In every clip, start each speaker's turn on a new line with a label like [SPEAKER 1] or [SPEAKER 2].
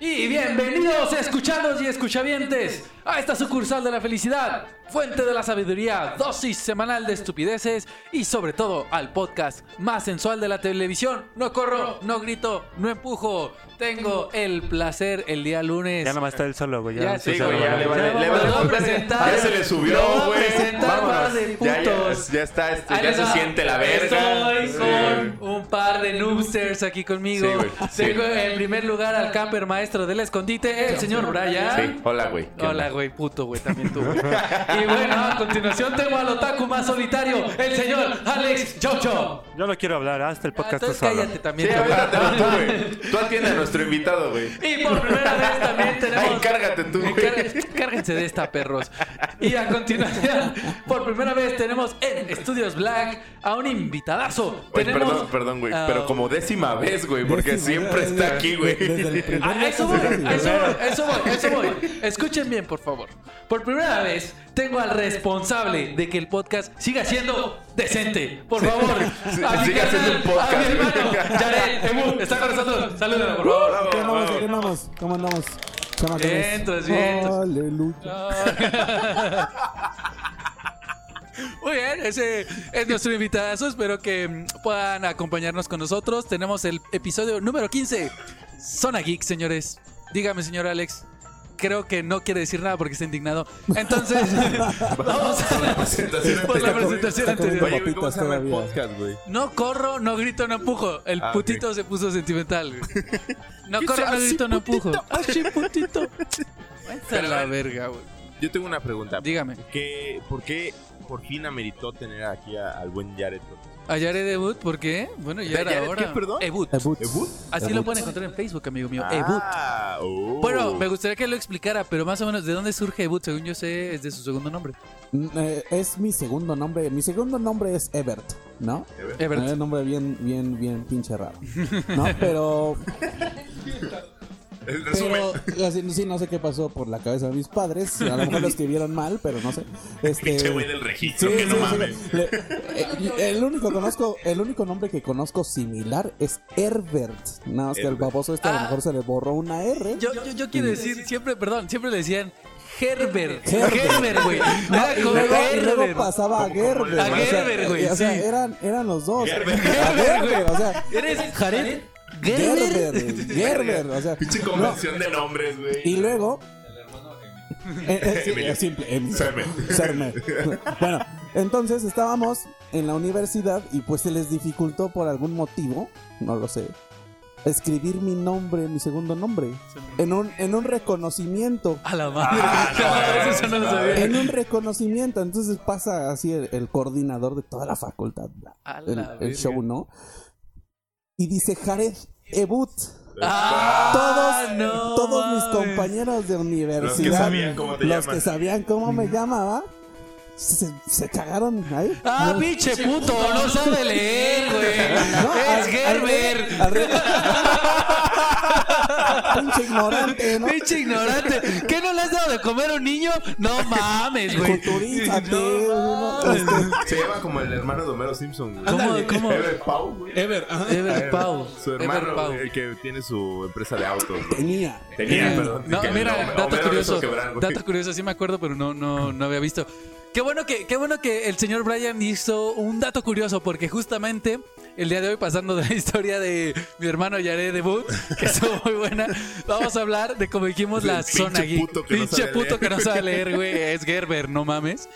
[SPEAKER 1] Y bienvenidos escuchados y escuchavientes a esta sucursal de la felicidad, fuente de la sabiduría, dosis semanal de estupideces y sobre todo al podcast más sensual de la televisión. No corro, no grito, no empujo. Tengo el placer el día lunes.
[SPEAKER 2] Ya nomás está él solo, güey.
[SPEAKER 1] Ya,
[SPEAKER 2] Ya,
[SPEAKER 1] sí,
[SPEAKER 3] Pues
[SPEAKER 2] tú
[SPEAKER 1] güey,
[SPEAKER 2] solo,
[SPEAKER 1] ya le vale.
[SPEAKER 2] Ya.
[SPEAKER 1] vale.
[SPEAKER 3] va-
[SPEAKER 1] Lo voy a
[SPEAKER 3] va-
[SPEAKER 1] presentar.
[SPEAKER 3] Ya se le subió,
[SPEAKER 1] Lo voy a
[SPEAKER 3] güey.
[SPEAKER 1] presentar,
[SPEAKER 3] Vámonos.
[SPEAKER 1] par de
[SPEAKER 3] Ya, ya,
[SPEAKER 1] putos.
[SPEAKER 3] ya está, este,
[SPEAKER 1] Ahí
[SPEAKER 3] ya
[SPEAKER 1] les
[SPEAKER 3] se
[SPEAKER 1] va.
[SPEAKER 3] siente la verga.
[SPEAKER 1] Estoy
[SPEAKER 3] Sí, güey.
[SPEAKER 1] con un par de noobsters aquí conmigo.
[SPEAKER 3] Sí, güey, sí.
[SPEAKER 1] Tengo en primer lugar al camper maestro del escondite, el señor Brian.
[SPEAKER 3] Sí, hola, güey. ¿Qué
[SPEAKER 1] Hola,
[SPEAKER 3] onda?
[SPEAKER 1] güey, puto, güey, también tú. güey. y bueno, a continuación tengo al otaku más solitario, el señor Alex Chocho.
[SPEAKER 2] Yo no quiero hablar, hasta el podcast tú
[SPEAKER 1] Ah, Entonces
[SPEAKER 2] solo.
[SPEAKER 1] cállate también.
[SPEAKER 3] Sí, a ver, te vas tú, güey. Tú atiende a nuestro invitado, güey.
[SPEAKER 1] Y por primera vez también tenemos.
[SPEAKER 3] Ay, cárgate tú, güey.
[SPEAKER 1] Encar- Cárguense de esta, perros. Y a continuación, por primera vez tenemos en Estudios Black a un invitadazo.
[SPEAKER 3] Oye,
[SPEAKER 1] tenemos...
[SPEAKER 3] perdón, perdón, güey.
[SPEAKER 1] Ah,
[SPEAKER 3] Pero como décima vez, güey, porque
[SPEAKER 4] Décima
[SPEAKER 3] siempre
[SPEAKER 4] vez,
[SPEAKER 3] está
[SPEAKER 4] güey.
[SPEAKER 3] aquí, güey.
[SPEAKER 4] Desde el primer-
[SPEAKER 1] Ah, a eso voy, a eso voy, a eso voy, a eso voy. Escuchen bien, por favor. Por primera vez tengo al responsable de que el podcast siga siendo decente. Por favor,
[SPEAKER 3] sí,
[SPEAKER 1] a mi
[SPEAKER 3] siga siendo un podcast,
[SPEAKER 1] a mi
[SPEAKER 3] güey.
[SPEAKER 1] hermano, Jared, Emu, está con nosotros. Salúdenlo, por favor.
[SPEAKER 3] Bravo,
[SPEAKER 4] ¿Qué andamos?
[SPEAKER 3] bravo.
[SPEAKER 4] ¿Qué andamos? ¿Cómo andamos? Chamacones.
[SPEAKER 1] Vientos, vientos.
[SPEAKER 4] Aleluya.
[SPEAKER 1] Muy bien, ese es nuestro invitadazo. Espero que mm, puedan acompañarnos con nosotros. Tenemos el episodio número 15. Zona Geek, señores. Dígame, señor Alex. Creo que no quiere decir nada porque está indignado. Entonces, vamos a la
[SPEAKER 3] presentación
[SPEAKER 1] por la
[SPEAKER 3] anterior.
[SPEAKER 1] presentación
[SPEAKER 4] Está
[SPEAKER 1] anterior.
[SPEAKER 4] comiendo
[SPEAKER 3] Oye, güey, ¿cómo se llama el
[SPEAKER 4] Papitas
[SPEAKER 3] podcast, güey?
[SPEAKER 1] No corro, no grito, no empujo. El
[SPEAKER 3] Ah, ok.
[SPEAKER 1] putito se puso sentimental. güey. No corro, no grito, no empujo. Así putito. Vete a la verga, güey.
[SPEAKER 5] Yo tengo una pregunta.
[SPEAKER 1] Dígame.
[SPEAKER 5] ¿Qué- ¿Por qué por fin ameritó tener aquí a- al buen Jared?
[SPEAKER 1] ¿A Jared Ebut? ¿Por qué? Bueno, ya era
[SPEAKER 5] Jared qué,
[SPEAKER 1] hora.
[SPEAKER 5] perdón?
[SPEAKER 1] Ebut.
[SPEAKER 4] Ebut.
[SPEAKER 5] ¿Ebut?
[SPEAKER 1] Así
[SPEAKER 4] Ebut.
[SPEAKER 1] lo pueden encontrar en Facebook, amigo mío. Ebut.
[SPEAKER 5] Ah,
[SPEAKER 4] uh.
[SPEAKER 5] oh.
[SPEAKER 1] Eh, Bueno, me gustaría que lo explicara, pero más o menos, ¿de dónde surge Ebut? Según yo sé, es de su segundo nombre.
[SPEAKER 4] Mm, eh, Es mi segundo nombre. Mi segundo nombre es Ebert, ¿no? Es
[SPEAKER 1] Ebert.
[SPEAKER 4] un nombre bien, bien, bien pinche raro. No, pero.
[SPEAKER 5] En resumen,
[SPEAKER 4] pero así, sí, no sé qué pasó por la cabeza de mis padres. A lo mejor lo escribieron mal, pero no sé. Este.
[SPEAKER 1] eh,
[SPEAKER 5] pinche güey del registro,
[SPEAKER 4] Sí,
[SPEAKER 5] que no
[SPEAKER 4] sí, sí.
[SPEAKER 5] mames.
[SPEAKER 4] Le- eh, el único conozco, el único nombre que conozco similar es Herbert. Nada más que al
[SPEAKER 5] Herbert.
[SPEAKER 4] baboso este a lo
[SPEAKER 1] Ah.
[SPEAKER 4] mejor se le borró una R.
[SPEAKER 1] Yo, yo, yo quiero decir, siempre, perdón, siempre le decían Herbert.
[SPEAKER 4] Herbert.
[SPEAKER 1] Herbert, güey. Era
[SPEAKER 4] y
[SPEAKER 1] como
[SPEAKER 4] luego, y luego
[SPEAKER 1] Herbert.
[SPEAKER 4] pasaba a Gerber.
[SPEAKER 1] A Gerber, güey,
[SPEAKER 4] O sea,
[SPEAKER 1] sí.
[SPEAKER 4] eran, eran los dos.
[SPEAKER 5] Gerber.
[SPEAKER 4] A Gerber, o sea.
[SPEAKER 1] ¿Eres Jared?
[SPEAKER 4] Gerber,
[SPEAKER 1] Gerber.
[SPEAKER 4] güey, Gerber, o sea.
[SPEAKER 5] Pinche convención de nombres, güey.
[SPEAKER 4] Y luego. Eh, eh, sí, es simple, em-
[SPEAKER 5] Serme.
[SPEAKER 4] serme. Bueno, entonces estábamos en la universidad y pues se les dificultó por algún motivo, no lo sé, escribir mi nombre, mi segundo nombre, en un, en un reconocimiento.
[SPEAKER 1] A la madre.
[SPEAKER 5] Ah, no,
[SPEAKER 1] Eso no lo sabía.
[SPEAKER 4] En un reconocimiento, entonces pasa así el, el coordinador de toda la facultad, la-
[SPEAKER 1] A la
[SPEAKER 4] el, el
[SPEAKER 1] verga.
[SPEAKER 4] show, ¿no? Y dice Jared Ebut.
[SPEAKER 1] Ah,
[SPEAKER 4] Todos,
[SPEAKER 1] no
[SPEAKER 4] todos mis
[SPEAKER 1] mames.
[SPEAKER 4] compañeros de
[SPEAKER 5] Los que
[SPEAKER 4] universidad,
[SPEAKER 5] sabían cómo te Mm.
[SPEAKER 4] los que
[SPEAKER 5] llaman.
[SPEAKER 4] sabían cómo me llamaba, se, se cagaron ahí.
[SPEAKER 1] Ah,
[SPEAKER 4] No.
[SPEAKER 1] pinche puto, no sabe leer, güey.
[SPEAKER 4] No,
[SPEAKER 1] es
[SPEAKER 4] al-
[SPEAKER 1] Gerber.
[SPEAKER 4] al re- al re- Pinche ignorante, ¿no?
[SPEAKER 1] Pinche ignorante. ¿Qué no le has dado de comer a un niño? No mames, güey.
[SPEAKER 4] Culturízate,
[SPEAKER 1] No
[SPEAKER 4] uno,
[SPEAKER 1] mames.
[SPEAKER 4] este,
[SPEAKER 5] Se llama como el hermano de Homero Simpson, güey.
[SPEAKER 1] ¿Cómo, cómo?
[SPEAKER 5] Ever Pau, güey.
[SPEAKER 4] Ever, ajá.
[SPEAKER 1] Ever Pau.
[SPEAKER 5] Su
[SPEAKER 1] Ever
[SPEAKER 5] hermano,
[SPEAKER 1] Pau.
[SPEAKER 5] güey, el que tiene su empresa de autos. güey.
[SPEAKER 4] Tenía.
[SPEAKER 5] Tenía, perdón.
[SPEAKER 1] eh, No,
[SPEAKER 5] que el
[SPEAKER 1] mira,
[SPEAKER 5] nombre-
[SPEAKER 1] dato
[SPEAKER 5] Homero lo hizo
[SPEAKER 1] curioso.
[SPEAKER 5] quebrar, güey.
[SPEAKER 1] Dato curioso, sí me acuerdo, pero no, no, no había visto. Qué bueno que, qué bueno que el señor Brian hizo un dato curioso, porque justamente el día de hoy, pasando de la historia de mi hermano Yaré de Boot, que estuvo muy buena, vamos a hablar de como dijimos la
[SPEAKER 5] Del pinche
[SPEAKER 1] zona geek.
[SPEAKER 5] puto que no
[SPEAKER 1] pinche
[SPEAKER 5] sabe
[SPEAKER 1] puto
[SPEAKER 5] leer.
[SPEAKER 1] que no sabe leer, güey. Es Gerber, no mames.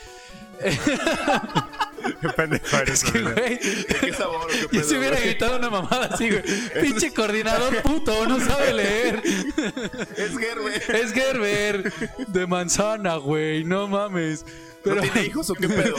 [SPEAKER 2] Qué pendejo eres,
[SPEAKER 1] Que,
[SPEAKER 2] güey.
[SPEAKER 1] güey,
[SPEAKER 5] ¿De qué sabor? ¿Qué
[SPEAKER 1] Y
[SPEAKER 5] pedo,
[SPEAKER 1] si hubiera
[SPEAKER 5] güey?
[SPEAKER 1] gritado una mamada así, güey. Pinche coordinador puto, no sabe leer.
[SPEAKER 5] Es Gerber.
[SPEAKER 1] Es Gerber de manzana, güey. No mames. Pero
[SPEAKER 5] ¿No tiene hijos o qué pedo?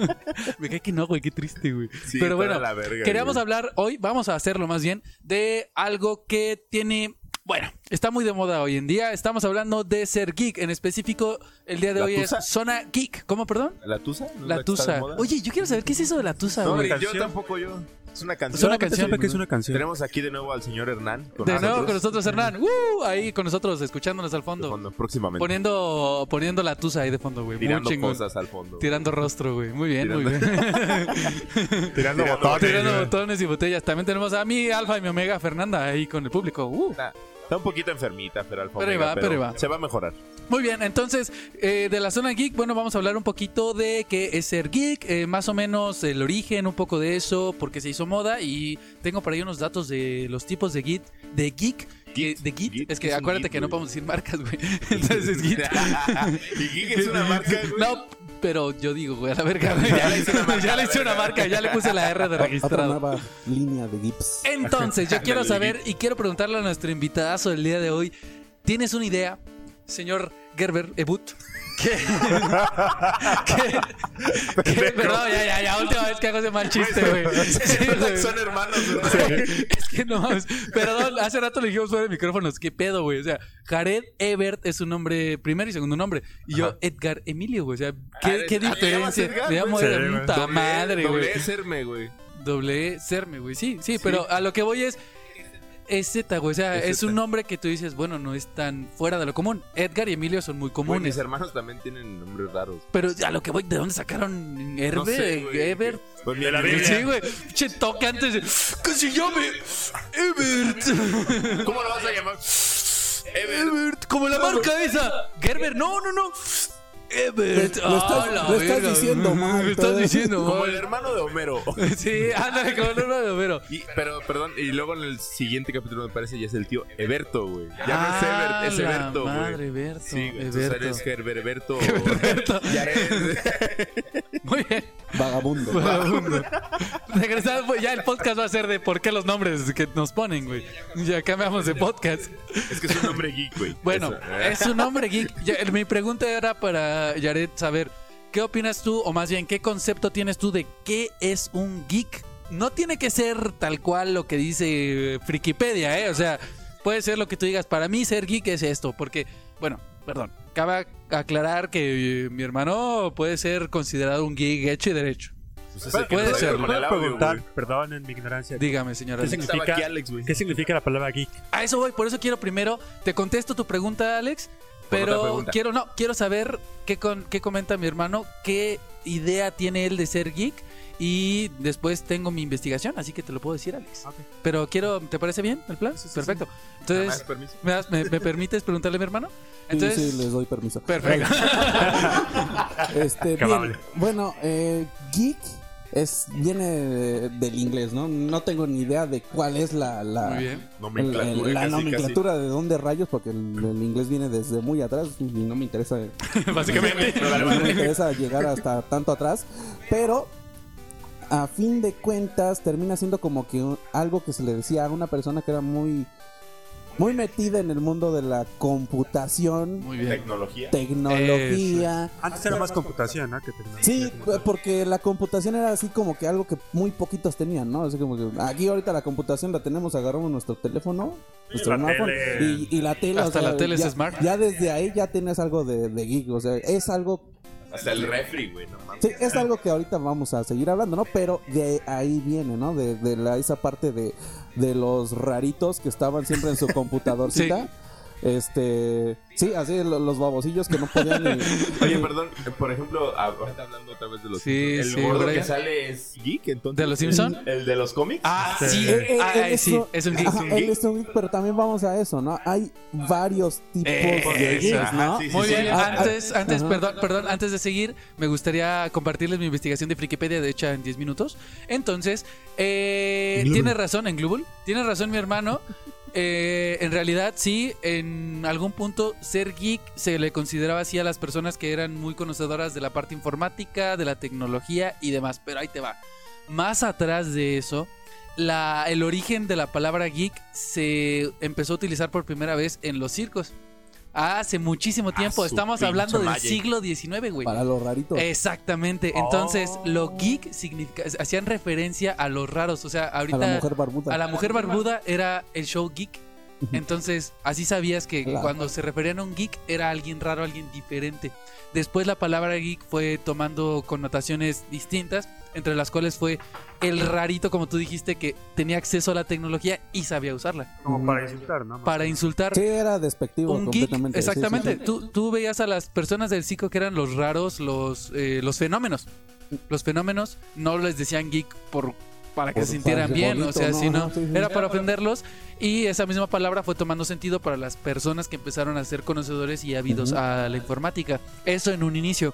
[SPEAKER 1] me cae que no, güey. Qué triste, güey.
[SPEAKER 5] Sí,
[SPEAKER 1] Pero bueno,
[SPEAKER 5] está la verga,
[SPEAKER 1] queríamos
[SPEAKER 5] güey.
[SPEAKER 1] hablar hoy, vamos a hacerlo más bien, de algo que tiene. Bueno, Está muy de moda hoy en día. Estamos hablando de ser geek. En específico, el día de
[SPEAKER 5] ¿La
[SPEAKER 1] hoy
[SPEAKER 5] tusa?
[SPEAKER 1] es zona geek. ¿Cómo, perdón?
[SPEAKER 5] ¿La Tusa? ¿No es
[SPEAKER 1] La
[SPEAKER 5] que está de
[SPEAKER 1] tusa.
[SPEAKER 5] moda?
[SPEAKER 1] Oye, yo quiero saber qué es eso de la tusa,
[SPEAKER 5] No,
[SPEAKER 1] güey.
[SPEAKER 5] ni yo
[SPEAKER 2] canción.
[SPEAKER 5] tampoco yo. Es una canción.
[SPEAKER 1] Es una canción.
[SPEAKER 2] Siempre que es una canción.
[SPEAKER 5] Tenemos aquí de nuevo al señor Hernán. con
[SPEAKER 1] De nuevo con nosotros, Hernán. ¡Uh! ahí con nosotros, escuchándonos al
[SPEAKER 5] de
[SPEAKER 1] fondo.
[SPEAKER 5] fondo, próximamente.
[SPEAKER 1] Poniendo, poniendo la tusa ahí de fondo, güey. Muy
[SPEAKER 5] tirando
[SPEAKER 1] chingón.
[SPEAKER 5] cosas al fondo.
[SPEAKER 1] Tirando rostro, güey. Muy bien, muy bien.
[SPEAKER 2] Tirando
[SPEAKER 1] Tirando botones y botellas. También tenemos a mi alfa y mi omega Fernanda ahí con el público. ¡Uh!
[SPEAKER 5] Está, está un poquito enfermita, pero al fondo.
[SPEAKER 1] Pero ahí va, pero ahí va.
[SPEAKER 5] Se va a mejorar.
[SPEAKER 1] Muy bien, entonces, eh, de la zona geek, bueno, vamos a hablar un poquito de qué es ser geek, eh, más o menos el origen, un poco de eso, por qué se hizo moda y tengo por ahí unos datos de los tipos de geek, de geek. que-
[SPEAKER 5] Git,
[SPEAKER 1] de geek,
[SPEAKER 5] git,
[SPEAKER 1] es
[SPEAKER 5] ¿qué
[SPEAKER 1] que
[SPEAKER 5] es un
[SPEAKER 1] acuérdate
[SPEAKER 5] git,
[SPEAKER 1] que no
[SPEAKER 5] güey?
[SPEAKER 1] podemos decir marcas, güey. Entonces es git.
[SPEAKER 5] y Geek es una marca, güey.
[SPEAKER 1] No, pero yo digo, güey, a la verga, güey.
[SPEAKER 5] Ya le hice una marca,
[SPEAKER 1] Ya le
[SPEAKER 5] a la
[SPEAKER 1] hice una
[SPEAKER 5] verga.
[SPEAKER 1] marca, ya le puse la R de
[SPEAKER 4] Ah, Otra
[SPEAKER 1] registrado. Eh,
[SPEAKER 4] nueva línea de Gips.
[SPEAKER 1] Entonces, yo quiero
[SPEAKER 5] Ándale,
[SPEAKER 1] saber y quiero preguntarle a nuestro invitadazo del día de hoy. ¿Tienes una idea, señor Gerber Ebut? ¿Qué? ¿Qué? ¿Qué? Perdón, ya, ya, ya, última vez que hago ese mal chiste, güey. Sí, güey.
[SPEAKER 5] Son hermanos.
[SPEAKER 1] Es que no mames. Perdón, hace rato le dijimos fuera de micrófonos. ¿Qué pedo, güey? O sea, Jared Ebert es su nombre, primer y segundo nombre. Y yo, Edgar Emilio, güey. O sea, ¿qué,
[SPEAKER 5] Jared-
[SPEAKER 1] qué
[SPEAKER 5] ¿Ah, te llamas
[SPEAKER 1] diferencia?
[SPEAKER 5] Edgar,
[SPEAKER 1] Le
[SPEAKER 5] güey? E,
[SPEAKER 1] llamo
[SPEAKER 2] Sí,
[SPEAKER 1] Edgar,
[SPEAKER 2] güey.
[SPEAKER 1] puta madre, güey.
[SPEAKER 5] Doble serme, güey.
[SPEAKER 1] Doble serme, güey. Sí, sí, pero a lo que voy es. Es Z, güey. O sea,
[SPEAKER 5] Es
[SPEAKER 1] es,
[SPEAKER 5] Zeta.
[SPEAKER 1] un nombre que tú dices, bueno, no es tan fuera de lo común. Edgar y Emilio son muy
[SPEAKER 5] Güey, Mis
[SPEAKER 1] comunes.
[SPEAKER 5] hermanos también tienen nombres raros.
[SPEAKER 1] pero a lo que voy, ¿de dónde sacaron Herbe?
[SPEAKER 5] No sé, güey.
[SPEAKER 1] Ebert?
[SPEAKER 5] Pues
[SPEAKER 2] De la
[SPEAKER 5] mi-
[SPEAKER 2] Biblia.
[SPEAKER 1] Sí, güey. Che, toque antes de. ¡Que se llame! ¡Ebert!
[SPEAKER 5] ¿Cómo lo vas a llamar?
[SPEAKER 1] ¡Ebert! ¡Como la marca esa! ¡Gerber! ¡No, no, no! ¡Ebert!
[SPEAKER 4] Lo estás-
[SPEAKER 1] ¡Ah, la
[SPEAKER 4] lo estás
[SPEAKER 1] verga!
[SPEAKER 4] diciendo mal,
[SPEAKER 1] Lo estás
[SPEAKER 4] todavía.
[SPEAKER 1] diciendo
[SPEAKER 5] Como el
[SPEAKER 1] mal.
[SPEAKER 5] hermano de Homero.
[SPEAKER 1] Sí, ándale, como el hermano, pero.
[SPEAKER 5] Y, pero, perdón, y luego en el siguiente capítulo me parece ya es el tío Eberto, güey. Ya
[SPEAKER 1] Ah,
[SPEAKER 5] no es Ebert, es
[SPEAKER 1] la
[SPEAKER 5] Eberto,
[SPEAKER 1] Madre,
[SPEAKER 5] güey.
[SPEAKER 1] Berto.
[SPEAKER 5] Sí, güey. Entonces
[SPEAKER 1] Eberto.
[SPEAKER 5] eres Gerber Eberto.
[SPEAKER 1] Eberto.
[SPEAKER 5] Ya eres-
[SPEAKER 1] Muy bien.
[SPEAKER 4] Vagabundo.
[SPEAKER 1] Vagabundo. Regresamos, pues, ya el podcast va a ser de por qué los nombres que nos ponen, güey. Ya cambiamos de podcast.
[SPEAKER 5] Es que es un nombre geek, güey.
[SPEAKER 1] Bueno,
[SPEAKER 5] Eso, eh.
[SPEAKER 1] es un nombre geek. Ya, mi pregunta era para Jared saber, ¿qué opinas tú, o más bien, qué concepto tienes tú de qué es un geek? No tiene que ser tal cual lo que dice eh, Frikipedia, ¿eh? O sea, puede ser lo que tú digas. Para mí ser geek es esto, porque, bueno, perdón, cabe aclarar que eh, mi hermano puede ser considerado un geek hecho y derecho.
[SPEAKER 5] Pues ese que
[SPEAKER 1] puede
[SPEAKER 5] nos
[SPEAKER 1] ser,
[SPEAKER 5] ayuda con el
[SPEAKER 2] ¿Puedo
[SPEAKER 5] audio,
[SPEAKER 2] preguntar?
[SPEAKER 5] güey.
[SPEAKER 2] Perdón en mi ignorancia.
[SPEAKER 1] Dígame, señora.
[SPEAKER 2] ¿Qué
[SPEAKER 5] Pensé que estaba
[SPEAKER 2] significa-
[SPEAKER 5] aquí Alex, güey.
[SPEAKER 2] ¿Qué significa la palabra geek?
[SPEAKER 1] A eso voy, por eso quiero primero, te contesto tu pregunta, Alex,
[SPEAKER 5] otra
[SPEAKER 1] pero
[SPEAKER 5] pregunta.
[SPEAKER 1] quiero no, quiero saber qué con, qué comenta mi hermano, qué idea tiene él de ser geek y después tengo mi investigación, así que te lo puedo decir, Alex.
[SPEAKER 2] Ok.
[SPEAKER 1] Pero quiero, ¿te parece bien el plan? Perfecto.
[SPEAKER 5] Ah,
[SPEAKER 1] Entonces,
[SPEAKER 5] permiso.
[SPEAKER 1] ¿me, das- me- me permites preguntarle a mi hermano?
[SPEAKER 4] Sí,
[SPEAKER 1] Entonces,
[SPEAKER 4] sí, les doy permiso.
[SPEAKER 1] perfecto.
[SPEAKER 4] Este,
[SPEAKER 2] Qué
[SPEAKER 4] bien,
[SPEAKER 2] amable.
[SPEAKER 4] bueno, eh, geek es, viene de- del inglés, ¿no? No tengo ni idea de cuál es la, la,
[SPEAKER 1] Muy bien.
[SPEAKER 4] el-
[SPEAKER 5] Nomenclatura,
[SPEAKER 4] el- la
[SPEAKER 5] casi, casi.
[SPEAKER 4] nomenclatura de dónde rayos, porque el, el inglés viene desde muy atrás y no me interesa, no
[SPEAKER 1] Básicamente.
[SPEAKER 4] me interesa llegar hasta tanto atrás, pero a fin de cuentas termina siendo como que un- algo que se le decía a una persona que era muy, muy metida en el mundo de la computación,
[SPEAKER 1] Muy bien.
[SPEAKER 5] Tecnología.
[SPEAKER 4] tecnología.
[SPEAKER 2] Antes era más computación, ¿no? Que tecnología
[SPEAKER 4] Sí,
[SPEAKER 2] como
[SPEAKER 1] pues,
[SPEAKER 4] cu-
[SPEAKER 2] tal.
[SPEAKER 4] porque la computación era así como que algo que muy poquitos tenían, ¿no? Así como que aquí ahorita la computación la tenemos, agarramos nuestro teléfono, nuestro
[SPEAKER 2] la
[SPEAKER 4] smartphone
[SPEAKER 2] tele.
[SPEAKER 4] y, y la tele.
[SPEAKER 1] Hasta
[SPEAKER 4] o sea,
[SPEAKER 1] la tele es
[SPEAKER 4] ya,
[SPEAKER 1] smart.
[SPEAKER 4] Ya desde ahí ya tienes algo de, de geek, o sea, es algo,
[SPEAKER 5] Hasta el refri, güey. No mames.
[SPEAKER 4] sí, es algo que ahorita vamos a seguir hablando, ¿no? Pero de ahí viene, ¿no? De, de la, esa parte de, de los raritos que estaban siempre en su computadorcita. Este, sí, así lo- los babosillos que no podían ni-
[SPEAKER 5] Oye, perdón, eh, por ejemplo, ah, ahorita hablando otra vez de los
[SPEAKER 1] Sí,
[SPEAKER 5] Simpsons, el
[SPEAKER 1] sí,
[SPEAKER 5] gordo
[SPEAKER 1] Brian.
[SPEAKER 5] que sale es geek, entonces.
[SPEAKER 1] ¿De los Simpson?
[SPEAKER 5] El de los cómics.
[SPEAKER 1] Ah, sí,
[SPEAKER 4] Él- él-
[SPEAKER 1] ah,
[SPEAKER 4] él
[SPEAKER 1] ay, sí, es un geek.
[SPEAKER 4] eh, ajá,
[SPEAKER 5] un
[SPEAKER 4] él
[SPEAKER 5] geek.
[SPEAKER 4] es un geek, pero también vamos a eso, ¿no? Hay varios tipos
[SPEAKER 1] Eso,
[SPEAKER 4] de geeks,
[SPEAKER 5] ajá,
[SPEAKER 4] ¿no?
[SPEAKER 5] sí, sí,
[SPEAKER 1] Muy
[SPEAKER 5] sí.
[SPEAKER 1] bien,
[SPEAKER 4] Ah, ah,
[SPEAKER 1] antes, antes,
[SPEAKER 4] ajá.
[SPEAKER 1] perdón, perdón, antes de seguir, me gustaría compartirles mi investigación de Frikipedia, de hecha en 10 minutos. Entonces, eh, tiene razón en Global, tiene razón mi hermano. Eh, en realidad, sí, en algún punto ser geek se le consideraba así a las personas que eran muy conocedoras de la parte informática, de la tecnología y demás, pero ahí te va. Más atrás de eso, la, el origen de la palabra geek se empezó a utilizar por primera vez en los circos. Hace muchísimo tiempo,
[SPEAKER 5] su
[SPEAKER 1] estamos
[SPEAKER 5] pinche
[SPEAKER 1] hablando del
[SPEAKER 5] Magic.
[SPEAKER 1] siglo XIX, güey. Eh,
[SPEAKER 4] Para los raritos.
[SPEAKER 1] Exactamente, entonces
[SPEAKER 5] Oh.
[SPEAKER 1] lo geek significa, hacían referencia a los raros, o sea,
[SPEAKER 4] a
[SPEAKER 1] ahorita
[SPEAKER 4] la mujer barbuda.
[SPEAKER 1] a la mujer barbuda era el show geek. Entonces, así sabías que
[SPEAKER 4] Claro.
[SPEAKER 1] cuando se referían a un geek era alguien raro, alguien diferente. Después la palabra geek fue tomando connotaciones distintas, entre las cuales fue el rarito, como tú dijiste, que tenía acceso a la tecnología y sabía usarla.
[SPEAKER 2] Como para insultar, ¿no?
[SPEAKER 1] pues, mm, Para insultar
[SPEAKER 4] Sí, era despectivo
[SPEAKER 1] un geek,
[SPEAKER 4] completamente. sí, sí,
[SPEAKER 1] exactamente.
[SPEAKER 4] sí.
[SPEAKER 1] Tú, tú veías a las personas del psico que eran los raros, los, eh, los fenómenos. Los fenómenos no les decían geek por para que
[SPEAKER 4] Por-
[SPEAKER 1] se sintieran
[SPEAKER 4] para que
[SPEAKER 1] bien, o
[SPEAKER 4] bonito,
[SPEAKER 1] sea,
[SPEAKER 4] ¿no?
[SPEAKER 1] sino
[SPEAKER 4] Ajá, sí, sí.
[SPEAKER 1] era para ofenderlos y esa misma palabra fue tomando sentido para las personas que empezaron a ser conocedores y ávidos
[SPEAKER 4] Ujú.
[SPEAKER 1] a la informática. Eso en un inicio.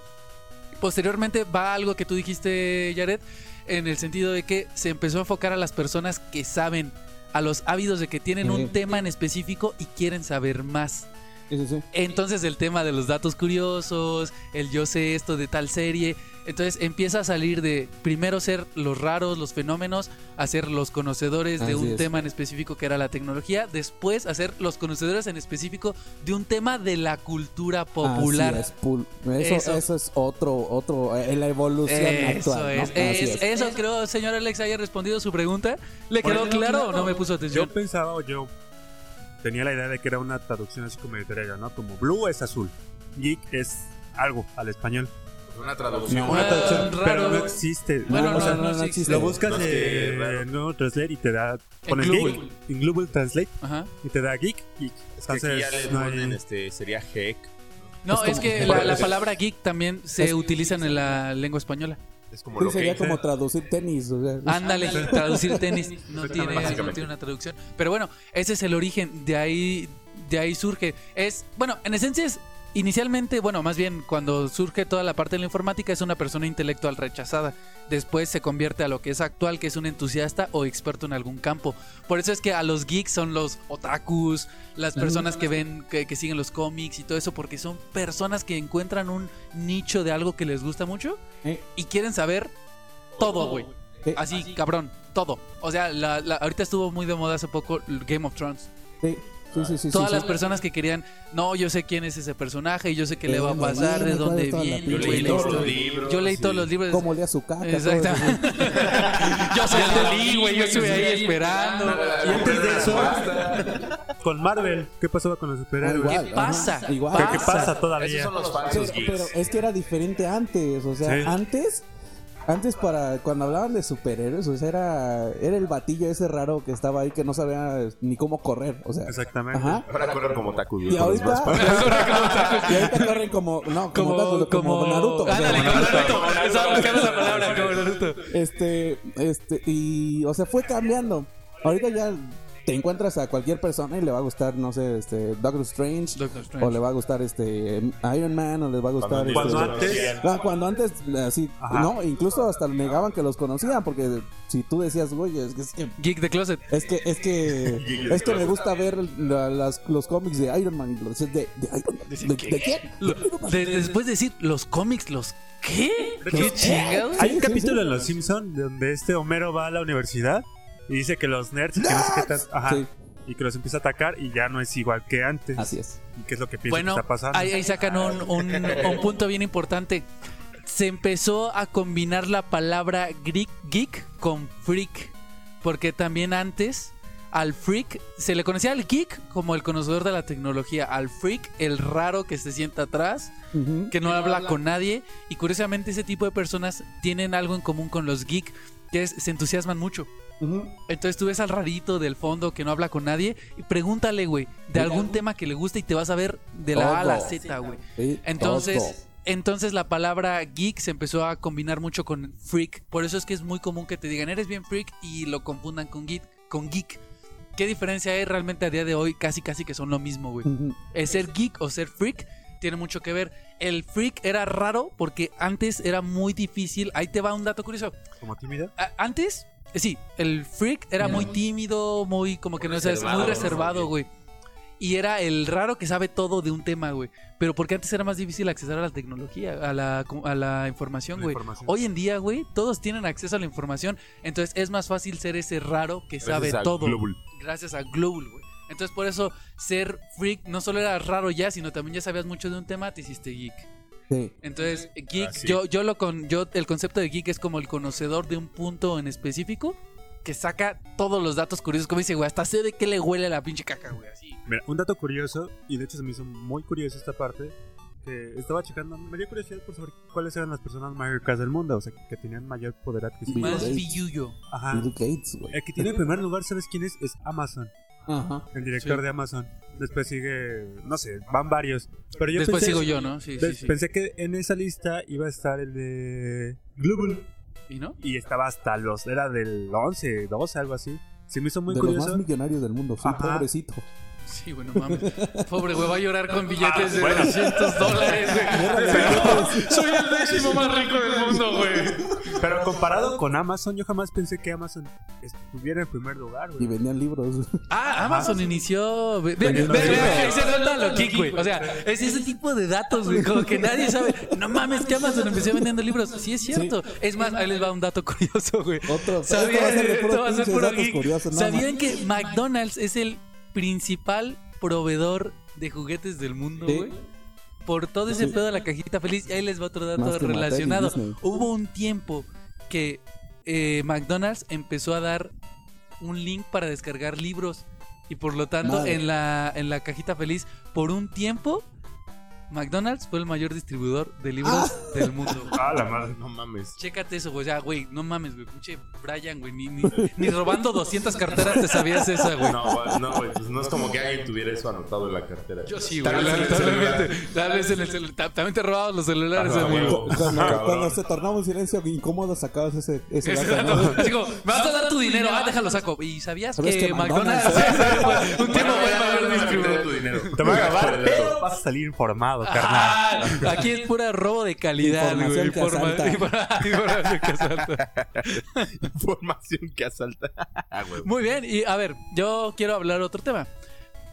[SPEAKER 1] Posteriormente va algo que tú dijiste, Jared, en el sentido de que se empezó a enfocar a las personas que saben, a los ávidos de que tienen
[SPEAKER 4] Sí.
[SPEAKER 1] un tema en específico y quieren saber más.
[SPEAKER 4] Sí, sí, sí.
[SPEAKER 1] Entonces el tema de los datos curiosos, el yo sé esto de tal serie, entonces empieza a salir de primero ser los raros, los fenómenos, a ser los conocedores de
[SPEAKER 4] Así
[SPEAKER 1] un
[SPEAKER 4] es.
[SPEAKER 1] tema en específico que era la tecnología, después a ser los conocedores en específico de un tema de la cultura popular.
[SPEAKER 4] Así es, pul- eso,
[SPEAKER 1] Eso.
[SPEAKER 4] eso. es otro, otro, eh, la evolución
[SPEAKER 1] Eso
[SPEAKER 4] actual.
[SPEAKER 1] es,
[SPEAKER 4] ¿no? Así
[SPEAKER 1] es-
[SPEAKER 4] es.
[SPEAKER 1] eso creo, señor Alex, haya respondido su pregunta. ¿Le
[SPEAKER 2] Por
[SPEAKER 1] quedó
[SPEAKER 2] ejemplo,
[SPEAKER 1] claro o no me puso
[SPEAKER 2] Yo
[SPEAKER 1] atención?
[SPEAKER 2] pensaba, o yo tenía la idea de que era una traducción así como de Terega, ¿no? Como blue es azul, geek es algo al español.
[SPEAKER 3] Una traducción.
[SPEAKER 4] No, una traducción.
[SPEAKER 1] raro.
[SPEAKER 2] Pero no existe.
[SPEAKER 4] Ah,
[SPEAKER 1] Bueno,
[SPEAKER 2] o sea,
[SPEAKER 1] no, no, no existe.
[SPEAKER 2] Lo buscas
[SPEAKER 3] No, es que
[SPEAKER 2] en
[SPEAKER 3] raro.
[SPEAKER 2] Google Translate y te da.
[SPEAKER 1] En
[SPEAKER 2] Pones
[SPEAKER 1] Google.
[SPEAKER 2] geek en Google Translate
[SPEAKER 1] Ajá.
[SPEAKER 2] y te da geek. geek.
[SPEAKER 5] Es que aquí ya le
[SPEAKER 2] no hay-
[SPEAKER 5] ponen, este, sería heck.
[SPEAKER 1] No,
[SPEAKER 4] Es
[SPEAKER 1] es,
[SPEAKER 4] como-
[SPEAKER 1] que la, la palabra geek también se
[SPEAKER 4] Es-
[SPEAKER 1] utiliza en la lengua española.
[SPEAKER 3] Es como
[SPEAKER 4] Sí,
[SPEAKER 3] lo
[SPEAKER 4] sería
[SPEAKER 3] que.
[SPEAKER 4] como traducir tenis. o sea,
[SPEAKER 1] Ándale, traducir tenis no tiene, no
[SPEAKER 3] Básicamente.
[SPEAKER 1] tiene una traducción. Pero bueno, ese es el origen, de ahí, de ahí surge. Es, bueno, en esencia es inicialmente, bueno, más bien cuando surge toda la parte de la informática es una persona intelectual rechazada. Después se convierte a lo que es actual, que es un entusiasta o experto en algún campo. Por eso es que a los geeks son los otakus, las personas que ven, que, que siguen los cómics y todo eso, porque son personas que encuentran un nicho de algo que les gusta mucho
[SPEAKER 4] Eh.
[SPEAKER 1] y quieren saber todo, güey.
[SPEAKER 4] Sí.
[SPEAKER 1] Así, cabrón, todo. O sea, la- la- ahorita estuvo muy de moda hace poco el Game of Thrones.
[SPEAKER 4] Sí, sí, sí, sí,
[SPEAKER 1] Todas
[SPEAKER 4] sí,
[SPEAKER 1] las
[SPEAKER 4] sí.
[SPEAKER 1] personas que querían, no, yo sé quién es ese personaje y yo sé qué le
[SPEAKER 4] Sí,
[SPEAKER 1] va a
[SPEAKER 4] me
[SPEAKER 1] pasar,
[SPEAKER 4] acuerdo,
[SPEAKER 1] de
[SPEAKER 4] me acuerdo
[SPEAKER 1] dónde
[SPEAKER 4] toda la
[SPEAKER 1] viene.
[SPEAKER 5] Yo
[SPEAKER 4] pinche
[SPEAKER 1] güey,
[SPEAKER 5] leí
[SPEAKER 1] la
[SPEAKER 5] todos
[SPEAKER 1] historia.
[SPEAKER 5] los
[SPEAKER 1] Yo leí
[SPEAKER 5] libros. sí.
[SPEAKER 1] todos los libros.
[SPEAKER 4] Cómo olía su caca. todo eso.
[SPEAKER 1] Exactamente. yo soy el Lee, güey, yo estuve ahí esperando.
[SPEAKER 2] Y antes de eso, con Marvel, ¿qué pasaba con los
[SPEAKER 4] Ah,
[SPEAKER 2] superhéroes?
[SPEAKER 4] igual, Ah,
[SPEAKER 1] ¿Qué
[SPEAKER 4] ajá,
[SPEAKER 1] pasa?
[SPEAKER 4] Igual.
[SPEAKER 2] ¿Qué,
[SPEAKER 1] Pasa.
[SPEAKER 2] qué pasa todavía?
[SPEAKER 3] Esos son los
[SPEAKER 4] Pero,
[SPEAKER 3] falsos
[SPEAKER 4] pero
[SPEAKER 3] geeks.
[SPEAKER 4] es que era diferente antes, o sea,
[SPEAKER 2] Sí.
[SPEAKER 4] antes, antes para cuando hablaban de superhéroes, o sea, era, era el batillo ese raro que estaba ahí que no sabía ni cómo correr, o sea,
[SPEAKER 2] Exactamente.
[SPEAKER 4] ajá.
[SPEAKER 5] Ahora corren como tacos, güey.
[SPEAKER 4] Y
[SPEAKER 5] con los
[SPEAKER 4] ahorita,
[SPEAKER 5] brazos.
[SPEAKER 4] y ahorita corren como, no, como,
[SPEAKER 1] Como,
[SPEAKER 4] Naruto, como Naruto. o sea,
[SPEAKER 1] Ándale, como Naruto. Estaba buscando esa palabra, como Naruto.
[SPEAKER 4] este, este, y, o sea, fue cambiando. Ahorita ya te encuentras a cualquier persona y le va a gustar, no sé, este, Doctor Strange,
[SPEAKER 1] Doctor
[SPEAKER 4] o
[SPEAKER 1] Strange.
[SPEAKER 4] le va a gustar este Iron Man, o les va a gustar
[SPEAKER 2] Cuando
[SPEAKER 4] este,
[SPEAKER 2] antes,
[SPEAKER 4] Ah, cuando antes, así,
[SPEAKER 2] Ajá.
[SPEAKER 4] no, incluso hasta negaban que los conocían, porque si tú decías, güey, es que es que
[SPEAKER 1] Geek de Closet.
[SPEAKER 4] es que es que, es que me gusta ver la- las, los cómics de Iron Man, los- de, de Iron Man, ¿de, de quién?
[SPEAKER 1] Lo- de- después de decir los cómics, los qué? ¿Qué chingados?
[SPEAKER 2] hay
[SPEAKER 4] Sí,
[SPEAKER 2] un
[SPEAKER 4] sí,
[SPEAKER 2] capítulo
[SPEAKER 4] sí.
[SPEAKER 2] en Los Simpsons donde este Homero va a la universidad y dice que los nerds, y que no sé qué tan- ajá,
[SPEAKER 4] Sí,
[SPEAKER 2] y que los empieza a atacar y ya no es igual que antes.
[SPEAKER 4] así es.
[SPEAKER 2] ¿Y qué es lo que piensa
[SPEAKER 1] Bueno,
[SPEAKER 2] que está pasando?
[SPEAKER 1] ahí, ahí sacan un, un- un punto bien importante. Se empezó a combinar la palabra geek, geek con freak. Porque también antes al freak se le conocía al geek como el conocedor de la tecnología. Al freak, el raro que se sienta atrás,
[SPEAKER 4] Ujú.
[SPEAKER 1] que no habla con nadie. Y curiosamente ese tipo de personas tienen algo en común con los geek, que es se entusiasman mucho.
[SPEAKER 4] Ujú.
[SPEAKER 1] Entonces tú ves al rarito del fondo que no habla con nadie y pregúntale, güey, de algún tema que le guste y te vas a ver de la A a la
[SPEAKER 4] Todo.
[SPEAKER 1] Z, güey.
[SPEAKER 4] Sí,
[SPEAKER 1] Entonces, entonces la palabra geek se empezó a combinar mucho con freak. Por eso es que es muy común que te digan, eres bien freak y lo confundan con geek. Con geek. ¿Qué diferencia hay realmente a día de hoy? Casi, casi que son lo mismo, güey.
[SPEAKER 4] todo. Ujú.
[SPEAKER 1] El ser geek o ser freak tiene mucho que ver. El freak era raro porque antes era muy difícil. Ahí te va un dato curioso.
[SPEAKER 2] ¿Como tímida?
[SPEAKER 1] A- antes, eh, sí, el freak era muy tímido, muy como que no sabes, muy
[SPEAKER 3] Reservado,
[SPEAKER 1] reservado,
[SPEAKER 3] ¿no?
[SPEAKER 1] güey. Y era el raro que sabe todo de un tema, güey. Pero porque antes era más difícil accesar a la tecnología, a la, co- a la información,
[SPEAKER 2] La
[SPEAKER 1] güey.
[SPEAKER 2] información.
[SPEAKER 1] Hoy en día, güey, todos tienen acceso a la información. Entonces es más fácil ser ese raro que sabe
[SPEAKER 5] Gracias a
[SPEAKER 1] todo.
[SPEAKER 5] Globul.
[SPEAKER 1] Gracias a Global, güey. Entonces por eso ser freak no solo era raro ya, sino también ya sabías mucho de un tema, te hiciste geek.
[SPEAKER 4] Sí.
[SPEAKER 1] Entonces, geek,
[SPEAKER 5] Así.
[SPEAKER 1] yo, yo lo con, yo el concepto de geek es como el conocedor de un punto en específico que saca todos los datos curiosos. Como dice, güey, hasta sé de qué le huele la pinche caca, güey, así.
[SPEAKER 2] Mira, un dato curioso, y de hecho se me hizo muy curioso esta parte, que estaba checando, me dio curiosidad por saber cuáles eran las personas más ricas del mundo, o sea, que tenían mayor poder adquisitivo.
[SPEAKER 1] Más
[SPEAKER 4] Gates.
[SPEAKER 1] billuyo.
[SPEAKER 2] Ajá.
[SPEAKER 4] Bill Gates,
[SPEAKER 1] Eh,
[SPEAKER 4] güey.
[SPEAKER 2] El que tiene en primer lugar, ¿sabes quién es? Es Amazon,
[SPEAKER 4] Ajá.
[SPEAKER 2] el director
[SPEAKER 1] Sí.
[SPEAKER 2] de Amazon. Después sigue, no sé, van varios. Pero yo
[SPEAKER 1] Después
[SPEAKER 2] pensé,
[SPEAKER 1] sigo yo, ¿no? Sí, sí,
[SPEAKER 2] de-
[SPEAKER 1] sí.
[SPEAKER 2] Pensé que en esa lista iba a estar el de Global.
[SPEAKER 1] ¿Y no?
[SPEAKER 2] Y estaba hasta los, era del 11, 12, algo así. Se me hizo muy
[SPEAKER 4] de los
[SPEAKER 2] curioso.
[SPEAKER 4] más millonarios del mundo, sí,
[SPEAKER 2] Ajá.
[SPEAKER 4] pobrecito.
[SPEAKER 1] Sí, bueno, mames. Pobre güey, va a llorar con billetes de
[SPEAKER 2] bueno.
[SPEAKER 1] 200 dólares, güey. Soy el décimo más rico del mundo, güey.
[SPEAKER 2] Pero comparado con Amazon, yo jamás pensé que Amazon estuviera en primer lugar,
[SPEAKER 4] Y
[SPEAKER 2] güey.
[SPEAKER 4] vendían libros.
[SPEAKER 1] Ah, Amazon inició. Ve, ve, ve,
[SPEAKER 2] Vendiendo
[SPEAKER 1] ve,
[SPEAKER 2] libros.
[SPEAKER 1] ahí se nota lo geek, güey. O sea, es ese tipo de datos, güey. Como que nadie sabe. No mames, que Amazon empezó vendiendo libros. Sí, es cierto. Es más, ahí les va un dato curioso, güey.
[SPEAKER 4] Otro.
[SPEAKER 1] ¿Sabían,
[SPEAKER 4] Esto
[SPEAKER 1] esto va a ser puro
[SPEAKER 4] datos
[SPEAKER 1] geek.
[SPEAKER 4] curiosos, no,
[SPEAKER 1] ¿Sabían
[SPEAKER 4] ma-
[SPEAKER 1] que McDonald's es el principal proveedor de juguetes del mundo,
[SPEAKER 4] Sí.
[SPEAKER 1] güey? Por todo ese
[SPEAKER 4] Sí.
[SPEAKER 1] pedo de la cajita feliz. Y ahí les va otro dato
[SPEAKER 4] Más que Mattel y
[SPEAKER 1] relacionado.
[SPEAKER 4] Disney.
[SPEAKER 1] Hubo un tiempo que eh, McDonald's empezó a dar un link para descargar libros. Y por lo tanto,
[SPEAKER 4] Madre.
[SPEAKER 1] en la, en la cajita feliz, por un tiempo, McDonald's fue el mayor distribuidor de libros del mundo. güey.
[SPEAKER 2] Ah, la madre.
[SPEAKER 5] No mames.
[SPEAKER 1] Chécate eso, güey. Ya, güey, no mames, güey. Pinche Brian, güey. Ni, ni, ni robando 200 carteras te sabías esa, güey.
[SPEAKER 5] No, güey, no, güey. Pues no es como que alguien tuviera eso anotado en la cartera.
[SPEAKER 1] Yo sí, güey.
[SPEAKER 5] Tal vez en el celular.
[SPEAKER 1] Lamentablemente. Tal vez en el celular. También te robabas los celulares,
[SPEAKER 5] Ah,
[SPEAKER 1] amigo.
[SPEAKER 5] güey.
[SPEAKER 4] Cuando,
[SPEAKER 5] Cabrón.
[SPEAKER 4] cuando se tornaba un silencio incómodo sacabas ese, ese
[SPEAKER 1] Ese
[SPEAKER 4] dato, ¿no?
[SPEAKER 1] dato. Así como, me vas a dar tu dinero. Ah, déjalo, saco. ¿Y sabías
[SPEAKER 4] ¿Sabes
[SPEAKER 1] que
[SPEAKER 4] que
[SPEAKER 1] McDonald's?
[SPEAKER 4] McDonald's-
[SPEAKER 1] un tiempo fue el mayor
[SPEAKER 5] distribuidor
[SPEAKER 1] distribuidor.
[SPEAKER 5] tu dinero.
[SPEAKER 2] Te voy a
[SPEAKER 5] Gracias por
[SPEAKER 2] grabar,
[SPEAKER 5] el
[SPEAKER 2] pero
[SPEAKER 5] dato.
[SPEAKER 2] vas a salir informado, carnal.
[SPEAKER 1] Ah, aquí es pura robo de calidad, güey.
[SPEAKER 4] Información que asalta.
[SPEAKER 1] informa- información que asalta.
[SPEAKER 5] Información que asalta. Ah, güey.
[SPEAKER 1] Muy bien, y a ver, yo quiero hablar otro tema.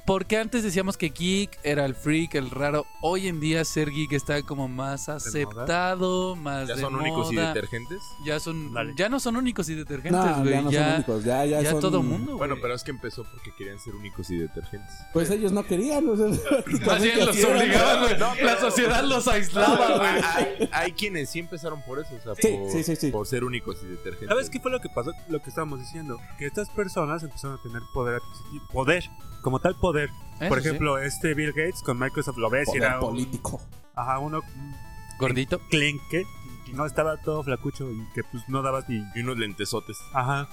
[SPEAKER 1] Porque antes decíamos que geek era el freak, el raro. Hoy en día ser geek está como más aceptado, más
[SPEAKER 5] ¿Ya
[SPEAKER 1] de
[SPEAKER 5] son
[SPEAKER 1] moda.
[SPEAKER 5] únicos y detergentes?
[SPEAKER 1] Ya son,
[SPEAKER 2] Dale.
[SPEAKER 1] ya no son únicos y detergentes,
[SPEAKER 4] No,
[SPEAKER 1] güey.
[SPEAKER 4] ya no son
[SPEAKER 1] ya
[SPEAKER 4] únicos, ya, ya,
[SPEAKER 1] ya
[SPEAKER 4] son-
[SPEAKER 1] todo mundo.
[SPEAKER 5] Bueno,
[SPEAKER 1] güey.
[SPEAKER 5] pero es que empezó porque querían ser únicos y detergentes.
[SPEAKER 4] Pues ellos no querían, o sea,
[SPEAKER 1] Más bien
[SPEAKER 4] prácticamente
[SPEAKER 1] los
[SPEAKER 4] así era,
[SPEAKER 1] obligaban,
[SPEAKER 5] ¿no?
[SPEAKER 1] güey.
[SPEAKER 5] No,
[SPEAKER 1] La
[SPEAKER 5] pero-
[SPEAKER 1] sociedad los aislaba, güey.
[SPEAKER 5] hay, hay quienes sí empezaron por eso, o sea,
[SPEAKER 4] Sí,
[SPEAKER 5] por,
[SPEAKER 4] sí, sí, sí.
[SPEAKER 5] por ser únicos y detergentes.
[SPEAKER 2] ¿Sabes qué fue lo que pasó? Lo que estábamos diciendo. Que estas personas empezaron a tener poder adquisitivo. Poder. Como tal poder.
[SPEAKER 1] Eso
[SPEAKER 2] Por
[SPEAKER 1] sí.
[SPEAKER 2] ejemplo, este Bill Gates con Microsoft lo ves. y
[SPEAKER 4] Poder
[SPEAKER 2] Era un,
[SPEAKER 4] político.
[SPEAKER 2] ajá, uno un
[SPEAKER 1] gordito.
[SPEAKER 2] clenque. y No estaba todo flacucho y que pues no dabas ni...
[SPEAKER 5] Y unos lentesotes.
[SPEAKER 2] Ajá.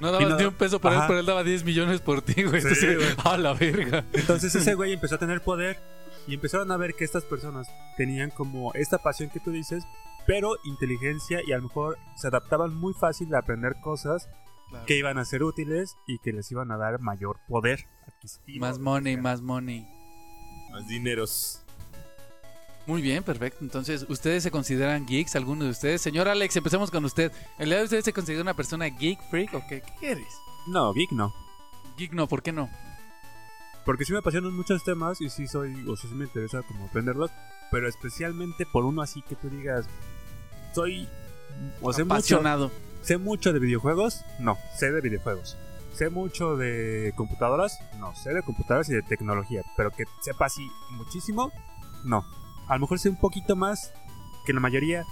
[SPEAKER 1] No
[SPEAKER 2] Y
[SPEAKER 1] dabas
[SPEAKER 2] no-
[SPEAKER 1] ni un peso por él,
[SPEAKER 2] Ajá.
[SPEAKER 1] pero él daba 10 millones por ti, güey.
[SPEAKER 2] Sí,
[SPEAKER 1] Entonces,
[SPEAKER 2] güey.
[SPEAKER 1] a la verga.
[SPEAKER 2] Entonces ese güey empezó a tener poder y empezaron a ver que estas personas tenían como esta pasión que tú dices, pero inteligencia y a lo mejor se adaptaban muy fácil a aprender cosas que iban a ser útiles y que les iban a dar mayor poder adquisitivo.
[SPEAKER 1] Más money, más money.
[SPEAKER 5] Más dineros.
[SPEAKER 1] Muy bien, perfecto. Entonces, ¿ustedes se consideran geeks? ¿Alguno de ustedes? Señor Alex, empecemos con usted. ¿El día de ustedes se considera una persona geek, freak o qué? ¿Qué eres?
[SPEAKER 2] No, geek no.
[SPEAKER 1] Geek no, ¿por qué no?
[SPEAKER 2] Porque sí me apasionan muchos temas y sí soy, o sea, sí me interesa como aprenderlos, pero especialmente por uno así que tú digas, soy,
[SPEAKER 1] Pues
[SPEAKER 2] o sea, mucho,
[SPEAKER 1] Apasionado.
[SPEAKER 2] ¿Sé mucho de videojuegos? No, sé de videojuegos. ¿Sé mucho de computadoras? No, sé de computadoras y de tecnología. Pero que sepa así muchísimo, no. A lo mejor sé un poquito más que la mayoría,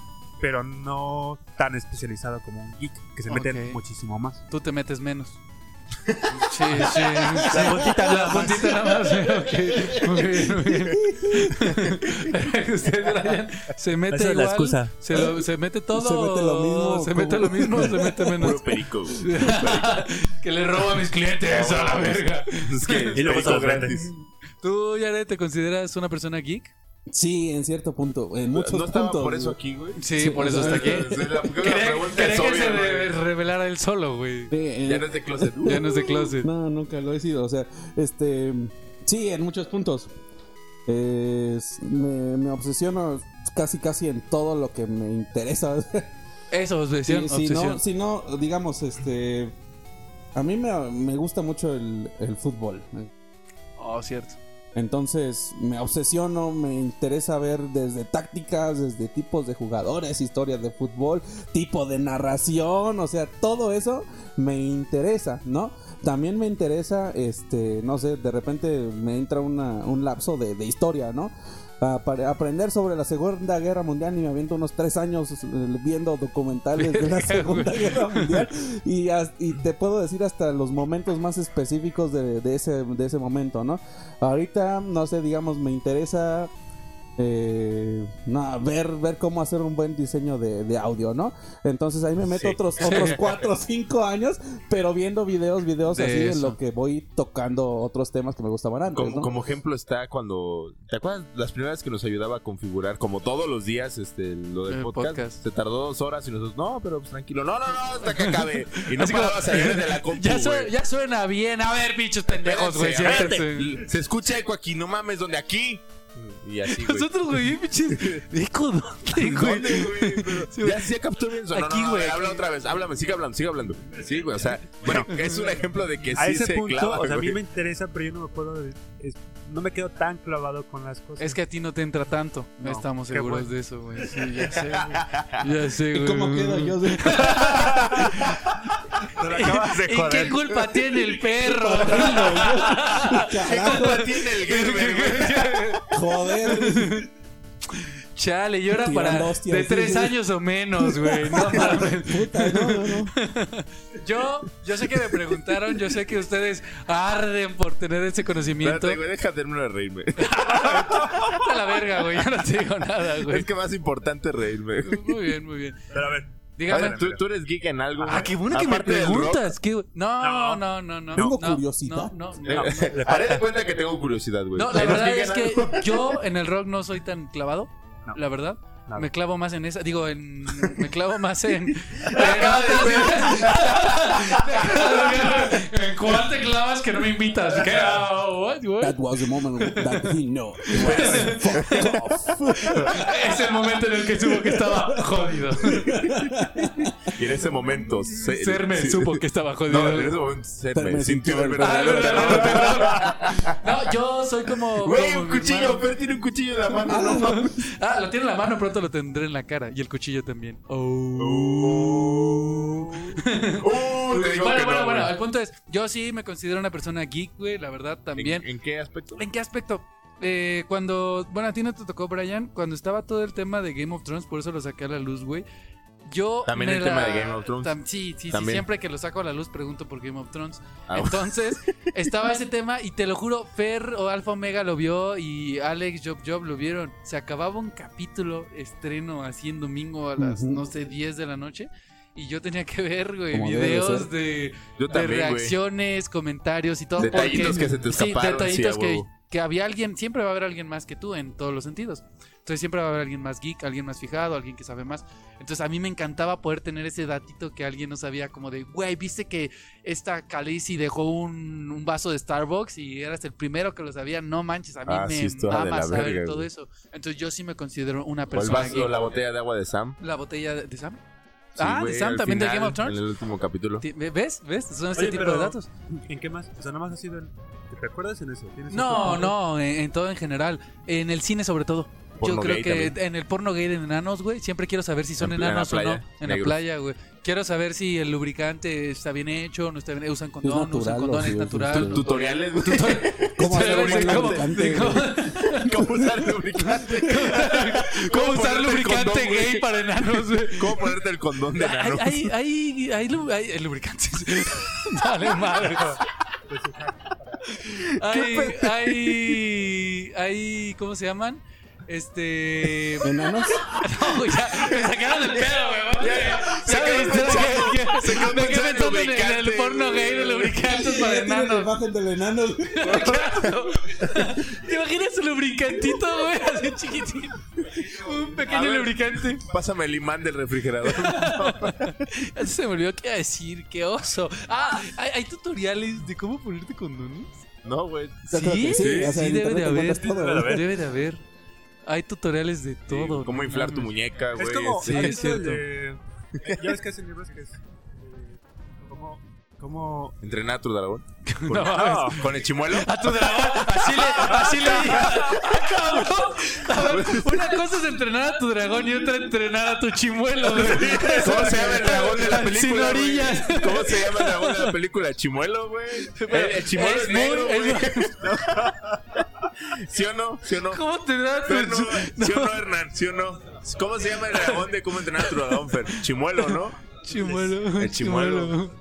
[SPEAKER 2] pero no tan especializado como un geek, que se mete
[SPEAKER 1] Ok.
[SPEAKER 2] en muchísimo más.
[SPEAKER 1] Tú te metes menos. Sí, sí. La puntita, la puntita nada más. Ok, Muy bien, muy bien. Usted, Brian, se mete
[SPEAKER 2] Esa es la
[SPEAKER 1] igual,
[SPEAKER 2] excusa.
[SPEAKER 1] Se, lo- se mete todo.
[SPEAKER 4] Se mete lo mismo,
[SPEAKER 1] Se mete
[SPEAKER 4] como-
[SPEAKER 1] lo mismo, o se mete menos.
[SPEAKER 5] Puro perico, güey.
[SPEAKER 1] que le robo a mis clientes a la verga.
[SPEAKER 5] Es que
[SPEAKER 2] Y luego
[SPEAKER 5] perico
[SPEAKER 2] se vende.
[SPEAKER 1] ¿Tú, Yare, te consideras una persona geek?
[SPEAKER 4] Sí, en cierto punto, en muchos
[SPEAKER 5] ¿No estaba
[SPEAKER 4] puntos.
[SPEAKER 5] por eso
[SPEAKER 4] güey.
[SPEAKER 5] aquí, güey?
[SPEAKER 1] Sí,
[SPEAKER 4] Sí,
[SPEAKER 1] por eso está aquí.
[SPEAKER 5] Es la- creo que la
[SPEAKER 1] Quería,
[SPEAKER 5] pregunta
[SPEAKER 1] quería
[SPEAKER 5] es
[SPEAKER 1] que
[SPEAKER 5] obvia,
[SPEAKER 1] se
[SPEAKER 5] güey.
[SPEAKER 1] re- revelara él solo, güey.
[SPEAKER 4] Sí, eh,
[SPEAKER 5] Ya no es de closet.
[SPEAKER 1] Ya no es de closet.
[SPEAKER 4] No, nunca lo he sido. O sea, este. Sí, en muchos puntos. Es- me, me obsesiono casi, casi en todo lo que me interesa.
[SPEAKER 1] Eso,
[SPEAKER 4] Sí,
[SPEAKER 1] obsesión,
[SPEAKER 4] si,
[SPEAKER 1] obsesión.
[SPEAKER 4] no, si no, digamos, este. A mí me, me gusta mucho el, el fútbol.
[SPEAKER 1] Oh, cierto.
[SPEAKER 4] Entonces me obsesiono, me interesa ver desde tácticas, desde tipos de jugadores, historias de fútbol, tipo de narración, o sea, todo eso me interesa, ¿no? También me interesa, este, no sé, de repente me entra una- un lapso de, de historia, ¿no? a- para aprender sobre la Segunda Guerra Mundial y me aviento unos tres años eh, viendo documentales de la Segunda Guerra Mundial y, as- y te puedo decir hasta los momentos más específicos de, de ese, de ese momento, ¿no? Ahorita, no sé, digamos, me interesa eh, no, ver, ver cómo hacer un buen diseño de, de audio, ¿no? Entonces ahí me meto
[SPEAKER 2] Sí.
[SPEAKER 4] otros, otros cuatro o cinco años, pero viendo videos, videos
[SPEAKER 1] De
[SPEAKER 4] así en
[SPEAKER 1] eso.
[SPEAKER 4] lo que voy tocando otros temas que me gustaban antes,
[SPEAKER 5] Uh, Como,
[SPEAKER 4] ¿no?
[SPEAKER 5] como ejemplo está cuando. ¿Te acuerdas las primeras que nos ayudaba a configurar, como todos los días, este, lo del
[SPEAKER 1] El
[SPEAKER 5] podcast?
[SPEAKER 1] podcast.
[SPEAKER 5] Se tardó dos horas y nosotros, no, pero pues tranquilo, no, no, no, hasta que acabe. Y no parabas a de la compu.
[SPEAKER 1] Ya, sue-
[SPEAKER 5] güey.
[SPEAKER 1] ya suena bien. A ver, bichos pendejos, güey.
[SPEAKER 5] Espérense,
[SPEAKER 1] siéntense.
[SPEAKER 5] espérate. Se escucha eco aquí, no mames, donde aquí. Y así, güey.
[SPEAKER 1] Nosotros, güey, bien pinches. Eco, ¿dónde, güey?
[SPEAKER 5] ¿Dónde, güey? Pero
[SPEAKER 1] Sí, güey.
[SPEAKER 5] Ya sí capturó bien sonoro.
[SPEAKER 1] Aquí,
[SPEAKER 5] No, no,
[SPEAKER 1] güey,
[SPEAKER 5] a ver, Habla
[SPEAKER 1] aquí.
[SPEAKER 5] otra vez, háblame, sigue hablando, sigue hablando. Sí, güey, o sea, bueno, es un ejemplo de que Eh, sí
[SPEAKER 2] a ese
[SPEAKER 5] se
[SPEAKER 2] punto,
[SPEAKER 5] clava,
[SPEAKER 2] o sea, a mí
[SPEAKER 5] güey.
[SPEAKER 2] me interesa, pero yo no me puedo. es- no me quedo tan clavado con las cosas.
[SPEAKER 1] Es que a ti no te entra tanto. No
[SPEAKER 2] No,
[SPEAKER 1] estamos
[SPEAKER 2] qué
[SPEAKER 1] seguros
[SPEAKER 2] bueno.
[SPEAKER 1] de eso, güey. Sí, ya sé, güey. Ya sé,
[SPEAKER 4] ¿Y
[SPEAKER 1] güey.
[SPEAKER 4] cómo quedo yo? de-
[SPEAKER 2] Te lo acabas de
[SPEAKER 1] ¿Y
[SPEAKER 2] joder.
[SPEAKER 1] qué culpa tiene el perro?
[SPEAKER 5] ¿Qué culpa tiene el Gerber, güey?
[SPEAKER 4] Joder,
[SPEAKER 1] Chale, yo era
[SPEAKER 4] Tirando
[SPEAKER 1] para
[SPEAKER 4] hostias,
[SPEAKER 1] de
[SPEAKER 4] sí,
[SPEAKER 1] tres
[SPEAKER 4] sí.
[SPEAKER 1] años o menos, güey. No mames.
[SPEAKER 4] puta, no, no, no.
[SPEAKER 1] Yo, yo sé que me preguntaron, yo sé que ustedes arden por tener ese conocimiento.
[SPEAKER 5] Espérate, güey, deja terminar de reírme.
[SPEAKER 1] A la verga, güey. Yo no te digo nada,
[SPEAKER 5] Es
[SPEAKER 1] güey.
[SPEAKER 5] que más importante reírme. güey.
[SPEAKER 1] Muy bien, muy bien.
[SPEAKER 2] Pero a ver,
[SPEAKER 1] Dígame.
[SPEAKER 5] Oye, ¿tú, tú eres geek en algo.
[SPEAKER 1] Ah, qué bueno que me
[SPEAKER 5] Aparte del rock,
[SPEAKER 1] preguntas. qué- No,
[SPEAKER 2] No.
[SPEAKER 1] no, no, no.
[SPEAKER 4] Tengo
[SPEAKER 1] no,
[SPEAKER 4] curiosidad.
[SPEAKER 1] No, no,
[SPEAKER 5] eh,
[SPEAKER 1] no.
[SPEAKER 5] Haré de cuenta que tengo curiosidad, güey.
[SPEAKER 1] No, la
[SPEAKER 5] ¿Eres
[SPEAKER 1] verdad
[SPEAKER 5] geek
[SPEAKER 1] es
[SPEAKER 5] en
[SPEAKER 1] que
[SPEAKER 5] algo?
[SPEAKER 1] yo en el rock no soy tan clavado.
[SPEAKER 2] No.
[SPEAKER 1] La verdad.
[SPEAKER 2] No.
[SPEAKER 1] Me clavo más en esa. Digo, en. Me clavo más en. en
[SPEAKER 5] acaba de
[SPEAKER 1] otras- ¿En cuál te clavas que no me invitas? ¿Qué? Ah, what, what?
[SPEAKER 4] That was the moment that he know. it was fucked off.
[SPEAKER 1] Es el momento en el que supo que estaba jodido.
[SPEAKER 5] Y en ese momento. se-
[SPEAKER 1] Ser me
[SPEAKER 5] sí.
[SPEAKER 1] supo que estaba jodido.
[SPEAKER 5] No, en ese momento se
[SPEAKER 4] Ser
[SPEAKER 5] me
[SPEAKER 4] me
[SPEAKER 5] sintió
[SPEAKER 4] sintió
[SPEAKER 5] el
[SPEAKER 4] el
[SPEAKER 1] Ah,
[SPEAKER 5] verdadero
[SPEAKER 1] perdón, perdón,
[SPEAKER 5] terror.
[SPEAKER 1] perdón. No, yo soy como.
[SPEAKER 5] Güey,
[SPEAKER 1] como
[SPEAKER 5] un
[SPEAKER 1] mi
[SPEAKER 5] cuchillo,
[SPEAKER 1] hermano.
[SPEAKER 5] Fer tiene un cuchillo en la mano. no mames.
[SPEAKER 1] Ah, lo tiene en la mano, pronto lo tendré en la cara. Y el cuchillo también. Oh.
[SPEAKER 5] Uh, te uh, digo
[SPEAKER 1] bueno,
[SPEAKER 5] que
[SPEAKER 1] bueno,
[SPEAKER 5] no,
[SPEAKER 1] bueno,
[SPEAKER 5] güey.
[SPEAKER 1] el punto es, yo sí me considero una persona geek, güey, la verdad también.
[SPEAKER 5] ¿En, en qué aspecto?
[SPEAKER 1] ¿En qué aspecto? Eh, cuando, bueno, a ti no te tocó, Brian, cuando estaba todo el tema de Game of Thrones, por eso lo saqué a la luz, güey. Yo
[SPEAKER 5] También
[SPEAKER 1] me
[SPEAKER 5] el tema de Game of Thrones.
[SPEAKER 1] tam- sí, sí, sí,
[SPEAKER 5] También.
[SPEAKER 1] siempre que lo saco a la luz pregunto por Game of Thrones.
[SPEAKER 5] Ah, bueno.
[SPEAKER 1] Entonces, estaba ese tema y te lo juro, Fer o Alfa Omega lo vio y Alex Job Job lo vieron. Se acababa un capítulo estreno así en domingo a las,
[SPEAKER 4] Ujú.
[SPEAKER 1] no sé, 10 de la noche. Y yo tenía que ver, güey,
[SPEAKER 4] Como debe de
[SPEAKER 1] videos
[SPEAKER 4] ser.
[SPEAKER 1] de,
[SPEAKER 5] Yo
[SPEAKER 1] de
[SPEAKER 5] también, güey.
[SPEAKER 1] reacciones, comentarios y todo.
[SPEAKER 5] Detallitos
[SPEAKER 1] porque-
[SPEAKER 5] que se te
[SPEAKER 1] sí,
[SPEAKER 5] escaparon, sí,
[SPEAKER 1] detallitos
[SPEAKER 5] a
[SPEAKER 1] que,
[SPEAKER 5] huevo.
[SPEAKER 1] que había alguien, siempre va a haber alguien más que tú en todos los sentidos. Entonces siempre va a haber alguien más geek, alguien más fijado, alguien que sabe más. Entonces a mí me encantaba poder tener ese datito que alguien no sabía, como de, güey, viste que esta Khaleesi dejó un, un vaso de Starbucks y eras el primero que lo sabía. No manches, a mí
[SPEAKER 5] Ah, sí,
[SPEAKER 1] me
[SPEAKER 5] estaba de
[SPEAKER 1] mama
[SPEAKER 5] la
[SPEAKER 1] saber
[SPEAKER 5] verga,
[SPEAKER 1] todo
[SPEAKER 5] güey.
[SPEAKER 1] eso. Entonces yo sí me considero una
[SPEAKER 5] O el
[SPEAKER 1] persona
[SPEAKER 5] vaso,
[SPEAKER 1] geek.
[SPEAKER 5] la botella de agua de Sam.
[SPEAKER 1] La botella de, de Sam.
[SPEAKER 5] Sí,
[SPEAKER 1] ah,
[SPEAKER 5] güey,
[SPEAKER 1] de Sam
[SPEAKER 5] al
[SPEAKER 1] también de
[SPEAKER 5] final,
[SPEAKER 1] Game of Thrones.
[SPEAKER 5] En el último capítulo.
[SPEAKER 1] Ti- ¿Ves? ¿Ves? Son este
[SPEAKER 2] Oye,
[SPEAKER 1] tipo de
[SPEAKER 2] pero-
[SPEAKER 1] datos.
[SPEAKER 2] ¿en qué más? O sea, nada más ha sido en. ¿Te recuerdas en eso? ¿Tienes
[SPEAKER 1] No,
[SPEAKER 2] otro punto?
[SPEAKER 1] no, en, en todo en general. En el cine sobre todo. Yo
[SPEAKER 5] Porno
[SPEAKER 1] creo
[SPEAKER 5] gay
[SPEAKER 1] que
[SPEAKER 5] también.
[SPEAKER 1] en el porno gay de enanos, güey, siempre quiero saber si son
[SPEAKER 5] En pl- en la
[SPEAKER 1] enanos o
[SPEAKER 5] playa,
[SPEAKER 1] no. En la
[SPEAKER 5] negros.
[SPEAKER 1] playa, güey. Quiero saber si el lubricante está bien hecho, no está bien, usan condón, no usan
[SPEAKER 4] natural,
[SPEAKER 1] condón,
[SPEAKER 4] o
[SPEAKER 1] es
[SPEAKER 4] si es
[SPEAKER 1] natural.
[SPEAKER 4] un
[SPEAKER 1] ¿no?
[SPEAKER 5] Tutoriales, güey.
[SPEAKER 4] ¿Cómo hacer un buen
[SPEAKER 1] ¿Cómo-
[SPEAKER 4] lubricante?
[SPEAKER 1] cómo-
[SPEAKER 5] ¿Cómo usar lubricante?
[SPEAKER 1] ¿Cómo
[SPEAKER 5] ponerte
[SPEAKER 1] usar
[SPEAKER 5] el
[SPEAKER 1] lubricante
[SPEAKER 5] condón, güey?
[SPEAKER 1] gay para enanos, güey?
[SPEAKER 5] ¿Cómo ponerte el condón de
[SPEAKER 1] Hay,
[SPEAKER 5] nano?
[SPEAKER 1] hay, hay, hay, lu- hay- hay lubricantes. Dale madre. Hay, hay, hay, ¿cómo se llaman? Este.
[SPEAKER 4] ¿Enanos?
[SPEAKER 1] No, güey, Oh, ya, me sacaron del pedo, güey. Ya,
[SPEAKER 5] se quedó
[SPEAKER 1] me distraje, ya,
[SPEAKER 5] se quedó
[SPEAKER 1] me quedé
[SPEAKER 5] pensando en
[SPEAKER 1] pensando en el- en el
[SPEAKER 5] lubricante,
[SPEAKER 1] porno
[SPEAKER 5] güey.
[SPEAKER 1] gay de lubricantes
[SPEAKER 4] Sí,
[SPEAKER 1] para
[SPEAKER 4] ya tienen la
[SPEAKER 1] enanos.
[SPEAKER 4] imagen del enano.
[SPEAKER 1] ¿Te imaginas un lubricantito, güey? Así chiquitín. Un
[SPEAKER 5] A
[SPEAKER 1] pequeño
[SPEAKER 5] ver.
[SPEAKER 1] lubricante.
[SPEAKER 5] Pásame el imán del refrigerador.
[SPEAKER 1] Ya se me olvidó qué iba a decir, qué oso. Ah, hay, hay tutoriales de cómo ponerte condones.
[SPEAKER 5] No, güey.
[SPEAKER 4] Yo creo que sí, o sea,
[SPEAKER 1] debe
[SPEAKER 4] en
[SPEAKER 1] de
[SPEAKER 4] internet
[SPEAKER 1] haber.
[SPEAKER 4] encuentras todo,
[SPEAKER 2] güey.
[SPEAKER 1] Debe de haber. Hay tutoriales de
[SPEAKER 5] Sí,
[SPEAKER 1] todo.
[SPEAKER 5] ¿Cómo
[SPEAKER 1] no
[SPEAKER 5] inflar tu
[SPEAKER 1] mames.
[SPEAKER 5] muñeca, güey? este,
[SPEAKER 2] Es como.
[SPEAKER 1] sí,
[SPEAKER 2] ¿has
[SPEAKER 1] es
[SPEAKER 2] visto el de- eh, Ya ves que hacen libros que es. eh, ¿Cómo.? ¿Cómo.?
[SPEAKER 5] Entrenar a tu dragón.
[SPEAKER 1] No mames.
[SPEAKER 5] ¿Con el chimuelo?
[SPEAKER 1] A tu dragón, así le, así le dije. ¡Ah, cabrón! A ver, una cosa es entrenar a tu dragón y otra entrenar a tu chimuelo, güey.
[SPEAKER 5] ¿Cómo se llama el dragón de la película?
[SPEAKER 1] Sin
[SPEAKER 5] güey? Eh,
[SPEAKER 1] orillas.
[SPEAKER 5] ¿Cómo se llama el dragón de la película? ¿Chimuelo, güey? El, el chimuelo
[SPEAKER 1] Es
[SPEAKER 5] es negro,
[SPEAKER 1] muy-
[SPEAKER 5] güey.
[SPEAKER 1] es-
[SPEAKER 5] ¿Sí o no? ¿Sí o no?
[SPEAKER 1] ¿Cómo te da tu-
[SPEAKER 5] Fer, no, ¿Sí o
[SPEAKER 1] No,
[SPEAKER 5] no, Hernán? ¿Sí o no? ¿Cómo se llama el dragón de cómo entrenar a tu dragón, Fer? Chimuelo, ¿no?
[SPEAKER 1] chimuelo,
[SPEAKER 5] El chimuelo.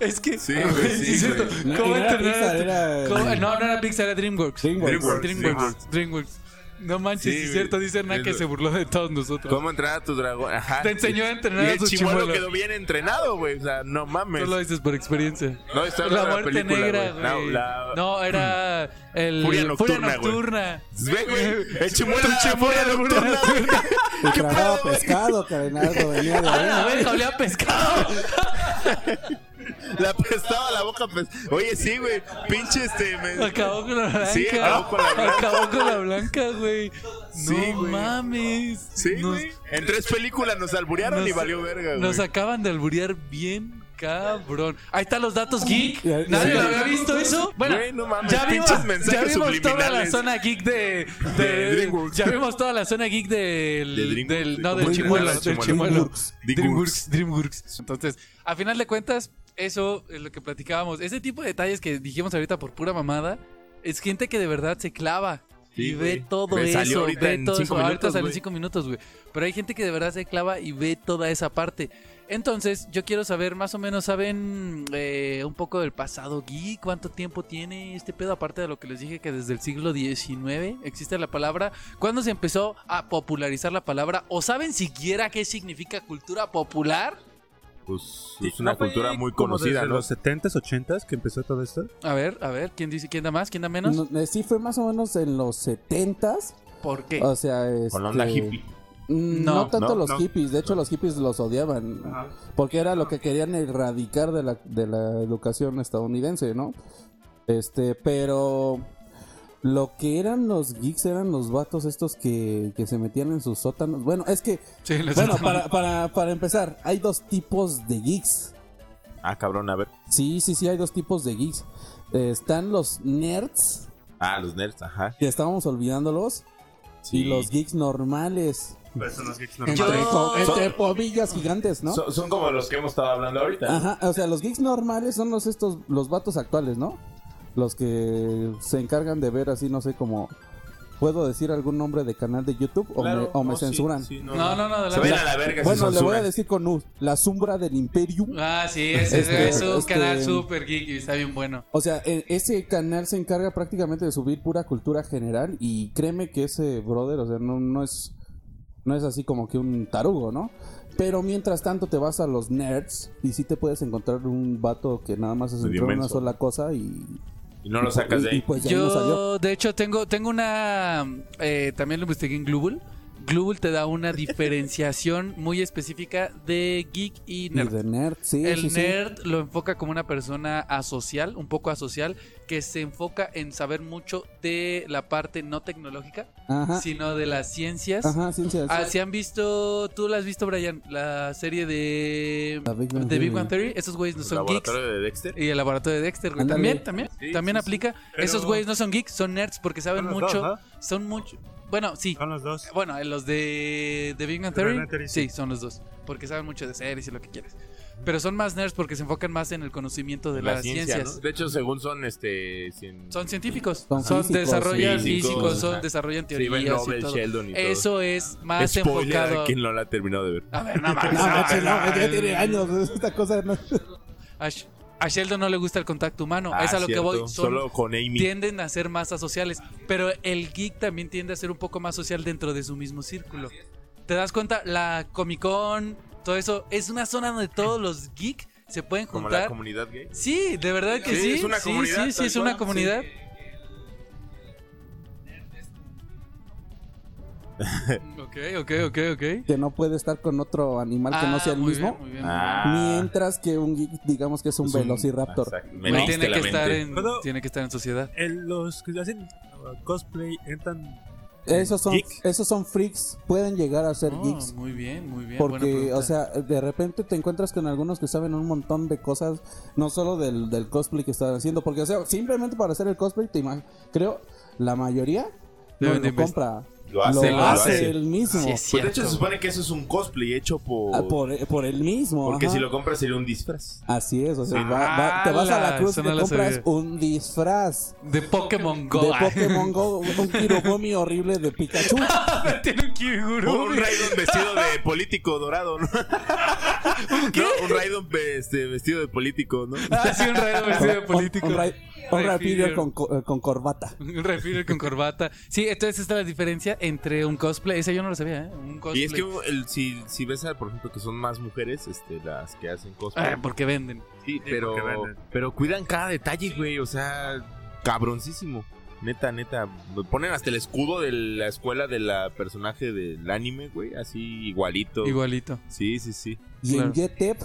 [SPEAKER 1] Es que.
[SPEAKER 5] Sí, güey, sí,
[SPEAKER 1] es cierto.
[SPEAKER 5] güey.
[SPEAKER 1] ¿Cómo
[SPEAKER 4] Era
[SPEAKER 1] entrenar a
[SPEAKER 4] Pixar,
[SPEAKER 1] tu-
[SPEAKER 4] era-
[SPEAKER 1] ¿Cómo- No, no era Pixar, era DreamWorks.
[SPEAKER 4] DreamWorks.
[SPEAKER 5] DreamWorks.
[SPEAKER 1] DreamWorks. DreamWorks. No manches,
[SPEAKER 5] Sí,
[SPEAKER 1] es
[SPEAKER 5] güey.
[SPEAKER 1] cierto. Dice Hernán que se burló de todos nosotros.
[SPEAKER 5] ¿Cómo entrenar a tu dragón? Ajá.
[SPEAKER 1] Te enseñó a entrenar
[SPEAKER 5] y
[SPEAKER 1] a
[SPEAKER 5] el
[SPEAKER 1] su
[SPEAKER 5] chimuelo.
[SPEAKER 1] chimuelo.
[SPEAKER 5] quedó bien entrenado, güey. O sea, no mames.
[SPEAKER 1] Tú lo dices por experiencia.
[SPEAKER 5] No, está
[SPEAKER 1] La
[SPEAKER 5] hablando de
[SPEAKER 1] muerte
[SPEAKER 5] película,
[SPEAKER 1] negra,
[SPEAKER 5] güey. No,
[SPEAKER 1] güey.
[SPEAKER 5] la-
[SPEAKER 1] No, era el
[SPEAKER 5] Furia nocturna,
[SPEAKER 1] Furia
[SPEAKER 5] güey.
[SPEAKER 1] nocturna.
[SPEAKER 5] Ve, güey. El chimuelo, el chimuelo, nocturna, güey.
[SPEAKER 4] Y tragaba pescado, Carenardo. Venía de
[SPEAKER 1] A
[SPEAKER 4] ahí.
[SPEAKER 1] la verga, olía a pescado.
[SPEAKER 5] La apestaba la boca. pues. Oye, sí, güey. Pinche este. me-
[SPEAKER 1] Acabó con la blanca.
[SPEAKER 5] Sí, acabó con la blanca.
[SPEAKER 1] Acabó con la blanca, güey.
[SPEAKER 5] Sí,
[SPEAKER 1] no
[SPEAKER 5] güey.
[SPEAKER 1] mames.
[SPEAKER 5] Sí,
[SPEAKER 1] Nos-
[SPEAKER 5] güey. En tres películas nos alburearon
[SPEAKER 1] nos-
[SPEAKER 5] y valió verga, güey.
[SPEAKER 1] Nos acaban de alburear bien cabrón. Ahí están los datos geek.
[SPEAKER 4] Sí.
[SPEAKER 1] Nadie lo había visto eso. Bueno,
[SPEAKER 5] Güey, no mames,
[SPEAKER 1] ya vimos,
[SPEAKER 5] pinches mensajes
[SPEAKER 1] ya vimos toda la
[SPEAKER 5] subliminales.
[SPEAKER 1] zona geek de, de-
[SPEAKER 5] De DreamWorks.
[SPEAKER 1] ya vimos toda la zona geek del,
[SPEAKER 5] De DreamWorks,
[SPEAKER 1] del
[SPEAKER 5] de-
[SPEAKER 1] no del
[SPEAKER 5] ¿cómo se llama?
[SPEAKER 1] chimuelo, del
[SPEAKER 5] Chimuelo.
[SPEAKER 1] chimuelo.
[SPEAKER 4] DreamWorks.
[SPEAKER 1] DreamWorks, DreamWorks. Entonces, a final de cuentas, eso es lo que platicábamos. Ese tipo de detalles que dijimos ahorita por pura mamada, es gente que de verdad se clava.
[SPEAKER 5] Sí,
[SPEAKER 1] y ve
[SPEAKER 5] güey.
[SPEAKER 1] todo
[SPEAKER 5] Me salió
[SPEAKER 1] eso,
[SPEAKER 5] ahorita
[SPEAKER 1] ve
[SPEAKER 5] en
[SPEAKER 1] todo
[SPEAKER 5] cinco
[SPEAKER 1] eso. Ahorita
[SPEAKER 5] minutos,
[SPEAKER 1] salen
[SPEAKER 5] güey.
[SPEAKER 1] cinco minutos, güey. Pero hay gente que de verdad se clava y ve toda esa parte. Entonces, yo quiero saber, más o menos, ¿saben eh, un poco del pasado geek? ¿Cuánto tiempo tiene este pedo? Aparte de lo que les dije, que desde el siglo XIX existe la palabra. ¿Cuándo se empezó a popularizar la palabra? ¿O saben siquiera qué significa cultura popular?
[SPEAKER 5] Pues
[SPEAKER 2] Sí,
[SPEAKER 5] es una
[SPEAKER 2] ¿no fue
[SPEAKER 5] cultura muy
[SPEAKER 2] como
[SPEAKER 5] conocida,
[SPEAKER 2] desde
[SPEAKER 5] ¿no?
[SPEAKER 2] los 70s, 80s que empezó todo esto?
[SPEAKER 1] A ver, a ver, ¿quién dice? ¿Quién da más? ¿Quién da menos?
[SPEAKER 4] No, eh, sí, fue más o menos en los 70s.
[SPEAKER 1] ¿Por qué?
[SPEAKER 4] O sea, es.
[SPEAKER 5] Con la onda
[SPEAKER 1] este
[SPEAKER 5] hippie.
[SPEAKER 4] No,
[SPEAKER 1] No,
[SPEAKER 4] tanto
[SPEAKER 5] no,
[SPEAKER 4] los
[SPEAKER 2] no.
[SPEAKER 4] hippies. De hecho, los hippies los odiaban. Porque era lo que querían erradicar de la, de la educación estadounidense, ¿no? Este, pero. Lo que eran los geeks eran los vatos estos que, que se metían en sus sótanos. Bueno, es que.
[SPEAKER 1] Sí, les-
[SPEAKER 4] Bueno, para, para, para empezar, hay dos tipos de geeks.
[SPEAKER 5] Ah, cabrón, a ver.
[SPEAKER 4] Sí, sí, sí, hay dos tipos de geeks. Eh, están los nerds,
[SPEAKER 5] Ah, los nerds, ajá.
[SPEAKER 4] que estábamos olvidándolos,
[SPEAKER 5] Sí.
[SPEAKER 4] y los geeks normales.
[SPEAKER 2] Pues son los geeks normales.
[SPEAKER 4] Entre,
[SPEAKER 1] Yo-
[SPEAKER 4] co- entre comillas gigantes, ¿no?
[SPEAKER 5] Son, son como los que hemos estado hablando ahorita.
[SPEAKER 4] Ajá, o sea, los geeks normales son los estos, los vatos actuales, ¿no? Los que se encargan de ver así, no sé, como... ¿Puedo decir algún nombre de canal de YouTube o me, o me censuran?
[SPEAKER 1] No, no, no,
[SPEAKER 5] Se
[SPEAKER 1] adelante.
[SPEAKER 5] ven a la verga si
[SPEAKER 4] Bueno, le voy a
[SPEAKER 5] censuran.
[SPEAKER 4] decir con U, la sombra del imperio.
[SPEAKER 1] Ah, sí, ese
[SPEAKER 4] Este,
[SPEAKER 1] es un
[SPEAKER 4] este-
[SPEAKER 1] canal super geek y está bien bueno.
[SPEAKER 4] O sea, e- ese canal se encarga prácticamente de subir pura cultura general y créeme que ese brother, o sea, no, no es no es así como que un tarugo, ¿no? Pero mientras tanto te vas a los nerds y sí te puedes encontrar un vato que nada más se
[SPEAKER 5] Medio
[SPEAKER 4] centró en una
[SPEAKER 5] menso.
[SPEAKER 4] sola cosa y
[SPEAKER 5] Y no lo sacas de
[SPEAKER 4] y, y
[SPEAKER 5] ahí.
[SPEAKER 4] pues ya no salió.
[SPEAKER 1] Yo, de hecho, tengo, tengo una. eh, también lo investigué en Global. Global te da una diferenciación muy específica de geek y
[SPEAKER 4] Y
[SPEAKER 1] nerd.
[SPEAKER 4] de nerd, sí, sí,
[SPEAKER 1] El
[SPEAKER 4] sí.
[SPEAKER 1] nerd lo enfoca como una persona asocial, un poco asocial, que se enfoca en saber mucho de la parte no tecnológica,
[SPEAKER 4] Ajá.
[SPEAKER 1] sino de las ciencias.
[SPEAKER 4] Ah. Ajá, ciencias.
[SPEAKER 1] Ah, si han visto, tú la has visto, Brian, la serie de
[SPEAKER 4] La Big Bang
[SPEAKER 1] de Big
[SPEAKER 4] Theory.
[SPEAKER 1] Bang Theory. Esos güeyes no son geeks.
[SPEAKER 5] laboratorio de Dexter.
[SPEAKER 1] Y el laboratorio de Dexter, güey.
[SPEAKER 4] Ándale.
[SPEAKER 1] También, también,
[SPEAKER 5] Sí,
[SPEAKER 1] también
[SPEAKER 5] sí, sí.
[SPEAKER 1] aplica.
[SPEAKER 2] Pero-
[SPEAKER 1] Esos güeyes no son geeks, son nerds porque saben
[SPEAKER 2] Son los
[SPEAKER 1] mucho.
[SPEAKER 2] dos,
[SPEAKER 1] Son mucho. Bueno, sí.
[SPEAKER 2] Son los dos.
[SPEAKER 1] Bueno, eh, los de, de Big Bang
[SPEAKER 2] De Big
[SPEAKER 1] Theory,
[SPEAKER 2] Bang Theory,
[SPEAKER 1] sí,
[SPEAKER 2] sí.
[SPEAKER 1] son los dos. Porque saben mucho de series y lo que quieres. Pero son más nerds porque se enfocan más en el conocimiento de
[SPEAKER 5] La
[SPEAKER 1] las
[SPEAKER 5] ciencia,
[SPEAKER 1] ciencias.
[SPEAKER 5] ¿no? De hecho, según son este. cien-
[SPEAKER 1] Son científicos, son,
[SPEAKER 4] Son físicos,
[SPEAKER 1] desarrollan
[SPEAKER 5] sí.
[SPEAKER 1] físicos,
[SPEAKER 5] Físicos,
[SPEAKER 1] son
[SPEAKER 5] ajá.
[SPEAKER 1] desarrollan
[SPEAKER 5] Sí, Iván
[SPEAKER 1] teorías y
[SPEAKER 5] Nobel,
[SPEAKER 1] todo.
[SPEAKER 5] Sheldon y todo.
[SPEAKER 1] Eso es más
[SPEAKER 5] Spoiler
[SPEAKER 1] enfocado. Ah,
[SPEAKER 5] a quien no la ha terminado de ver.
[SPEAKER 1] A ver, no mames.
[SPEAKER 4] Ah, No,
[SPEAKER 5] Ah,
[SPEAKER 4] manches, no, ya tiene años esta cosa. No.
[SPEAKER 1] A, Sh- a Sheldon no le gusta el contacto humano,
[SPEAKER 5] Ah,
[SPEAKER 1] es a lo
[SPEAKER 5] cierto.
[SPEAKER 1] que voy. Son
[SPEAKER 5] Solo con Amy.
[SPEAKER 1] tienden a ser más asociales, pero el geek también tiende a ser un poco más social dentro de su mismo círculo. ¿Te das cuenta? La Comic Con, todo eso, es una zona donde todos los geek se pueden
[SPEAKER 5] Como la
[SPEAKER 1] juntar.
[SPEAKER 5] comunidad gay.
[SPEAKER 1] Sí, de verdad que sí.
[SPEAKER 5] Sí, es una
[SPEAKER 1] sí,
[SPEAKER 5] comunidad,
[SPEAKER 1] Sí, sí,
[SPEAKER 5] tal
[SPEAKER 1] es una
[SPEAKER 5] cual,
[SPEAKER 1] comunidad. Ok, ok, ok, ok.
[SPEAKER 4] Que no puede estar con otro animal que no sea el
[SPEAKER 1] Ah, muy
[SPEAKER 4] mismo.
[SPEAKER 1] bien, muy Ah, bien.
[SPEAKER 5] Ah,
[SPEAKER 4] Mientras que un geek, digamos que es un
[SPEAKER 5] Es
[SPEAKER 4] velociraptor.
[SPEAKER 5] Exacto. Me
[SPEAKER 1] Güey,
[SPEAKER 5] leíste
[SPEAKER 1] tiene
[SPEAKER 5] la
[SPEAKER 1] que
[SPEAKER 5] mente.
[SPEAKER 1] estar en,
[SPEAKER 2] Pero-
[SPEAKER 1] tiene que estar en sociedad.
[SPEAKER 2] El- los que hacen uh, cosplay entran.
[SPEAKER 4] Esos son,
[SPEAKER 2] Geek.
[SPEAKER 4] esos son freaks, pueden llegar a ser
[SPEAKER 1] Oh,
[SPEAKER 4] geeks.
[SPEAKER 1] muy bien, muy bien. buena
[SPEAKER 4] Porque,
[SPEAKER 1] pregunta.
[SPEAKER 4] o sea, de repente te encuentras con algunos que saben un montón de cosas, no solo del, del cosplay que están haciendo. Porque, o sea, simplemente para hacer el cosplay, te imag- creo, la mayoría no
[SPEAKER 1] Deben
[SPEAKER 4] lo
[SPEAKER 1] de invest-
[SPEAKER 4] compra.
[SPEAKER 5] Lo
[SPEAKER 4] Lo
[SPEAKER 5] hace,
[SPEAKER 4] hace,
[SPEAKER 5] lo hace.
[SPEAKER 4] él mismo.
[SPEAKER 1] Sí, es
[SPEAKER 5] Pues de hecho se
[SPEAKER 1] cierto.
[SPEAKER 5] supone que eso es un cosplay hecho por...
[SPEAKER 4] Ah, por, por él mismo.
[SPEAKER 5] porque
[SPEAKER 4] ajá.
[SPEAKER 5] si lo compras sería un disfraz.
[SPEAKER 4] Así es, o sea,
[SPEAKER 1] Ah,
[SPEAKER 4] va- va- te vas a
[SPEAKER 1] la-
[SPEAKER 4] la cruz
[SPEAKER 1] eso
[SPEAKER 4] y
[SPEAKER 1] no
[SPEAKER 4] te
[SPEAKER 1] lo
[SPEAKER 4] compras
[SPEAKER 1] sabía.
[SPEAKER 4] un disfraz
[SPEAKER 1] De Pokémon Go.
[SPEAKER 4] de Pokémon Go, un Kirogumi horrible de Pikachu.
[SPEAKER 1] Tiene un
[SPEAKER 5] Un
[SPEAKER 1] Kirigurumi.
[SPEAKER 5] Raidon vestido de político dorado, ¿no? No, un Raidon este, vestido de político, ¿no?
[SPEAKER 1] Ah, sí, un rayo vestido de político.
[SPEAKER 4] Un, Ra- un Rhyperior
[SPEAKER 1] Rhyperior.
[SPEAKER 4] con, co- con corbata.
[SPEAKER 1] Un refiero con corbata. Sí, entonces esta es la diferencia entre un cosplay. Esa yo no lo sabía, ¿eh? Un cosplay.
[SPEAKER 5] Y es que el- si, si ves, a, por ejemplo, que son más mujeres este, las que hacen cosplay.
[SPEAKER 1] Ah, porque venden.
[SPEAKER 5] sí, pero,
[SPEAKER 2] porque venden.
[SPEAKER 5] pero cuidan cada detalle, güey. O sea, cabroncísimo. Neta, neta. Ponen hasta el escudo de la escuela de la personaje del anime, güey. Así igualito.
[SPEAKER 1] Igualito.
[SPEAKER 5] Sí, sí, sí.
[SPEAKER 4] Y
[SPEAKER 1] Claro.
[SPEAKER 4] en Jetep,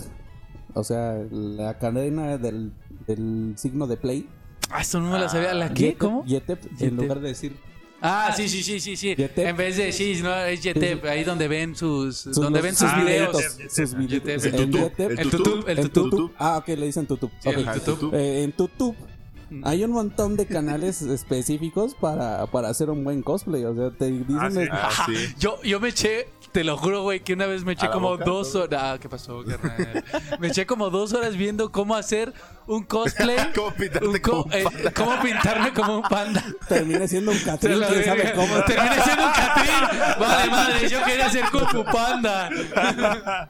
[SPEAKER 4] o sea, la cadena del, del signo de play. E
[SPEAKER 1] Ah, eso no me la sabía. ¿La qué?
[SPEAKER 4] Yetep-
[SPEAKER 1] ¿Cómo? E
[SPEAKER 4] Yetep,
[SPEAKER 1] Yetep.
[SPEAKER 4] en lugar de decir
[SPEAKER 1] Ah, sí, sí, sí, sí, sí.
[SPEAKER 4] Yetep.
[SPEAKER 1] En vez de sí, no, es Yetep, ahí donde ven sus,
[SPEAKER 4] sus-
[SPEAKER 1] donde
[SPEAKER 4] los-
[SPEAKER 1] ven sus
[SPEAKER 2] ah,
[SPEAKER 1] videos.
[SPEAKER 2] Yetep.
[SPEAKER 4] E Sus
[SPEAKER 1] Yetep.
[SPEAKER 4] videos.
[SPEAKER 1] El
[SPEAKER 4] En E
[SPEAKER 5] tutú,
[SPEAKER 4] Yetep-
[SPEAKER 1] El
[SPEAKER 5] el
[SPEAKER 1] E
[SPEAKER 5] tutú,
[SPEAKER 1] tutup, el
[SPEAKER 4] el
[SPEAKER 1] tutup.
[SPEAKER 4] tutup. Ah, ok, le dicen tutup.
[SPEAKER 1] Sí,
[SPEAKER 4] Ok.
[SPEAKER 1] el E tutup.
[SPEAKER 4] Eh, en Tutup hay un montón de canales específicos para, para hacer un buen cosplay. O sea, te dicen
[SPEAKER 2] Ah, sí.
[SPEAKER 4] el-
[SPEAKER 5] Ah, sí.
[SPEAKER 1] Yo, yo me eché, te lo juro, güey, que una vez me eché
[SPEAKER 5] ¿A la
[SPEAKER 1] como
[SPEAKER 5] boca?
[SPEAKER 1] dos horas. Ah, ¿qué pasó, carnal? me eché como dos horas viendo cómo hacer un cosplay.
[SPEAKER 5] ¿Cómo pintarte
[SPEAKER 1] un co-
[SPEAKER 5] como
[SPEAKER 1] eh, cómo pintarme como un panda.
[SPEAKER 4] termina siendo un
[SPEAKER 1] Te
[SPEAKER 4] catrín,
[SPEAKER 1] la
[SPEAKER 4] quién sabe
[SPEAKER 1] verga.
[SPEAKER 4] cómo.
[SPEAKER 1] Terminé siendo un catrín. Vale, madre, yo quería ser Kung Fu Panda.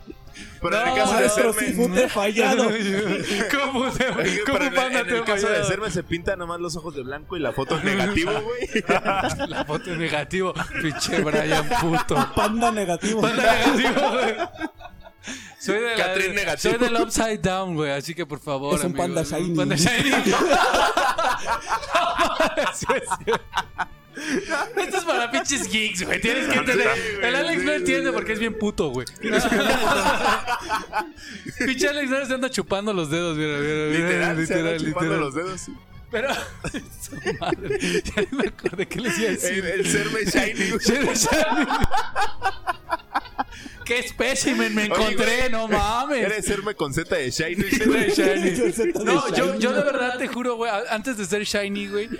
[SPEAKER 5] Pero en
[SPEAKER 1] No,
[SPEAKER 5] el caso de
[SPEAKER 1] maestro,
[SPEAKER 4] Maestro,
[SPEAKER 5] hacerme...
[SPEAKER 4] sí, fue usted fallado.
[SPEAKER 1] Kung Fu,
[SPEAKER 5] Oye,
[SPEAKER 1] Kung
[SPEAKER 5] pero
[SPEAKER 1] Fu
[SPEAKER 5] en,
[SPEAKER 1] Panda
[SPEAKER 5] en
[SPEAKER 1] te
[SPEAKER 5] el caso de
[SPEAKER 1] falló.
[SPEAKER 5] hacerme se pinta nomás los ojos de blanco y la foto en negativo, güey.
[SPEAKER 1] La foto es negativo. Pinche Brian, puto.
[SPEAKER 4] Panda negativo.
[SPEAKER 1] Panda negativo, güey. Soy, de la-
[SPEAKER 5] Catrín negativo.
[SPEAKER 1] soy del upside down, güey. Así que por favor,
[SPEAKER 4] Es un
[SPEAKER 1] amigos,
[SPEAKER 4] panda
[SPEAKER 1] un
[SPEAKER 4] shiny.
[SPEAKER 1] panda shiny. Sí, sí. Esto es para pinches geeks, güey. Tienes que entender. El Alex no entiende porque es bien puto, güey. Pinche Alex ahora se anda chupando los dedos, mira, mira, mira.
[SPEAKER 5] literal, se anda chupando
[SPEAKER 1] literal.
[SPEAKER 5] los dedos.
[SPEAKER 1] Pero, su madre. Ya ni me acordé que les iba a decir.
[SPEAKER 5] El, el serme shiny, güey.
[SPEAKER 1] ¡Qué espécimen me
[SPEAKER 5] Oye,
[SPEAKER 1] encontré!
[SPEAKER 5] güey,
[SPEAKER 1] ¡No mames!
[SPEAKER 5] Eres serme con Z de shiny.
[SPEAKER 1] No, yo, yo de verdad te juro, güey, a- antes de ser shiny, güey, me,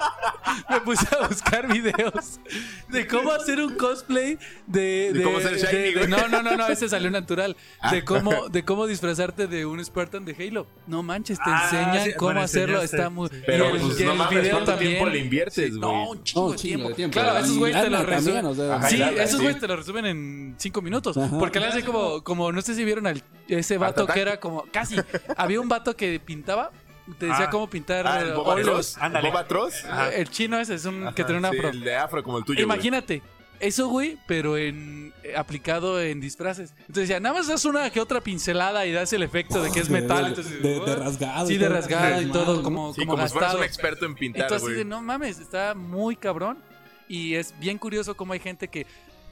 [SPEAKER 1] me puse a buscar videos de cómo hacer un cosplay de...
[SPEAKER 5] De cómo ser shiny,
[SPEAKER 1] de-
[SPEAKER 5] güey.
[SPEAKER 1] No,
[SPEAKER 5] Ah.
[SPEAKER 1] no, no, no, ese salió natural. De cómo, de cómo disfrazarte de un Spartan de Halo. No manches, te
[SPEAKER 2] Ah,
[SPEAKER 1] enseñan
[SPEAKER 2] sí, me
[SPEAKER 1] cómo
[SPEAKER 2] lo
[SPEAKER 1] hacerlo,
[SPEAKER 2] enseñaste.
[SPEAKER 1] está muy...
[SPEAKER 5] Pero
[SPEAKER 1] y el-
[SPEAKER 5] pues
[SPEAKER 1] y
[SPEAKER 5] no
[SPEAKER 1] el
[SPEAKER 5] mames,
[SPEAKER 1] video
[SPEAKER 5] ¿cuánto tiempo
[SPEAKER 1] también.
[SPEAKER 5] le inviertes, güey?
[SPEAKER 1] No, un chingo,
[SPEAKER 4] No, un
[SPEAKER 1] de
[SPEAKER 4] chingo
[SPEAKER 1] tiempo.
[SPEAKER 4] de tiempo.
[SPEAKER 1] Claro, esos
[SPEAKER 4] Y
[SPEAKER 1] güeyes te
[SPEAKER 4] lana
[SPEAKER 1] lo
[SPEAKER 4] también,
[SPEAKER 1] resumen.
[SPEAKER 4] o sea,
[SPEAKER 5] Ajá,
[SPEAKER 1] sí,
[SPEAKER 5] y lana,
[SPEAKER 1] esos
[SPEAKER 5] sí.
[SPEAKER 1] güeyes te lo resumen en cinco minutos.
[SPEAKER 4] Ajá.
[SPEAKER 1] Porque le hace como, como, no sé si vieron al ese
[SPEAKER 5] Art
[SPEAKER 1] vato
[SPEAKER 5] Attack.
[SPEAKER 1] que era como, casi, había un vato que pintaba, te decía
[SPEAKER 2] Ah.
[SPEAKER 1] cómo pintar
[SPEAKER 5] Ah,
[SPEAKER 1] eh,
[SPEAKER 5] el Boba
[SPEAKER 1] óleos.
[SPEAKER 5] Atroz.
[SPEAKER 2] Ándale.
[SPEAKER 5] Boba Atroz.
[SPEAKER 2] Ajá.
[SPEAKER 1] El chino ese es un que
[SPEAKER 5] Ajá,
[SPEAKER 1] tiene una
[SPEAKER 5] sí,
[SPEAKER 1] afro.
[SPEAKER 5] el de afro como el tuyo. güey.
[SPEAKER 1] Imagínate, eso, güey, pero en eh, aplicado en disfraces. Entonces ya, nada más das una que otra pincelada y das el efecto de que es
[SPEAKER 4] De-
[SPEAKER 1] metal.
[SPEAKER 4] de-
[SPEAKER 1] entonces,
[SPEAKER 4] de-
[SPEAKER 1] ¿what?
[SPEAKER 4] de rasgado
[SPEAKER 1] Sí,
[SPEAKER 4] y
[SPEAKER 1] de
[SPEAKER 4] todo.
[SPEAKER 1] rasgado y
[SPEAKER 4] Mal,
[SPEAKER 1] todo,
[SPEAKER 4] ¿no?
[SPEAKER 1] como,
[SPEAKER 5] Sí,
[SPEAKER 1] como
[SPEAKER 5] como, si fueras
[SPEAKER 1] gastado.
[SPEAKER 5] un experto en pintar,
[SPEAKER 1] Entonces,
[SPEAKER 5] güey.
[SPEAKER 1] de, no mames, está muy cabrón. Y es bien curioso cómo hay gente que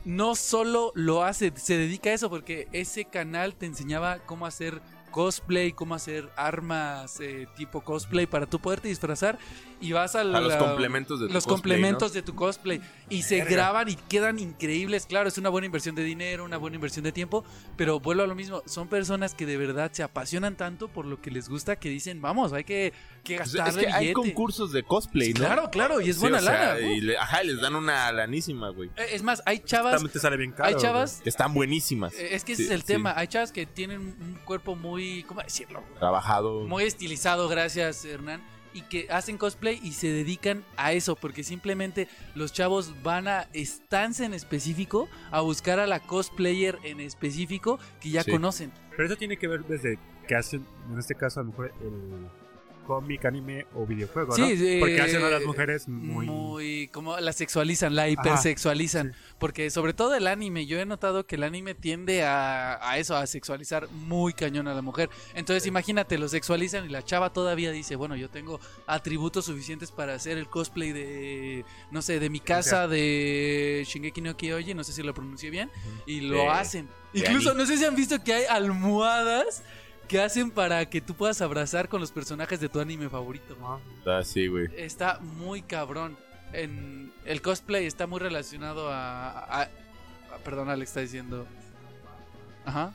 [SPEAKER 1] no solo lo hace, se dedica a eso, porque ese canal te enseñaba cómo hacer cosplay, cómo hacer armas eh, tipo cosplay para tú poderte disfrazar y vas a,
[SPEAKER 5] los
[SPEAKER 1] la-
[SPEAKER 5] complementos de tu
[SPEAKER 1] los
[SPEAKER 5] cosplay,
[SPEAKER 1] complementos de tu cosplay y se graban y quedan increíbles claro es una buena inversión de dinero una buena inversión de tiempo pero vuelvo a lo mismo son personas que de verdad se apasionan tanto por lo que les gusta que dicen vamos hay que, que
[SPEAKER 5] O
[SPEAKER 1] gastar
[SPEAKER 5] sea, Pues es que hay
[SPEAKER 1] billete
[SPEAKER 5] concursos de cosplay, ¿no?
[SPEAKER 1] Claro, claro, y es
[SPEAKER 5] Sí,
[SPEAKER 1] buena
[SPEAKER 5] o sea,
[SPEAKER 1] lana.
[SPEAKER 5] Y le- ajá, y les dan una lanísima, güey.
[SPEAKER 1] Eh, Es más, hay chavas,
[SPEAKER 2] También te sale bien caro.
[SPEAKER 1] hay chavas,
[SPEAKER 5] Que están buenísimas.
[SPEAKER 1] eh, es que ese
[SPEAKER 5] Sí,
[SPEAKER 1] es el
[SPEAKER 5] sí.
[SPEAKER 1] tema, hay chavas que tienen un cuerpo muy, ¿cómo decirlo?
[SPEAKER 5] Trabajado.
[SPEAKER 1] Muy estilizado, gracias Hernán, y que hacen cosplay y se dedican a eso, porque simplemente los chavos van a estancia en específico a buscar a la cosplayer en específico que ya
[SPEAKER 5] Sí.
[SPEAKER 1] conocen.
[SPEAKER 2] Pero eso tiene que ver desde que hacen, en este caso, a lo mejor el cómic, anime o videojuego,
[SPEAKER 1] Sí,
[SPEAKER 2] ¿no?
[SPEAKER 1] sí,
[SPEAKER 2] Porque hacen a las
[SPEAKER 1] eh,
[SPEAKER 2] mujeres muy...
[SPEAKER 1] muy, como la sexualizan, la hipersexualizan, porque sobre todo el anime, yo he notado que el anime tiende a, a eso, a sexualizar muy cañón a la mujer. Entonces, imagínate, lo sexualizan y la chava todavía dice, bueno, yo tengo atributos suficientes para hacer el cosplay de no sé, de mi casa de Shingeki no Kyoji, no sé si lo pronuncié bien, y lo
[SPEAKER 5] De-
[SPEAKER 1] hacen.
[SPEAKER 5] de
[SPEAKER 1] Incluso
[SPEAKER 5] anime.
[SPEAKER 1] no sé si han visto que hay almohadas que hacen para que tú puedas abrazar con los personajes de tu anime favorito.
[SPEAKER 2] Ah,
[SPEAKER 5] Ah, sí, güey.
[SPEAKER 1] está muy cabrón. En, el cosplay está muy relacionado a, a- a- Perdón, Alex está diciendo. Ajá.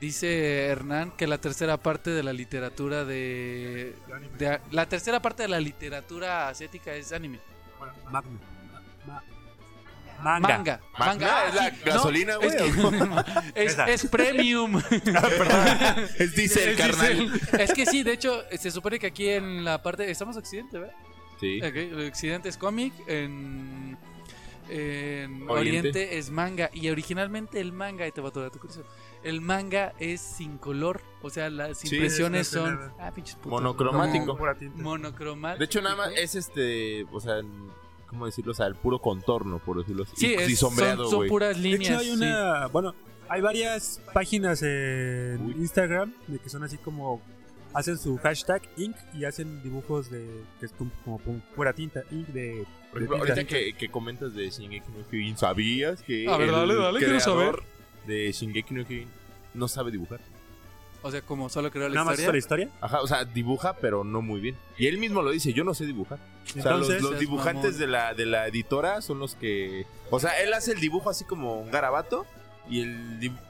[SPEAKER 1] Dice Hernán que la tercera parte de la literatura de.
[SPEAKER 2] de anime.
[SPEAKER 1] de- la tercera parte de la literatura asiática es anime.
[SPEAKER 2] Magna. Ma- manga.
[SPEAKER 1] Manga.
[SPEAKER 5] Magna
[SPEAKER 1] Manga.
[SPEAKER 5] Ah,
[SPEAKER 1] Ah,
[SPEAKER 5] es la
[SPEAKER 1] sí,
[SPEAKER 5] gasolina, güey,
[SPEAKER 1] es, que- es,
[SPEAKER 2] Esa.
[SPEAKER 1] es premium.
[SPEAKER 5] Ah, Es diésel,
[SPEAKER 1] Es
[SPEAKER 5] carnal.
[SPEAKER 1] diésel. Es que sí, de hecho, se supone que aquí en la parte. Estamos occidente, ¿verdad?
[SPEAKER 5] Sí.
[SPEAKER 1] Ok, el Occidente es cómic, en, en
[SPEAKER 5] Oriente.
[SPEAKER 1] Oriente. es manga. Y originalmente el manga, y te va a tu curso, el manga es sin color. O sea, las
[SPEAKER 5] Sí,
[SPEAKER 1] impresiones
[SPEAKER 2] es- no tiene
[SPEAKER 1] son
[SPEAKER 2] nada.
[SPEAKER 1] ah, pinches putos.
[SPEAKER 5] Monocromático.
[SPEAKER 2] Pura tinta.
[SPEAKER 1] Monocromático.
[SPEAKER 5] De hecho, nada más es este, o sea, el- ¿cómo decirlo? O sea, el puro contorno, por decirlo así.
[SPEAKER 1] Sí,
[SPEAKER 5] y,
[SPEAKER 1] es-
[SPEAKER 5] y sombreado,
[SPEAKER 1] son, son
[SPEAKER 5] güey.
[SPEAKER 1] puras
[SPEAKER 2] De
[SPEAKER 1] líneas.
[SPEAKER 2] hecho, hay
[SPEAKER 1] sí.
[SPEAKER 2] una. Bueno, hay varias páginas en
[SPEAKER 5] Uy.
[SPEAKER 2] Instagram de que son así como. Hacen su hashtag Inc. y hacen dibujos de. que es como, como pu- pura tinta. Inc. de.
[SPEAKER 5] Por ejemplo,
[SPEAKER 2] de
[SPEAKER 5] ahorita
[SPEAKER 2] tinta.
[SPEAKER 5] que, que comentas de Shingeki no Kyojin, ¿sabías que
[SPEAKER 1] A ver, dale, dale, quiero
[SPEAKER 5] creador de Shingeki no Kyojin no sabe dibujar?
[SPEAKER 1] O sea, como solo creo la
[SPEAKER 2] Nada más hizo la
[SPEAKER 1] historia.
[SPEAKER 2] historia.
[SPEAKER 5] Ajá, o sea, dibuja, pero no muy bien. Y él mismo lo dice, yo no sé dibujar. O sea, los-
[SPEAKER 2] Entonces.
[SPEAKER 5] los,
[SPEAKER 1] Seas
[SPEAKER 5] dibujantes
[SPEAKER 1] mamón.
[SPEAKER 5] de la, de la editora son los que... O sea, él hace el dibujo así como un garabato y el... dibu-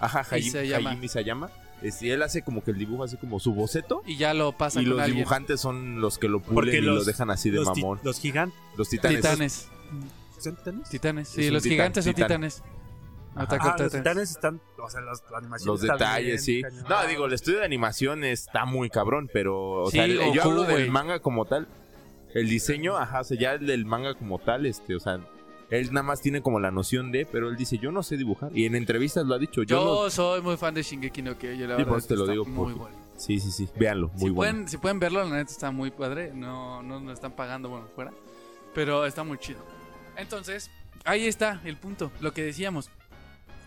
[SPEAKER 5] Ajá, Hajime
[SPEAKER 1] Isayama.
[SPEAKER 5] Hajime Isayama. Este, y él hace como que el dibujo así como su boceto.
[SPEAKER 1] Y ya lo pasan
[SPEAKER 5] Y
[SPEAKER 1] con
[SPEAKER 5] los
[SPEAKER 1] alguien.
[SPEAKER 5] dibujantes son los que lo pulen
[SPEAKER 2] Porque
[SPEAKER 5] y lo
[SPEAKER 2] los-
[SPEAKER 5] dejan así de
[SPEAKER 2] los, ti-
[SPEAKER 5] mamón.
[SPEAKER 2] los gigantes.
[SPEAKER 5] Los titanes.
[SPEAKER 1] Titanes.
[SPEAKER 2] ¿Son titanes?
[SPEAKER 1] Titanes.
[SPEAKER 5] Es
[SPEAKER 1] Sí,
[SPEAKER 5] un
[SPEAKER 1] los
[SPEAKER 5] titán,
[SPEAKER 1] gigantes son
[SPEAKER 5] titán.
[SPEAKER 1] titanes.
[SPEAKER 5] Ajá.
[SPEAKER 1] Attack on
[SPEAKER 2] Ah, los
[SPEAKER 1] Titan.
[SPEAKER 2] titanes están. O sea, las la animación
[SPEAKER 5] Los
[SPEAKER 2] está
[SPEAKER 5] detalles, sí.
[SPEAKER 2] bien cañón.
[SPEAKER 5] No, digo, el estudio de animación está muy cabrón, pero. O
[SPEAKER 1] Sí,
[SPEAKER 5] sea, el- yo
[SPEAKER 1] Goku,
[SPEAKER 5] hablo del
[SPEAKER 1] güey.
[SPEAKER 5] manga como tal. El diseño, ajá, o sea, ya el del manga como tal, este, o sea, él nada más tiene como la noción de, pero él dice, yo no sé dibujar. Y en entrevistas lo ha dicho, yo.
[SPEAKER 1] Yo
[SPEAKER 5] no-
[SPEAKER 1] soy muy fan de Shingeki no Kyojin. la
[SPEAKER 5] Sí, por
[SPEAKER 1] verdad
[SPEAKER 5] eso te lo
[SPEAKER 1] está
[SPEAKER 5] digo,
[SPEAKER 1] Muy
[SPEAKER 5] porque-
[SPEAKER 1] bueno.
[SPEAKER 5] Sí, sí, sí, véanlo, muy
[SPEAKER 1] si,
[SPEAKER 5] bueno.
[SPEAKER 1] pueden, si pueden verlo, la neta está muy padre. No no nos están pagando, bueno, fuera. Pero está muy chido. Entonces, ahí está el punto, lo que decíamos.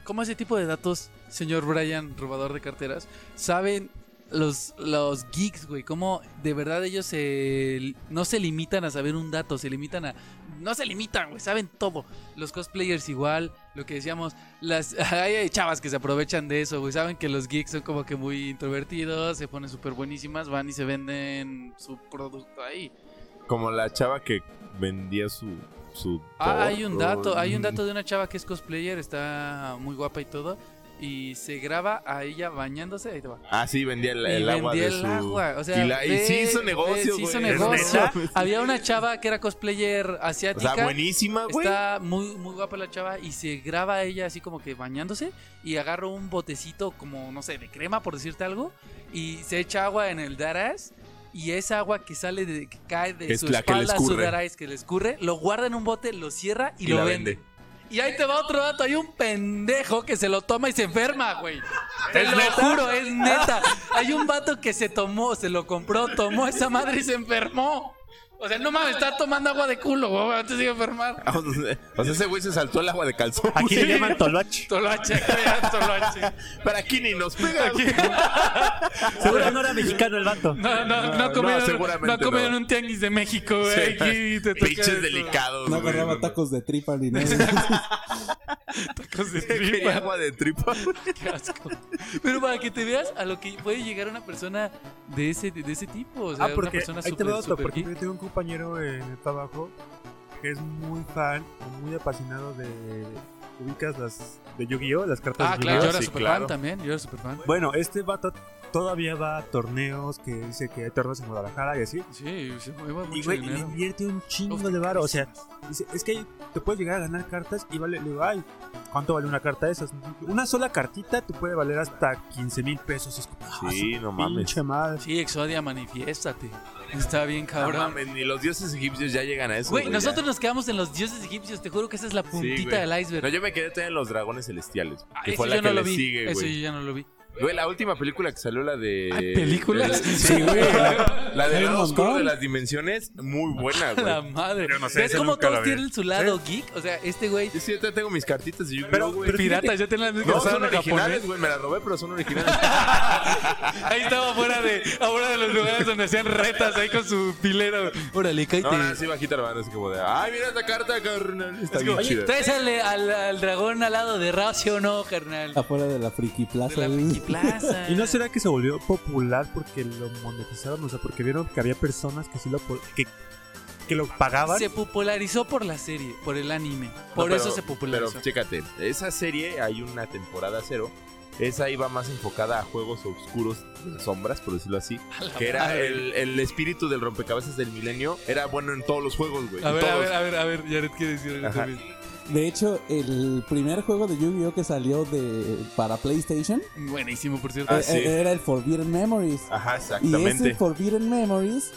[SPEAKER 1] ¿Cómo ese tipo de datos, señor Brian, robador de carteras, saben los, los geeks, güey? ¿Cómo de verdad ellos se, no se limitan a saber un dato, se limitan a... No se limitan, güey, saben todo. Los cosplayers igual, lo que decíamos, las hay hay chavas que se aprovechan de eso, güey. Saben que los geeks son como que muy introvertidos, se ponen súper buenísimas, van y se venden su producto ahí.
[SPEAKER 5] Como la chava que vendía su. su
[SPEAKER 1] Ah,
[SPEAKER 5] Thor,
[SPEAKER 1] hay un
[SPEAKER 5] o-
[SPEAKER 1] dato, hay
[SPEAKER 5] Mm.
[SPEAKER 1] un dato de una chava que es cosplayer, está muy guapa y todo. Y se graba a ella bañándose. Ahí te va.
[SPEAKER 5] Ah, sí, vendía el,
[SPEAKER 1] Y
[SPEAKER 5] el agua
[SPEAKER 1] vendía
[SPEAKER 5] de
[SPEAKER 1] el
[SPEAKER 5] su.
[SPEAKER 1] agua, o sea,
[SPEAKER 5] y, la- y
[SPEAKER 1] ve-
[SPEAKER 5] sí hizo
[SPEAKER 1] ve,
[SPEAKER 5] negocio,
[SPEAKER 1] sí
[SPEAKER 5] güey.
[SPEAKER 1] hizo
[SPEAKER 5] Es
[SPEAKER 1] negocio.
[SPEAKER 5] neta.
[SPEAKER 1] Había una chava que era cosplayer
[SPEAKER 5] O
[SPEAKER 1] asiática.
[SPEAKER 5] sea, buenísima, güey.
[SPEAKER 1] Está muy, muy guapa la chava y se graba a ella así como que bañándose y agarra un botecito como, no sé, de crema por decirte algo y se echa agua en el daras y esa agua que sale, de, que cae de
[SPEAKER 5] Es
[SPEAKER 1] su
[SPEAKER 5] la que le
[SPEAKER 1] espalda a su
[SPEAKER 5] escurre.
[SPEAKER 1] daras que le escurre, lo guarda en un bote, lo cierra y,
[SPEAKER 5] Y
[SPEAKER 1] lo
[SPEAKER 5] la
[SPEAKER 1] vende.
[SPEAKER 5] vende.
[SPEAKER 1] Y ahí te va otro dato, hay un pendejo que se lo toma y se enferma, güey. Te
[SPEAKER 2] ¿Es
[SPEAKER 1] lo
[SPEAKER 2] neta?
[SPEAKER 1] juro, es neta. Hay un vato que se tomó, se lo compró, tomó esa madre y se enfermó. O sea, no mames, está tomando agua de culo, güey, antes de enfermar.
[SPEAKER 5] O sea, ese güey se saltó el agua de calzón.
[SPEAKER 2] Aquí le llaman Toloch.
[SPEAKER 1] Toloache, güey, Toloache.
[SPEAKER 5] Para aquí ni nos pega. güey.
[SPEAKER 2] Seguro no era mexicano el vato.
[SPEAKER 1] No, no,
[SPEAKER 5] No,
[SPEAKER 1] no
[SPEAKER 5] no,
[SPEAKER 1] comieron,
[SPEAKER 5] seguramente
[SPEAKER 1] no comieron
[SPEAKER 5] no.
[SPEAKER 1] un tianguis de México,
[SPEAKER 5] Sí,
[SPEAKER 1] güey. aquí te toca
[SPEAKER 5] Pinches
[SPEAKER 1] eso.
[SPEAKER 5] delicados.
[SPEAKER 4] No
[SPEAKER 5] güey,
[SPEAKER 4] agarraba
[SPEAKER 5] no,
[SPEAKER 4] tacos de tripa ni nada.
[SPEAKER 1] Tacos de
[SPEAKER 5] no. Quería
[SPEAKER 1] tripa,
[SPEAKER 5] agua de tripa.
[SPEAKER 1] qué asco. Pero para que te veas a lo que puede llegar una persona de ese, de ese tipo. O sea,
[SPEAKER 2] Ah,
[SPEAKER 1] una
[SPEAKER 2] porque
[SPEAKER 1] persona
[SPEAKER 2] ahí te lo
[SPEAKER 1] súper,
[SPEAKER 2] dato,
[SPEAKER 1] súper
[SPEAKER 2] porque
[SPEAKER 1] geek.
[SPEAKER 2] yo tengo un compañero en el trabajo que es muy fan, muy apasionado de ubicas las de Yu-Gi-Oh, las cartas
[SPEAKER 1] Ah,
[SPEAKER 2] de
[SPEAKER 1] claro,
[SPEAKER 2] Yu-Gi-Oh.
[SPEAKER 1] yo era
[SPEAKER 5] sí,
[SPEAKER 1] súper
[SPEAKER 5] claro.
[SPEAKER 1] fan también, yo era súper fan.
[SPEAKER 2] Bueno, este vato todavía va a torneos que dice que hay torneos en Guadalajara y así.
[SPEAKER 1] Sí, se mueve
[SPEAKER 2] Y
[SPEAKER 1] mucho
[SPEAKER 2] güey, y le
[SPEAKER 1] dinero.
[SPEAKER 2] invierte un chingo
[SPEAKER 1] Uf, qué
[SPEAKER 2] de varo, o sea,
[SPEAKER 1] carísimas.
[SPEAKER 2] dice, es que te puedes llegar a ganar cartas y vale, le digo, ay, ¿cuánto vale una carta de esas? Una sola cartita te puede valer hasta 15 mil pesos. Es como, ah,
[SPEAKER 5] Sí, no
[SPEAKER 2] su
[SPEAKER 5] mames.
[SPEAKER 2] pinche madre.
[SPEAKER 1] Sí, Exodia, manifiéstate. Está bien,
[SPEAKER 5] No
[SPEAKER 1] cabrón.
[SPEAKER 5] mames, ni los dioses egipcios ya llegan a eso.
[SPEAKER 1] Güey,
[SPEAKER 5] ya.
[SPEAKER 1] nosotros nos quedamos en los dioses egipcios, te juro que esa es la puntita
[SPEAKER 5] güey.
[SPEAKER 1] del iceberg.
[SPEAKER 5] No, yo me quedé todavía en los dragones celestiales.
[SPEAKER 1] Ah,
[SPEAKER 5] Que
[SPEAKER 1] eso
[SPEAKER 5] fue la
[SPEAKER 1] yo
[SPEAKER 5] que
[SPEAKER 1] no lo
[SPEAKER 5] le
[SPEAKER 1] vi.
[SPEAKER 5] sigue,
[SPEAKER 1] eso yo
[SPEAKER 5] güey.
[SPEAKER 1] ya no lo vi.
[SPEAKER 5] Güey, la última película que salió, la de.
[SPEAKER 1] ¿Hay películas?
[SPEAKER 5] el- Sí, güey. La, la
[SPEAKER 4] Hay
[SPEAKER 5] del
[SPEAKER 4] un
[SPEAKER 5] lado oscuro
[SPEAKER 4] montón.
[SPEAKER 5] de las dimensiones, muy buena,
[SPEAKER 1] la
[SPEAKER 5] güey.
[SPEAKER 1] madre.
[SPEAKER 2] Yo no sé,
[SPEAKER 1] ¿Ves
[SPEAKER 2] ese
[SPEAKER 1] cómo
[SPEAKER 2] nunca lo
[SPEAKER 1] todos
[SPEAKER 2] vi.
[SPEAKER 1] tienen su lado geek? O sea, este güey.
[SPEAKER 5] Yo sí, yo tengo mis cartitas de Yu-Gi-Oh,
[SPEAKER 2] Pero-
[SPEAKER 5] güey.
[SPEAKER 2] pero
[SPEAKER 1] Piratas, ya tienen las
[SPEAKER 5] No,
[SPEAKER 1] mismas
[SPEAKER 5] son
[SPEAKER 1] en japonés.
[SPEAKER 5] originales, güey. Me las robé, pero son originales.
[SPEAKER 1] Ahí estaba afuera de, afuera de los lugares donde hacían retas, ahí con su pilero. Órale, cállate.
[SPEAKER 5] No, no, sí, bajita la mano, así como de. Ay, mira esta carta, carnal. Está
[SPEAKER 1] Es
[SPEAKER 5] bien
[SPEAKER 1] como, oye,
[SPEAKER 5] chida.
[SPEAKER 1] ¿traes al, al, al dragón al lado de Razi o no, carnal?
[SPEAKER 4] Afuera de la Friki
[SPEAKER 1] De
[SPEAKER 4] Plaza.
[SPEAKER 1] la
[SPEAKER 4] güey.
[SPEAKER 1] Friki Plaza.
[SPEAKER 2] ¿Y no será que se volvió popular porque lo monetizaron? O sea, porque vieron que había personas que sí lo po- que, que lo pagaban.
[SPEAKER 1] Se popularizó por la serie, por el anime.
[SPEAKER 5] No,
[SPEAKER 1] Por
[SPEAKER 5] pero-
[SPEAKER 1] eso se popularizó.
[SPEAKER 5] Pero chécate, esa serie hay una temporada cero Esa iba más enfocada a juegos oscuros en sombras, por decirlo así. Que era el, el espíritu del rompecabezas del milenio. Era bueno en todos los juegos, güey.
[SPEAKER 1] A
[SPEAKER 5] en
[SPEAKER 1] ver, a
[SPEAKER 5] todos.
[SPEAKER 1] ver, a ver, a ver, Jared quiere decir algo
[SPEAKER 5] Ajá.
[SPEAKER 1] también.
[SPEAKER 4] De hecho, el primer juego de Yu-Gi-Oh que salió de para PlayStation
[SPEAKER 1] Buenísimo, por cierto.
[SPEAKER 5] Ah,
[SPEAKER 4] eh,
[SPEAKER 5] sí.
[SPEAKER 4] eh, era el Forbidden Memories.
[SPEAKER 5] Ajá,
[SPEAKER 4] Y
[SPEAKER 5] exactamente.
[SPEAKER 4] ese Forbidden Memories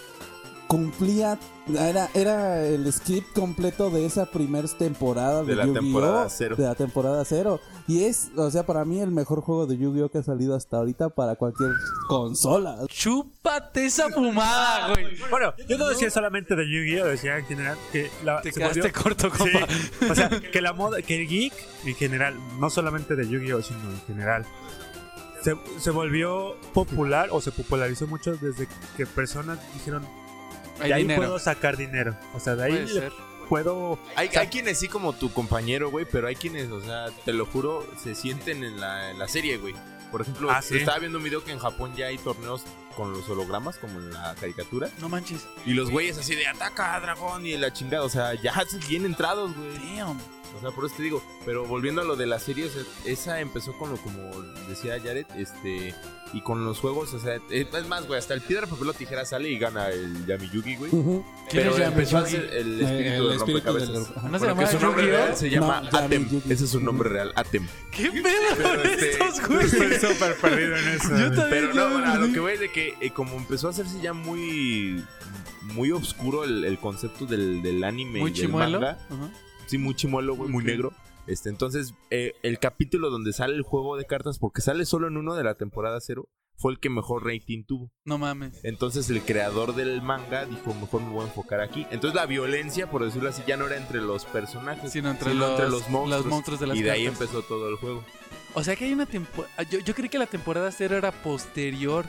[SPEAKER 4] cumplía era era el script completo de esa primera temporada de,
[SPEAKER 5] De la
[SPEAKER 4] Yu-Gi-Oh,
[SPEAKER 5] temporada cero.
[SPEAKER 4] de la temporada cero y es o sea para mí el mejor juego de Yu-Gi-Oh que ha salido hasta ahorita para cualquier consola
[SPEAKER 1] Chúpate esa fumada, güey.
[SPEAKER 2] Bueno, yo no decía solamente de Yu-Gi-Oh, decía en general que
[SPEAKER 5] Ah,
[SPEAKER 2] la.
[SPEAKER 1] Te
[SPEAKER 2] se
[SPEAKER 1] quedaste
[SPEAKER 2] volvió-
[SPEAKER 1] corto, compa.
[SPEAKER 2] Sí, o sea, que la moda, que el geek en general, no solamente de Yu-Gi-Oh, sino en general, se, se volvió popular o se popularizó mucho desde que personas dijeron,
[SPEAKER 1] Hay
[SPEAKER 2] de ahí
[SPEAKER 1] dinero.
[SPEAKER 2] puedo sacar dinero. O sea, de ahí
[SPEAKER 1] Puede ser.
[SPEAKER 2] puedo...
[SPEAKER 5] Hay, hay quienes sí como tu compañero, güey, pero hay quienes, o sea, te lo juro, se sienten en la, en la serie, güey. Por ejemplo,
[SPEAKER 2] Ah, sí.
[SPEAKER 5] estaba viendo un video que en Japón ya hay torneos con los hologramas, como en la caricatura.
[SPEAKER 1] No manches.
[SPEAKER 5] Y los güeyes así de ataca, dragón, y la chingada. O sea, ya bien entrados, güey.
[SPEAKER 1] Damn.
[SPEAKER 5] O sea, por eso te digo, pero volviendo a lo de las series, eh, esa empezó con lo como decía Jared, este, y con los juegos, o sea, eh, es más, güey, hasta el piedra, papel o tijera sale y gana el Yamiyugi, güey.
[SPEAKER 4] Ujú.
[SPEAKER 1] ¿Quién
[SPEAKER 5] Pero
[SPEAKER 1] es Yami
[SPEAKER 5] empezó a
[SPEAKER 1] Yugi?
[SPEAKER 5] ser el espíritu
[SPEAKER 4] Eh, el
[SPEAKER 5] del
[SPEAKER 4] espíritu del
[SPEAKER 5] rompecabezas.
[SPEAKER 4] rom- Ajá.
[SPEAKER 1] ¿No se
[SPEAKER 5] Bueno, que
[SPEAKER 1] llamaba
[SPEAKER 5] su nombre
[SPEAKER 1] Yu-Gi-Oh?
[SPEAKER 5] real se llama
[SPEAKER 4] No,
[SPEAKER 5] Atem.
[SPEAKER 4] Yami Yugi.
[SPEAKER 5] Ese es su nombre real, Atem.
[SPEAKER 1] ¿Qué pedo
[SPEAKER 5] Pero,
[SPEAKER 1] con
[SPEAKER 5] este,
[SPEAKER 1] estos güeyes?
[SPEAKER 2] Estoy súper perdido en eso.
[SPEAKER 1] Yo también.
[SPEAKER 5] Pero no,
[SPEAKER 1] ya
[SPEAKER 5] a
[SPEAKER 1] me
[SPEAKER 5] lo que
[SPEAKER 1] perdí.
[SPEAKER 5] voy es de que eh, como empezó a hacerse ya muy muy oscuro el, el concepto del, del anime
[SPEAKER 1] Muy
[SPEAKER 5] y del
[SPEAKER 1] chimuelo.
[SPEAKER 5] manga.
[SPEAKER 1] Ajá.
[SPEAKER 5] Sí, muy chimuelo, güey, muy
[SPEAKER 1] Ok.
[SPEAKER 5] negro. Este, entonces, eh, el capítulo donde sale el juego de cartas, porque sale solo en uno de la temporada cero, fue el que mejor rating tuvo.
[SPEAKER 1] No mames.
[SPEAKER 5] Entonces, el creador del manga dijo, mejor me voy a enfocar aquí. Entonces, la violencia, por decirlo así, ya no era entre los personajes,
[SPEAKER 1] Sino entre los- los monstruos de las
[SPEAKER 5] y de ahí
[SPEAKER 1] cartas.
[SPEAKER 5] empezó todo el juego.
[SPEAKER 1] O sea que hay una temporada. Yo, yo creí que la temporada cero era posterior.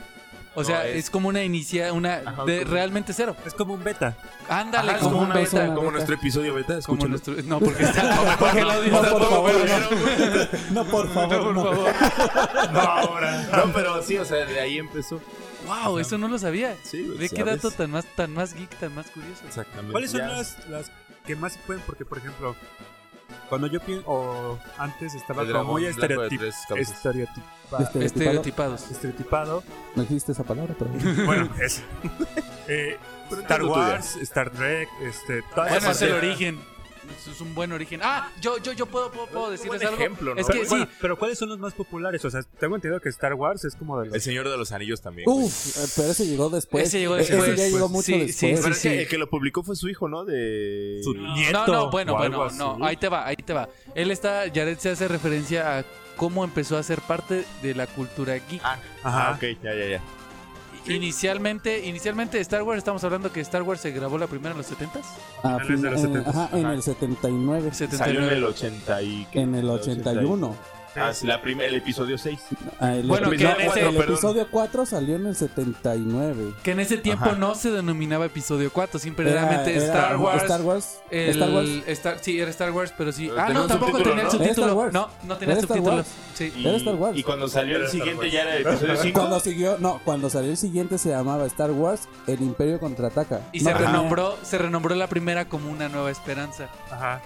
[SPEAKER 1] O sea,
[SPEAKER 5] No, es-
[SPEAKER 1] es... como una inicia, una
[SPEAKER 5] Ajá,
[SPEAKER 1] de
[SPEAKER 5] como-
[SPEAKER 1] realmente cero.
[SPEAKER 2] Es como un beta.
[SPEAKER 1] Ándale,
[SPEAKER 5] Ajá,
[SPEAKER 1] como
[SPEAKER 5] como
[SPEAKER 1] un
[SPEAKER 5] una
[SPEAKER 1] beta.
[SPEAKER 5] beta, como nuestro episodio
[SPEAKER 1] Como
[SPEAKER 5] beta, escúchalo.
[SPEAKER 1] nuestro- No, porque está no, porque el audio
[SPEAKER 4] No,
[SPEAKER 1] está
[SPEAKER 4] por
[SPEAKER 1] todo
[SPEAKER 4] favor,
[SPEAKER 1] culero.
[SPEAKER 4] no por favor
[SPEAKER 1] No, por
[SPEAKER 4] no.
[SPEAKER 1] favor.
[SPEAKER 2] No, ahora.
[SPEAKER 5] No, pero sí, o sea, de ahí empezó.
[SPEAKER 1] Wow, eso no lo sabía.
[SPEAKER 5] Sí, güey,
[SPEAKER 1] Ve qué
[SPEAKER 5] Pues ¿sabes?
[SPEAKER 1] dato tan más, tan más geek, tan más curioso.
[SPEAKER 5] Exactamente.
[SPEAKER 2] ¿Cuáles son
[SPEAKER 5] Ya.
[SPEAKER 2] las, las que más se pueden? Porque, por ejemplo, cuando yo pienso, o antes estaba
[SPEAKER 5] El
[SPEAKER 2] como
[SPEAKER 5] dragón
[SPEAKER 2] muy
[SPEAKER 5] blanco de
[SPEAKER 2] estereotip-
[SPEAKER 5] tres cabezas.
[SPEAKER 2] estereotipa-
[SPEAKER 1] Este,
[SPEAKER 4] Estereotipado.
[SPEAKER 1] Estereotipados.
[SPEAKER 2] estereotipado.
[SPEAKER 4] Este, no existe esa palabra pero
[SPEAKER 2] Bueno, es. Eh, Star
[SPEAKER 5] entiendo tu
[SPEAKER 2] Wars, Star Trek, este. toda esa
[SPEAKER 1] Bueno, es
[SPEAKER 2] parte.
[SPEAKER 1] el origen. Eso Es un buen origen. Ah, yo, yo, yo puedo, puedo, puedo decirles
[SPEAKER 5] buen
[SPEAKER 1] algo.
[SPEAKER 5] ejemplo, ¿no?
[SPEAKER 1] Es que sí,
[SPEAKER 2] Bueno, pero ¿cuáles son los más populares? O sea, tengo entendido que Star Wars es como de los.
[SPEAKER 5] El Señor de los Anillos también. güey.
[SPEAKER 4] Uf, eh, pero ese llegó después
[SPEAKER 1] Ese llegó
[SPEAKER 4] Eh,
[SPEAKER 1] después,
[SPEAKER 4] ya llegó
[SPEAKER 1] pues.
[SPEAKER 4] mucho
[SPEAKER 1] Sí, sí,
[SPEAKER 4] después
[SPEAKER 5] Pero es que
[SPEAKER 1] sí.
[SPEAKER 5] el que lo publicó fue su hijo, ¿no? De...
[SPEAKER 2] Su
[SPEAKER 1] No,
[SPEAKER 2] nieto.
[SPEAKER 1] no, bueno,
[SPEAKER 2] o algo
[SPEAKER 1] bueno,
[SPEAKER 2] así.
[SPEAKER 1] no, ahí te va, ahí te va. Él está, Jared se hace referencia a cómo empezó a ser parte de la cultura geek.
[SPEAKER 5] Ah,
[SPEAKER 2] Ajá.
[SPEAKER 5] ah, ok, ya, ya, ya.
[SPEAKER 1] Inicialmente, inicialmente Star Wars, estamos hablando que Star Wars se grabó la primera en los 70s.
[SPEAKER 4] A
[SPEAKER 2] Finales de los
[SPEAKER 4] fin- en-
[SPEAKER 2] 70s.
[SPEAKER 4] ajá, en
[SPEAKER 5] Ajá.
[SPEAKER 4] el 79
[SPEAKER 5] Salió en
[SPEAKER 1] 79.
[SPEAKER 5] el 80 y... ¿qué?
[SPEAKER 4] en el 81
[SPEAKER 5] Ah, sí, la prim- el episodio 6.
[SPEAKER 4] Ah, el
[SPEAKER 1] Bueno,
[SPEAKER 4] epi-
[SPEAKER 1] que
[SPEAKER 4] no,
[SPEAKER 1] en ese-
[SPEAKER 4] el
[SPEAKER 5] perdón.
[SPEAKER 4] episodio 4 salió en el 79.
[SPEAKER 1] Que en ese tiempo
[SPEAKER 5] Ajá.
[SPEAKER 1] no se denominaba episodio 4, siempre era, realmente
[SPEAKER 4] Era- era
[SPEAKER 1] Star Wars.
[SPEAKER 4] Star Wars.
[SPEAKER 1] el-
[SPEAKER 4] Star Wars.
[SPEAKER 1] Star- sí, era Star Wars, pero sí.
[SPEAKER 5] Pero
[SPEAKER 1] Ah,
[SPEAKER 5] tenía
[SPEAKER 1] no,
[SPEAKER 5] un
[SPEAKER 1] tampoco
[SPEAKER 5] subtítulo,
[SPEAKER 1] tenía el
[SPEAKER 5] ¿no?
[SPEAKER 4] Era Star
[SPEAKER 1] subtítulo.
[SPEAKER 4] Wars.
[SPEAKER 1] No, no tenía
[SPEAKER 4] Era Star
[SPEAKER 1] subtítulos.
[SPEAKER 4] Wars.
[SPEAKER 1] Sí.
[SPEAKER 5] Y,
[SPEAKER 4] Era Star Wars.
[SPEAKER 5] y cuando salió el siguiente ya era el episodio 5.
[SPEAKER 4] Cuando siguió, no, cuando salió el siguiente se llamaba Star Wars El Imperio contraataca.
[SPEAKER 1] Y
[SPEAKER 4] No
[SPEAKER 1] se
[SPEAKER 4] tenía-
[SPEAKER 1] renombró, se renombró la primera como una nueva esperanza.
[SPEAKER 2] Ajá.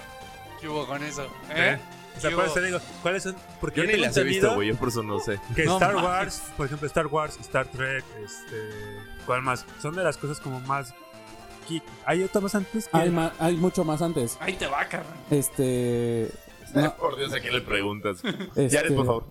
[SPEAKER 1] ¿Qué hubo con eso?
[SPEAKER 2] ¿Eh?
[SPEAKER 1] ¿Eh?
[SPEAKER 2] O sea,
[SPEAKER 1] Yo-
[SPEAKER 2] por eso te digo, ¿cuáles son? Porque
[SPEAKER 5] Yo
[SPEAKER 2] yo
[SPEAKER 5] ni
[SPEAKER 2] tengo
[SPEAKER 5] las he
[SPEAKER 2] entendido
[SPEAKER 5] visto, güey, yo por eso no sé.
[SPEAKER 2] Que
[SPEAKER 1] No
[SPEAKER 2] Star
[SPEAKER 1] mames.
[SPEAKER 2] Wars, por ejemplo, Star Wars, Star Trek, este. ¿Cuál más? Son de las cosas como más. geek. Hay otras más antes que.
[SPEAKER 4] Hay, ma- hay mucho más antes.
[SPEAKER 1] Ahí te va, carnal.
[SPEAKER 4] Este, No.
[SPEAKER 5] Por Dios, ¿a quién le preguntas?
[SPEAKER 4] este,
[SPEAKER 5] Jared, por favor.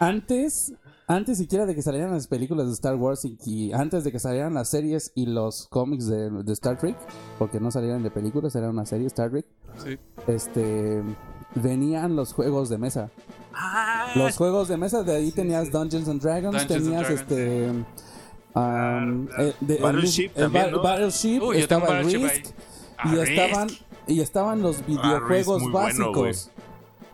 [SPEAKER 4] Antes, antes siquiera de que salieran las películas de Star Wars y, y antes de que salieran las series y los cómics de, de Star Trek, porque no salieran de películas, era una serie Star Trek.
[SPEAKER 1] Sí.
[SPEAKER 4] Este, venían los juegos de mesa.
[SPEAKER 2] Ah,
[SPEAKER 4] Los juegos de mesa, de ahí tenías Dungeons and Dragons,
[SPEAKER 1] Dungeons and
[SPEAKER 4] tenías
[SPEAKER 1] Dragons,
[SPEAKER 4] este. um, eh, de- el-
[SPEAKER 5] Battleship
[SPEAKER 4] el
[SPEAKER 5] también,
[SPEAKER 4] Ba-
[SPEAKER 5] ¿no?
[SPEAKER 1] Uy,
[SPEAKER 4] Battleship,
[SPEAKER 1] yo tengo
[SPEAKER 4] estaba
[SPEAKER 1] Battleship
[SPEAKER 4] Risk,
[SPEAKER 1] ahí.
[SPEAKER 4] y
[SPEAKER 1] Ah,
[SPEAKER 4] estaban,
[SPEAKER 1] Risk.
[SPEAKER 4] y estaban los videojuegos
[SPEAKER 5] Ah, muy bueno, güey.
[SPEAKER 4] básicos.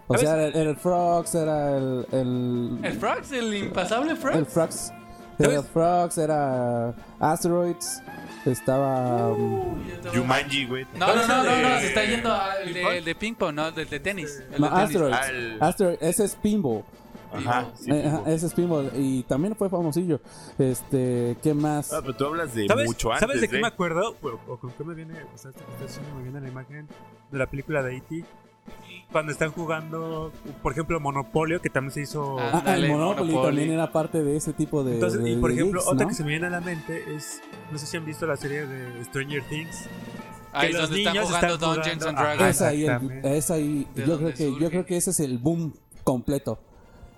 [SPEAKER 4] o sea, era el, era el Frogs, era el. El,
[SPEAKER 1] El Frogs, el impasable Frogs.
[SPEAKER 4] el Frogs. Era el Frogs, era Asteroids, estaba. um,
[SPEAKER 5] Jumanji, güey.
[SPEAKER 1] No, no, no, no, no, se está yendo al de, el de ping pong, no, del de tenis. el de
[SPEAKER 4] no,
[SPEAKER 1] tenis.
[SPEAKER 4] Asteroids.
[SPEAKER 5] Ah, el-
[SPEAKER 4] Asteroids, ese es Pinball.
[SPEAKER 5] Ajá, sí.
[SPEAKER 4] Eh, ajá,
[SPEAKER 5] tipo.
[SPEAKER 4] ese es Pinball. Y también fue famosillo. Este, ¿qué más?
[SPEAKER 5] Ah, pero tú hablas de
[SPEAKER 2] ¿Sabes,
[SPEAKER 5] mucho antes,
[SPEAKER 2] ¿Sabes de qué
[SPEAKER 5] ¿eh?
[SPEAKER 2] me este acuerdo? O, o con qué me viene. O sea, esta esta sí me viene la imagen de la película de E.T. E cuando están jugando, por ejemplo, Monopolio, que también se hizo.
[SPEAKER 1] Ah,
[SPEAKER 4] Ah,
[SPEAKER 1] Ándale,
[SPEAKER 4] el Monopoly,
[SPEAKER 1] Monopoly.
[SPEAKER 4] también era parte de ese tipo de.
[SPEAKER 2] Entonces, y
[SPEAKER 4] de-
[SPEAKER 2] por
[SPEAKER 4] de
[SPEAKER 2] ejemplo,
[SPEAKER 4] geeks,
[SPEAKER 2] otra
[SPEAKER 4] ¿no?
[SPEAKER 2] que se me viene a la mente es. No sé si han visto la serie de Stranger Things.
[SPEAKER 1] Ahí es
[SPEAKER 2] los
[SPEAKER 1] donde están
[SPEAKER 2] niños
[SPEAKER 1] jugando
[SPEAKER 2] están
[SPEAKER 1] Dungeons and
[SPEAKER 2] jugando- Ajá,
[SPEAKER 1] Dragons.
[SPEAKER 4] Es ahí, el-
[SPEAKER 2] Exactamente.
[SPEAKER 4] es ahí.
[SPEAKER 1] De
[SPEAKER 4] Yo
[SPEAKER 1] donde
[SPEAKER 4] creo que
[SPEAKER 1] surge.
[SPEAKER 4] yo creo que ese es el boom completo.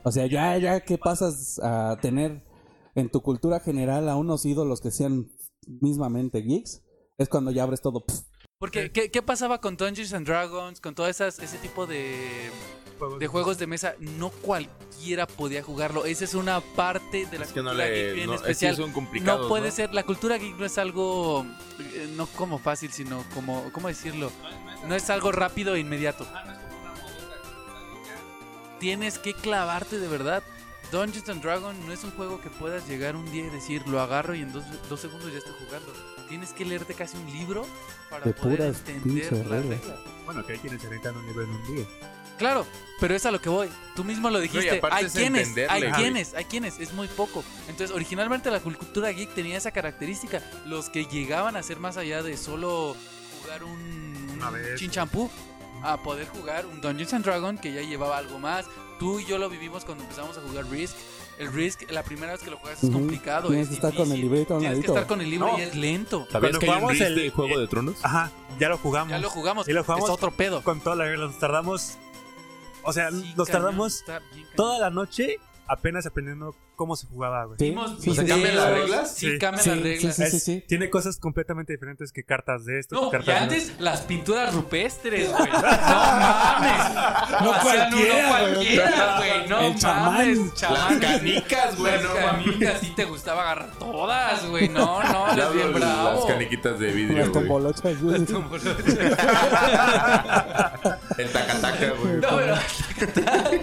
[SPEAKER 4] O sea, ya ya que pasas a tener en tu cultura general a unos ídolos que sean mismamente geeks, es cuando ya abres todo. pf,
[SPEAKER 1] Porque, ¿qué, qué pasaba con Dungeons and Dragons? Con todo esas, ese tipo de, de juegos de mesa. No cualquiera podía jugarlo. Esa es una parte de la
[SPEAKER 5] Es que no
[SPEAKER 1] cultura geek
[SPEAKER 5] le.
[SPEAKER 1] bien
[SPEAKER 5] No, es
[SPEAKER 1] especial.
[SPEAKER 5] que son complicados.
[SPEAKER 1] no puede ser, la cultura geek no es algo, eh, no como fácil, sino como, ¿cómo decirlo? No es algo rápido e inmediato. Tienes que clavarte de verdad. Dungeons and Dragons no es un juego que puedas llegar un día y decir, lo agarro y en dos, dos segundos ya estoy jugando. Tienes que leerte casi un libro para
[SPEAKER 4] De
[SPEAKER 1] poder
[SPEAKER 4] puras
[SPEAKER 1] entender
[SPEAKER 4] pinches
[SPEAKER 1] las
[SPEAKER 4] reglas.
[SPEAKER 1] reglas.
[SPEAKER 2] Bueno, que hay quienes se aventan un nivel en un día.
[SPEAKER 1] Claro, pero es a lo que voy. Tú mismo lo dijiste.
[SPEAKER 5] aparte
[SPEAKER 1] hay
[SPEAKER 5] es
[SPEAKER 1] quienes,
[SPEAKER 5] entenderle,
[SPEAKER 1] hay
[SPEAKER 5] güey.
[SPEAKER 1] quienes, hay quienes. Es muy poco. Entonces, originalmente la cultura geek tenía esa característica. Los que llegaban a ser más allá de solo jugar un,
[SPEAKER 2] Una vez.
[SPEAKER 1] chinchampú, a poder jugar un Dungeons and Dragons que ya llevaba algo más. Tú y yo lo vivimos cuando empezamos a jugar Risk. El Risk, la primera vez que lo juegas es
[SPEAKER 4] Ujú.
[SPEAKER 1] complicado.
[SPEAKER 4] Tienes
[SPEAKER 1] es
[SPEAKER 4] que estar con el
[SPEAKER 1] difícil.
[SPEAKER 4] librito a un
[SPEAKER 1] Tienes que
[SPEAKER 4] ladito.
[SPEAKER 1] estar con el libro
[SPEAKER 2] No.
[SPEAKER 1] y es lento.
[SPEAKER 5] ¿Sabías
[SPEAKER 2] Cuando
[SPEAKER 5] que hay un
[SPEAKER 2] jugamos
[SPEAKER 5] Rift
[SPEAKER 2] el- Ah,
[SPEAKER 5] de Juego de Tronos?
[SPEAKER 2] Ajá, ya lo jugamos.
[SPEAKER 1] Ya lo jugamos.
[SPEAKER 2] Y lo jugamos
[SPEAKER 1] Es otro pedo.
[SPEAKER 2] con toda la regla. Nos tardamos. O sea,
[SPEAKER 1] Sí, cañón,
[SPEAKER 2] nos tardamos
[SPEAKER 1] está bien cañón.
[SPEAKER 2] toda la noche apenas aprendiendo cómo se jugaba, güey.
[SPEAKER 4] Sí,
[SPEAKER 1] Vimos
[SPEAKER 4] sí, sí,
[SPEAKER 1] videos,
[SPEAKER 5] cambian las reglas?
[SPEAKER 1] Sí,
[SPEAKER 2] Sí.
[SPEAKER 1] cambian
[SPEAKER 4] Sí,
[SPEAKER 1] las reglas.
[SPEAKER 4] sí, sí,
[SPEAKER 2] Es- Tiene cosas completamente diferentes que cartas de esto.
[SPEAKER 1] No,
[SPEAKER 2] que
[SPEAKER 1] y
[SPEAKER 2] cartas de-
[SPEAKER 1] antes las pinturas rupestres, güey. No mames.
[SPEAKER 4] No
[SPEAKER 1] Hacían uno
[SPEAKER 4] cualquiera, güey.
[SPEAKER 1] cualquiera, güey. No
[SPEAKER 4] El chamán.
[SPEAKER 1] mames, chamán.
[SPEAKER 5] Las canicas, güey,
[SPEAKER 1] Las
[SPEAKER 5] no
[SPEAKER 1] canicas sí te gustaba agarrar todas, güey. No, no,
[SPEAKER 5] Ya
[SPEAKER 1] eres
[SPEAKER 5] hablo
[SPEAKER 1] bien
[SPEAKER 5] de Las
[SPEAKER 1] bravo.
[SPEAKER 5] caniquitas de
[SPEAKER 4] las
[SPEAKER 5] vidrio, güey.
[SPEAKER 4] tombolochas, güey.
[SPEAKER 5] El tacataca, güey.
[SPEAKER 1] No, pero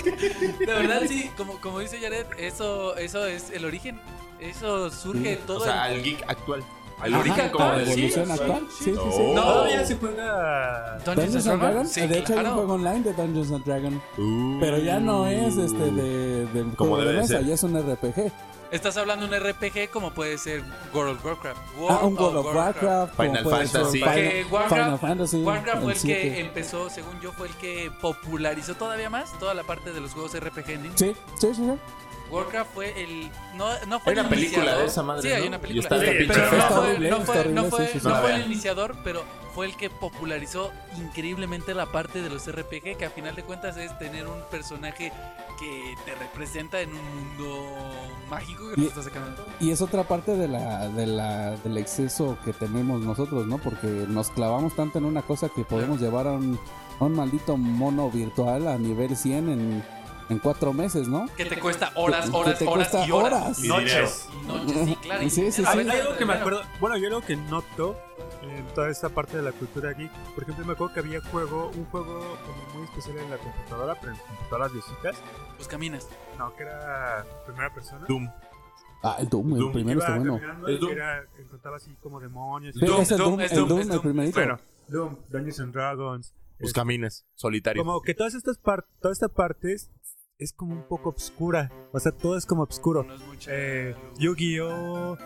[SPEAKER 1] de verdad sí, como, como dice Jared, eso, eso es el origen. Eso surge de todo
[SPEAKER 5] O sea,
[SPEAKER 1] el-
[SPEAKER 5] al geek actual. Al
[SPEAKER 1] Ajá,
[SPEAKER 5] origen
[SPEAKER 1] actual,
[SPEAKER 5] como Oh.
[SPEAKER 4] La
[SPEAKER 5] del
[SPEAKER 1] sí.
[SPEAKER 5] geek.
[SPEAKER 4] evolución actual. Sí, sí, sí.
[SPEAKER 5] No.
[SPEAKER 2] Todavía se Oh, juega.
[SPEAKER 4] Dungeons and Dragons.
[SPEAKER 1] Sí,
[SPEAKER 4] de hecho, hay un
[SPEAKER 1] claro.
[SPEAKER 4] juego online de Dungeons and Dragons.
[SPEAKER 5] Uh.
[SPEAKER 4] Pero ya no es este de, del
[SPEAKER 5] Como
[SPEAKER 4] juego de
[SPEAKER 5] debe de
[SPEAKER 4] mesa,
[SPEAKER 5] ser.
[SPEAKER 4] ya es un RPG.
[SPEAKER 1] Estás hablando de un RPG como puede ser World of Warcraft.
[SPEAKER 4] Ah,
[SPEAKER 1] World
[SPEAKER 4] un God of
[SPEAKER 1] Oh, Warcraft.
[SPEAKER 4] Warcraft. como
[SPEAKER 5] Final
[SPEAKER 4] puede ser
[SPEAKER 5] Fantasy.
[SPEAKER 1] Porque
[SPEAKER 4] Final,
[SPEAKER 1] Warcraft-
[SPEAKER 4] Final Fantasy.
[SPEAKER 1] Warcraft fue el que em-
[SPEAKER 4] siete.
[SPEAKER 1] empezó, según yo, fue el que popularizó todavía más toda la parte de los juegos RPG en línea.
[SPEAKER 4] Sí, sí, sí. sí.
[SPEAKER 1] Warcraft fue el. No, no fue el
[SPEAKER 5] Hay una película
[SPEAKER 1] iniciador.
[SPEAKER 5] de esa madre,
[SPEAKER 1] Sí, hay
[SPEAKER 5] ¿no?
[SPEAKER 1] una
[SPEAKER 5] Y
[SPEAKER 1] película.
[SPEAKER 5] está
[SPEAKER 2] esta pinche
[SPEAKER 1] pero no
[SPEAKER 2] fea.
[SPEAKER 1] fue,
[SPEAKER 4] Está
[SPEAKER 1] no
[SPEAKER 4] horrible,
[SPEAKER 1] fue-
[SPEAKER 4] está horrible,
[SPEAKER 1] no fue-
[SPEAKER 4] sí, sí,
[SPEAKER 1] no
[SPEAKER 5] sí.
[SPEAKER 1] fue el
[SPEAKER 5] Nada.
[SPEAKER 1] iniciador, pero fue el que popularizó increíblemente la parte de los RPG, que a final de cuentas es tener un personaje que te representa en un mundo mágico que
[SPEAKER 4] Y-
[SPEAKER 1] nos está sacando.
[SPEAKER 4] Y es otra parte de la, de la, del exceso que tenemos nosotros, ¿no? Porque nos clavamos tanto en una cosa que podemos llevar a un, a un maldito mono virtual a nivel 100 en, en cuatro meses, ¿no?
[SPEAKER 1] Que te cuesta horas,
[SPEAKER 4] Que- que
[SPEAKER 1] horas,
[SPEAKER 4] te
[SPEAKER 1] horas
[SPEAKER 4] cuesta
[SPEAKER 1] y horas.
[SPEAKER 4] horas.
[SPEAKER 2] Y noches.
[SPEAKER 1] Y noches, sí, claro. y
[SPEAKER 4] Sí, sí,
[SPEAKER 1] dinero,
[SPEAKER 2] Hay,
[SPEAKER 4] sí.
[SPEAKER 1] dinero,
[SPEAKER 2] hay algo que me
[SPEAKER 1] dinero.
[SPEAKER 2] acuerdo. Bueno, yo algo que noto en toda esta parte de la cultura geek. Por ejemplo, me acuerdo que había juego, un juego como muy especial en la computadora, pero en computadoras viejitas.
[SPEAKER 1] Pues caminas.
[SPEAKER 2] No, que era primera persona.
[SPEAKER 5] Doom.
[SPEAKER 4] Ah, el Doom, el
[SPEAKER 5] Doom,
[SPEAKER 4] primero
[SPEAKER 2] Iba
[SPEAKER 4] está bueno.
[SPEAKER 2] caminando
[SPEAKER 5] Es
[SPEAKER 2] y
[SPEAKER 5] Doom.
[SPEAKER 2] Era, encontraba así como demonios. y-
[SPEAKER 4] Sí,
[SPEAKER 1] Doom,
[SPEAKER 4] es el
[SPEAKER 1] Doom,
[SPEAKER 4] Doom,
[SPEAKER 1] es
[SPEAKER 4] el
[SPEAKER 1] Doom,
[SPEAKER 4] Doom,
[SPEAKER 1] es
[SPEAKER 4] el
[SPEAKER 1] Doom.
[SPEAKER 4] primerito.
[SPEAKER 2] Bueno, Doom, Dungeons and Dragons.
[SPEAKER 5] Pues caminas, solitario.
[SPEAKER 2] Como que todas estas par- toda esta parte es, es como un poco obscura. O sea, todo es como obscuro.
[SPEAKER 1] No es mucha
[SPEAKER 2] Eh,
[SPEAKER 1] luz.
[SPEAKER 2] Yu-Gi-Oh!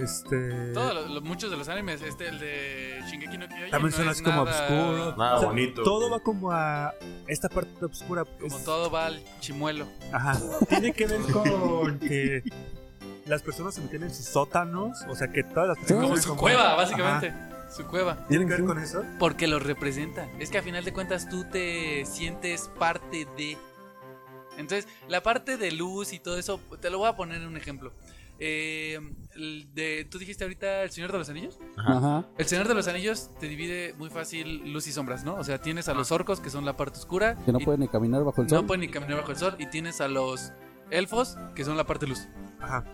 [SPEAKER 2] Este.
[SPEAKER 1] Todos los- los- muchos de los animes, este el de Shingeki no Kyojin
[SPEAKER 2] También
[SPEAKER 1] no
[SPEAKER 2] son
[SPEAKER 1] es
[SPEAKER 2] así como
[SPEAKER 1] nada-
[SPEAKER 2] obscuros.
[SPEAKER 5] Nada bonito,
[SPEAKER 2] Todo
[SPEAKER 5] güey.
[SPEAKER 2] va como a esta parte obscura.
[SPEAKER 1] Como
[SPEAKER 2] es-
[SPEAKER 1] todo va al chimuelo.
[SPEAKER 2] Ajá. Tiene que ver con que las personas se meten en sus sótanos. O sea, que todas las personas.
[SPEAKER 1] Como
[SPEAKER 2] tienen
[SPEAKER 1] su cueva, básicamente. Su cueva.
[SPEAKER 2] Ajá. ¿Tiene que ver con eso?
[SPEAKER 1] Porque los representa. Es que a final de cuentas tú te sientes parte de. Entonces, la parte de luz y todo eso, te lo voy a poner en un ejemplo. Eh, el de, ¿Tú dijiste ahorita El Señor de los Anillos?
[SPEAKER 4] Ajá.
[SPEAKER 1] El Señor de los Anillos te divide muy fácil luz y sombras, ¿no? O sea, tienes a los orcos, que son la parte oscura.
[SPEAKER 4] Que no
[SPEAKER 1] y
[SPEAKER 4] pueden ni caminar bajo el sol.
[SPEAKER 1] no pueden ni caminar bajo el sol. Y tienes a los elfos, que son la parte luz.
[SPEAKER 2] Ajá.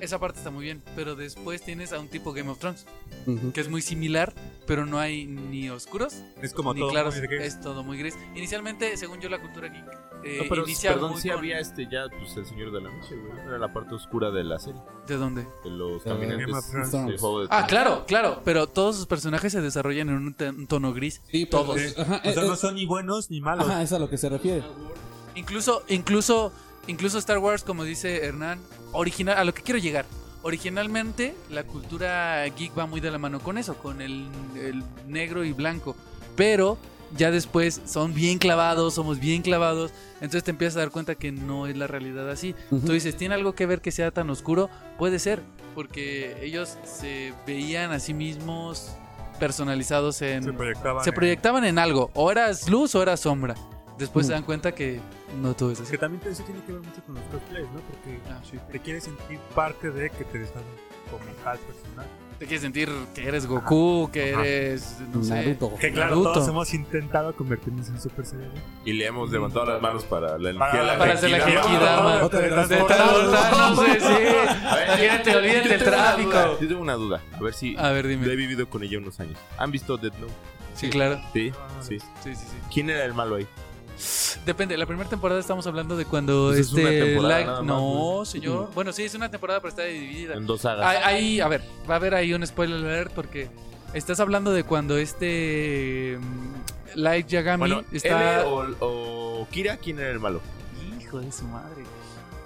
[SPEAKER 1] Esa parte está muy bien, pero después tienes a un tipo Game of Thrones,
[SPEAKER 4] Ujú.
[SPEAKER 1] que es muy similar, pero no hay ni oscuros
[SPEAKER 2] Es como
[SPEAKER 1] ni
[SPEAKER 2] todo.
[SPEAKER 1] claros,
[SPEAKER 2] muy eh, gris.
[SPEAKER 1] es todo muy gris. Inicialmente, según yo, la cultura geek eh,
[SPEAKER 5] No, pero
[SPEAKER 1] inicia
[SPEAKER 5] perdón,
[SPEAKER 1] muy
[SPEAKER 5] sí
[SPEAKER 1] con-
[SPEAKER 5] había este ya, pues el Señor de la Noche, güey. Era la parte oscura de la serie.
[SPEAKER 1] ¿De dónde?
[SPEAKER 5] De los
[SPEAKER 4] Eh,
[SPEAKER 2] Game of
[SPEAKER 5] caminantes
[SPEAKER 2] Thrones.
[SPEAKER 5] del juego de
[SPEAKER 1] Ah, claro, claro, pero todos sus personajes se desarrollan en un, te- un tono gris.
[SPEAKER 4] Sí, pero-
[SPEAKER 1] todos.
[SPEAKER 2] Sí.
[SPEAKER 4] Ajá,
[SPEAKER 2] O sea,
[SPEAKER 4] eh,
[SPEAKER 2] no son ni buenos ni malos.
[SPEAKER 4] Ajá, es a lo que se refiere.
[SPEAKER 1] Incluso, incluso, incluso Star Wars, como dice Hernán, original, a lo que quiero llegar. Originalmente, la cultura geek va muy de la mano con eso, con el, el negro y blanco. Pero ya después son bien clavados, somos bien clavados, entonces te empiezas a dar cuenta que no es la realidad así.
[SPEAKER 4] Ujú.
[SPEAKER 1] Tú dices, ¿tiene algo que ver que sea tan oscuro? Puede ser, porque ellos se veían a sí mismos personalizados en...
[SPEAKER 2] Se proyectaban.
[SPEAKER 1] se
[SPEAKER 2] en-
[SPEAKER 1] proyectaban en algo, o eras luz o eras sombra. Después
[SPEAKER 4] Mm.
[SPEAKER 1] se dan cuenta que no todo es así.
[SPEAKER 2] Que también eso tiene que ver mucho con los cosplays, ¿no? Porque
[SPEAKER 1] Ah, sí.
[SPEAKER 2] te quieres sentir parte de que te están como tal personal.
[SPEAKER 1] Te quieres sentir que eres Goku, que
[SPEAKER 2] Ajá.
[SPEAKER 1] eres, no sé,
[SPEAKER 4] Naruto.
[SPEAKER 2] Que claro,
[SPEAKER 1] Naruto.
[SPEAKER 2] todos hemos intentado convertirnos en Super Saiyajin.
[SPEAKER 5] Y le hemos levantado las manos para la energía.
[SPEAKER 2] Para-
[SPEAKER 5] la
[SPEAKER 1] para hacer la
[SPEAKER 5] Genkidama.
[SPEAKER 1] Genkidama.
[SPEAKER 4] Otra vez.
[SPEAKER 1] De Thanos, no sé, sí.
[SPEAKER 5] A ver,
[SPEAKER 1] Olvídate, olvídate
[SPEAKER 5] yo
[SPEAKER 1] el
[SPEAKER 5] tengo una
[SPEAKER 1] tráfico.
[SPEAKER 5] duda, Yo tengo una duda. A ver si
[SPEAKER 1] A ver,
[SPEAKER 5] lo he
[SPEAKER 1] dime.
[SPEAKER 5] vivido con ella unos años. ¿Han visto Dead Note?
[SPEAKER 1] Sí, claro.
[SPEAKER 5] Sí,
[SPEAKER 2] Ah,
[SPEAKER 5] sí.
[SPEAKER 1] Sí, sí, sí.
[SPEAKER 5] ¿Quién era el malo ahí?
[SPEAKER 1] Depende, la primera temporada estamos hablando de cuando
[SPEAKER 5] Pues es una
[SPEAKER 1] este
[SPEAKER 5] temporada
[SPEAKER 1] Light-
[SPEAKER 5] nada más,
[SPEAKER 1] no,
[SPEAKER 5] pues.
[SPEAKER 1] señor. Bueno, sí, es una temporada, pero está dividida.
[SPEAKER 5] En dos sagas.
[SPEAKER 1] Ahí, ahí, a ver, va a haber ahí un spoiler alert porque estás hablando de cuando este mm, Light Yagami
[SPEAKER 5] bueno,
[SPEAKER 1] está
[SPEAKER 5] ¿L o, o Kira, ¿quién era el malo?
[SPEAKER 1] hijo de su madre.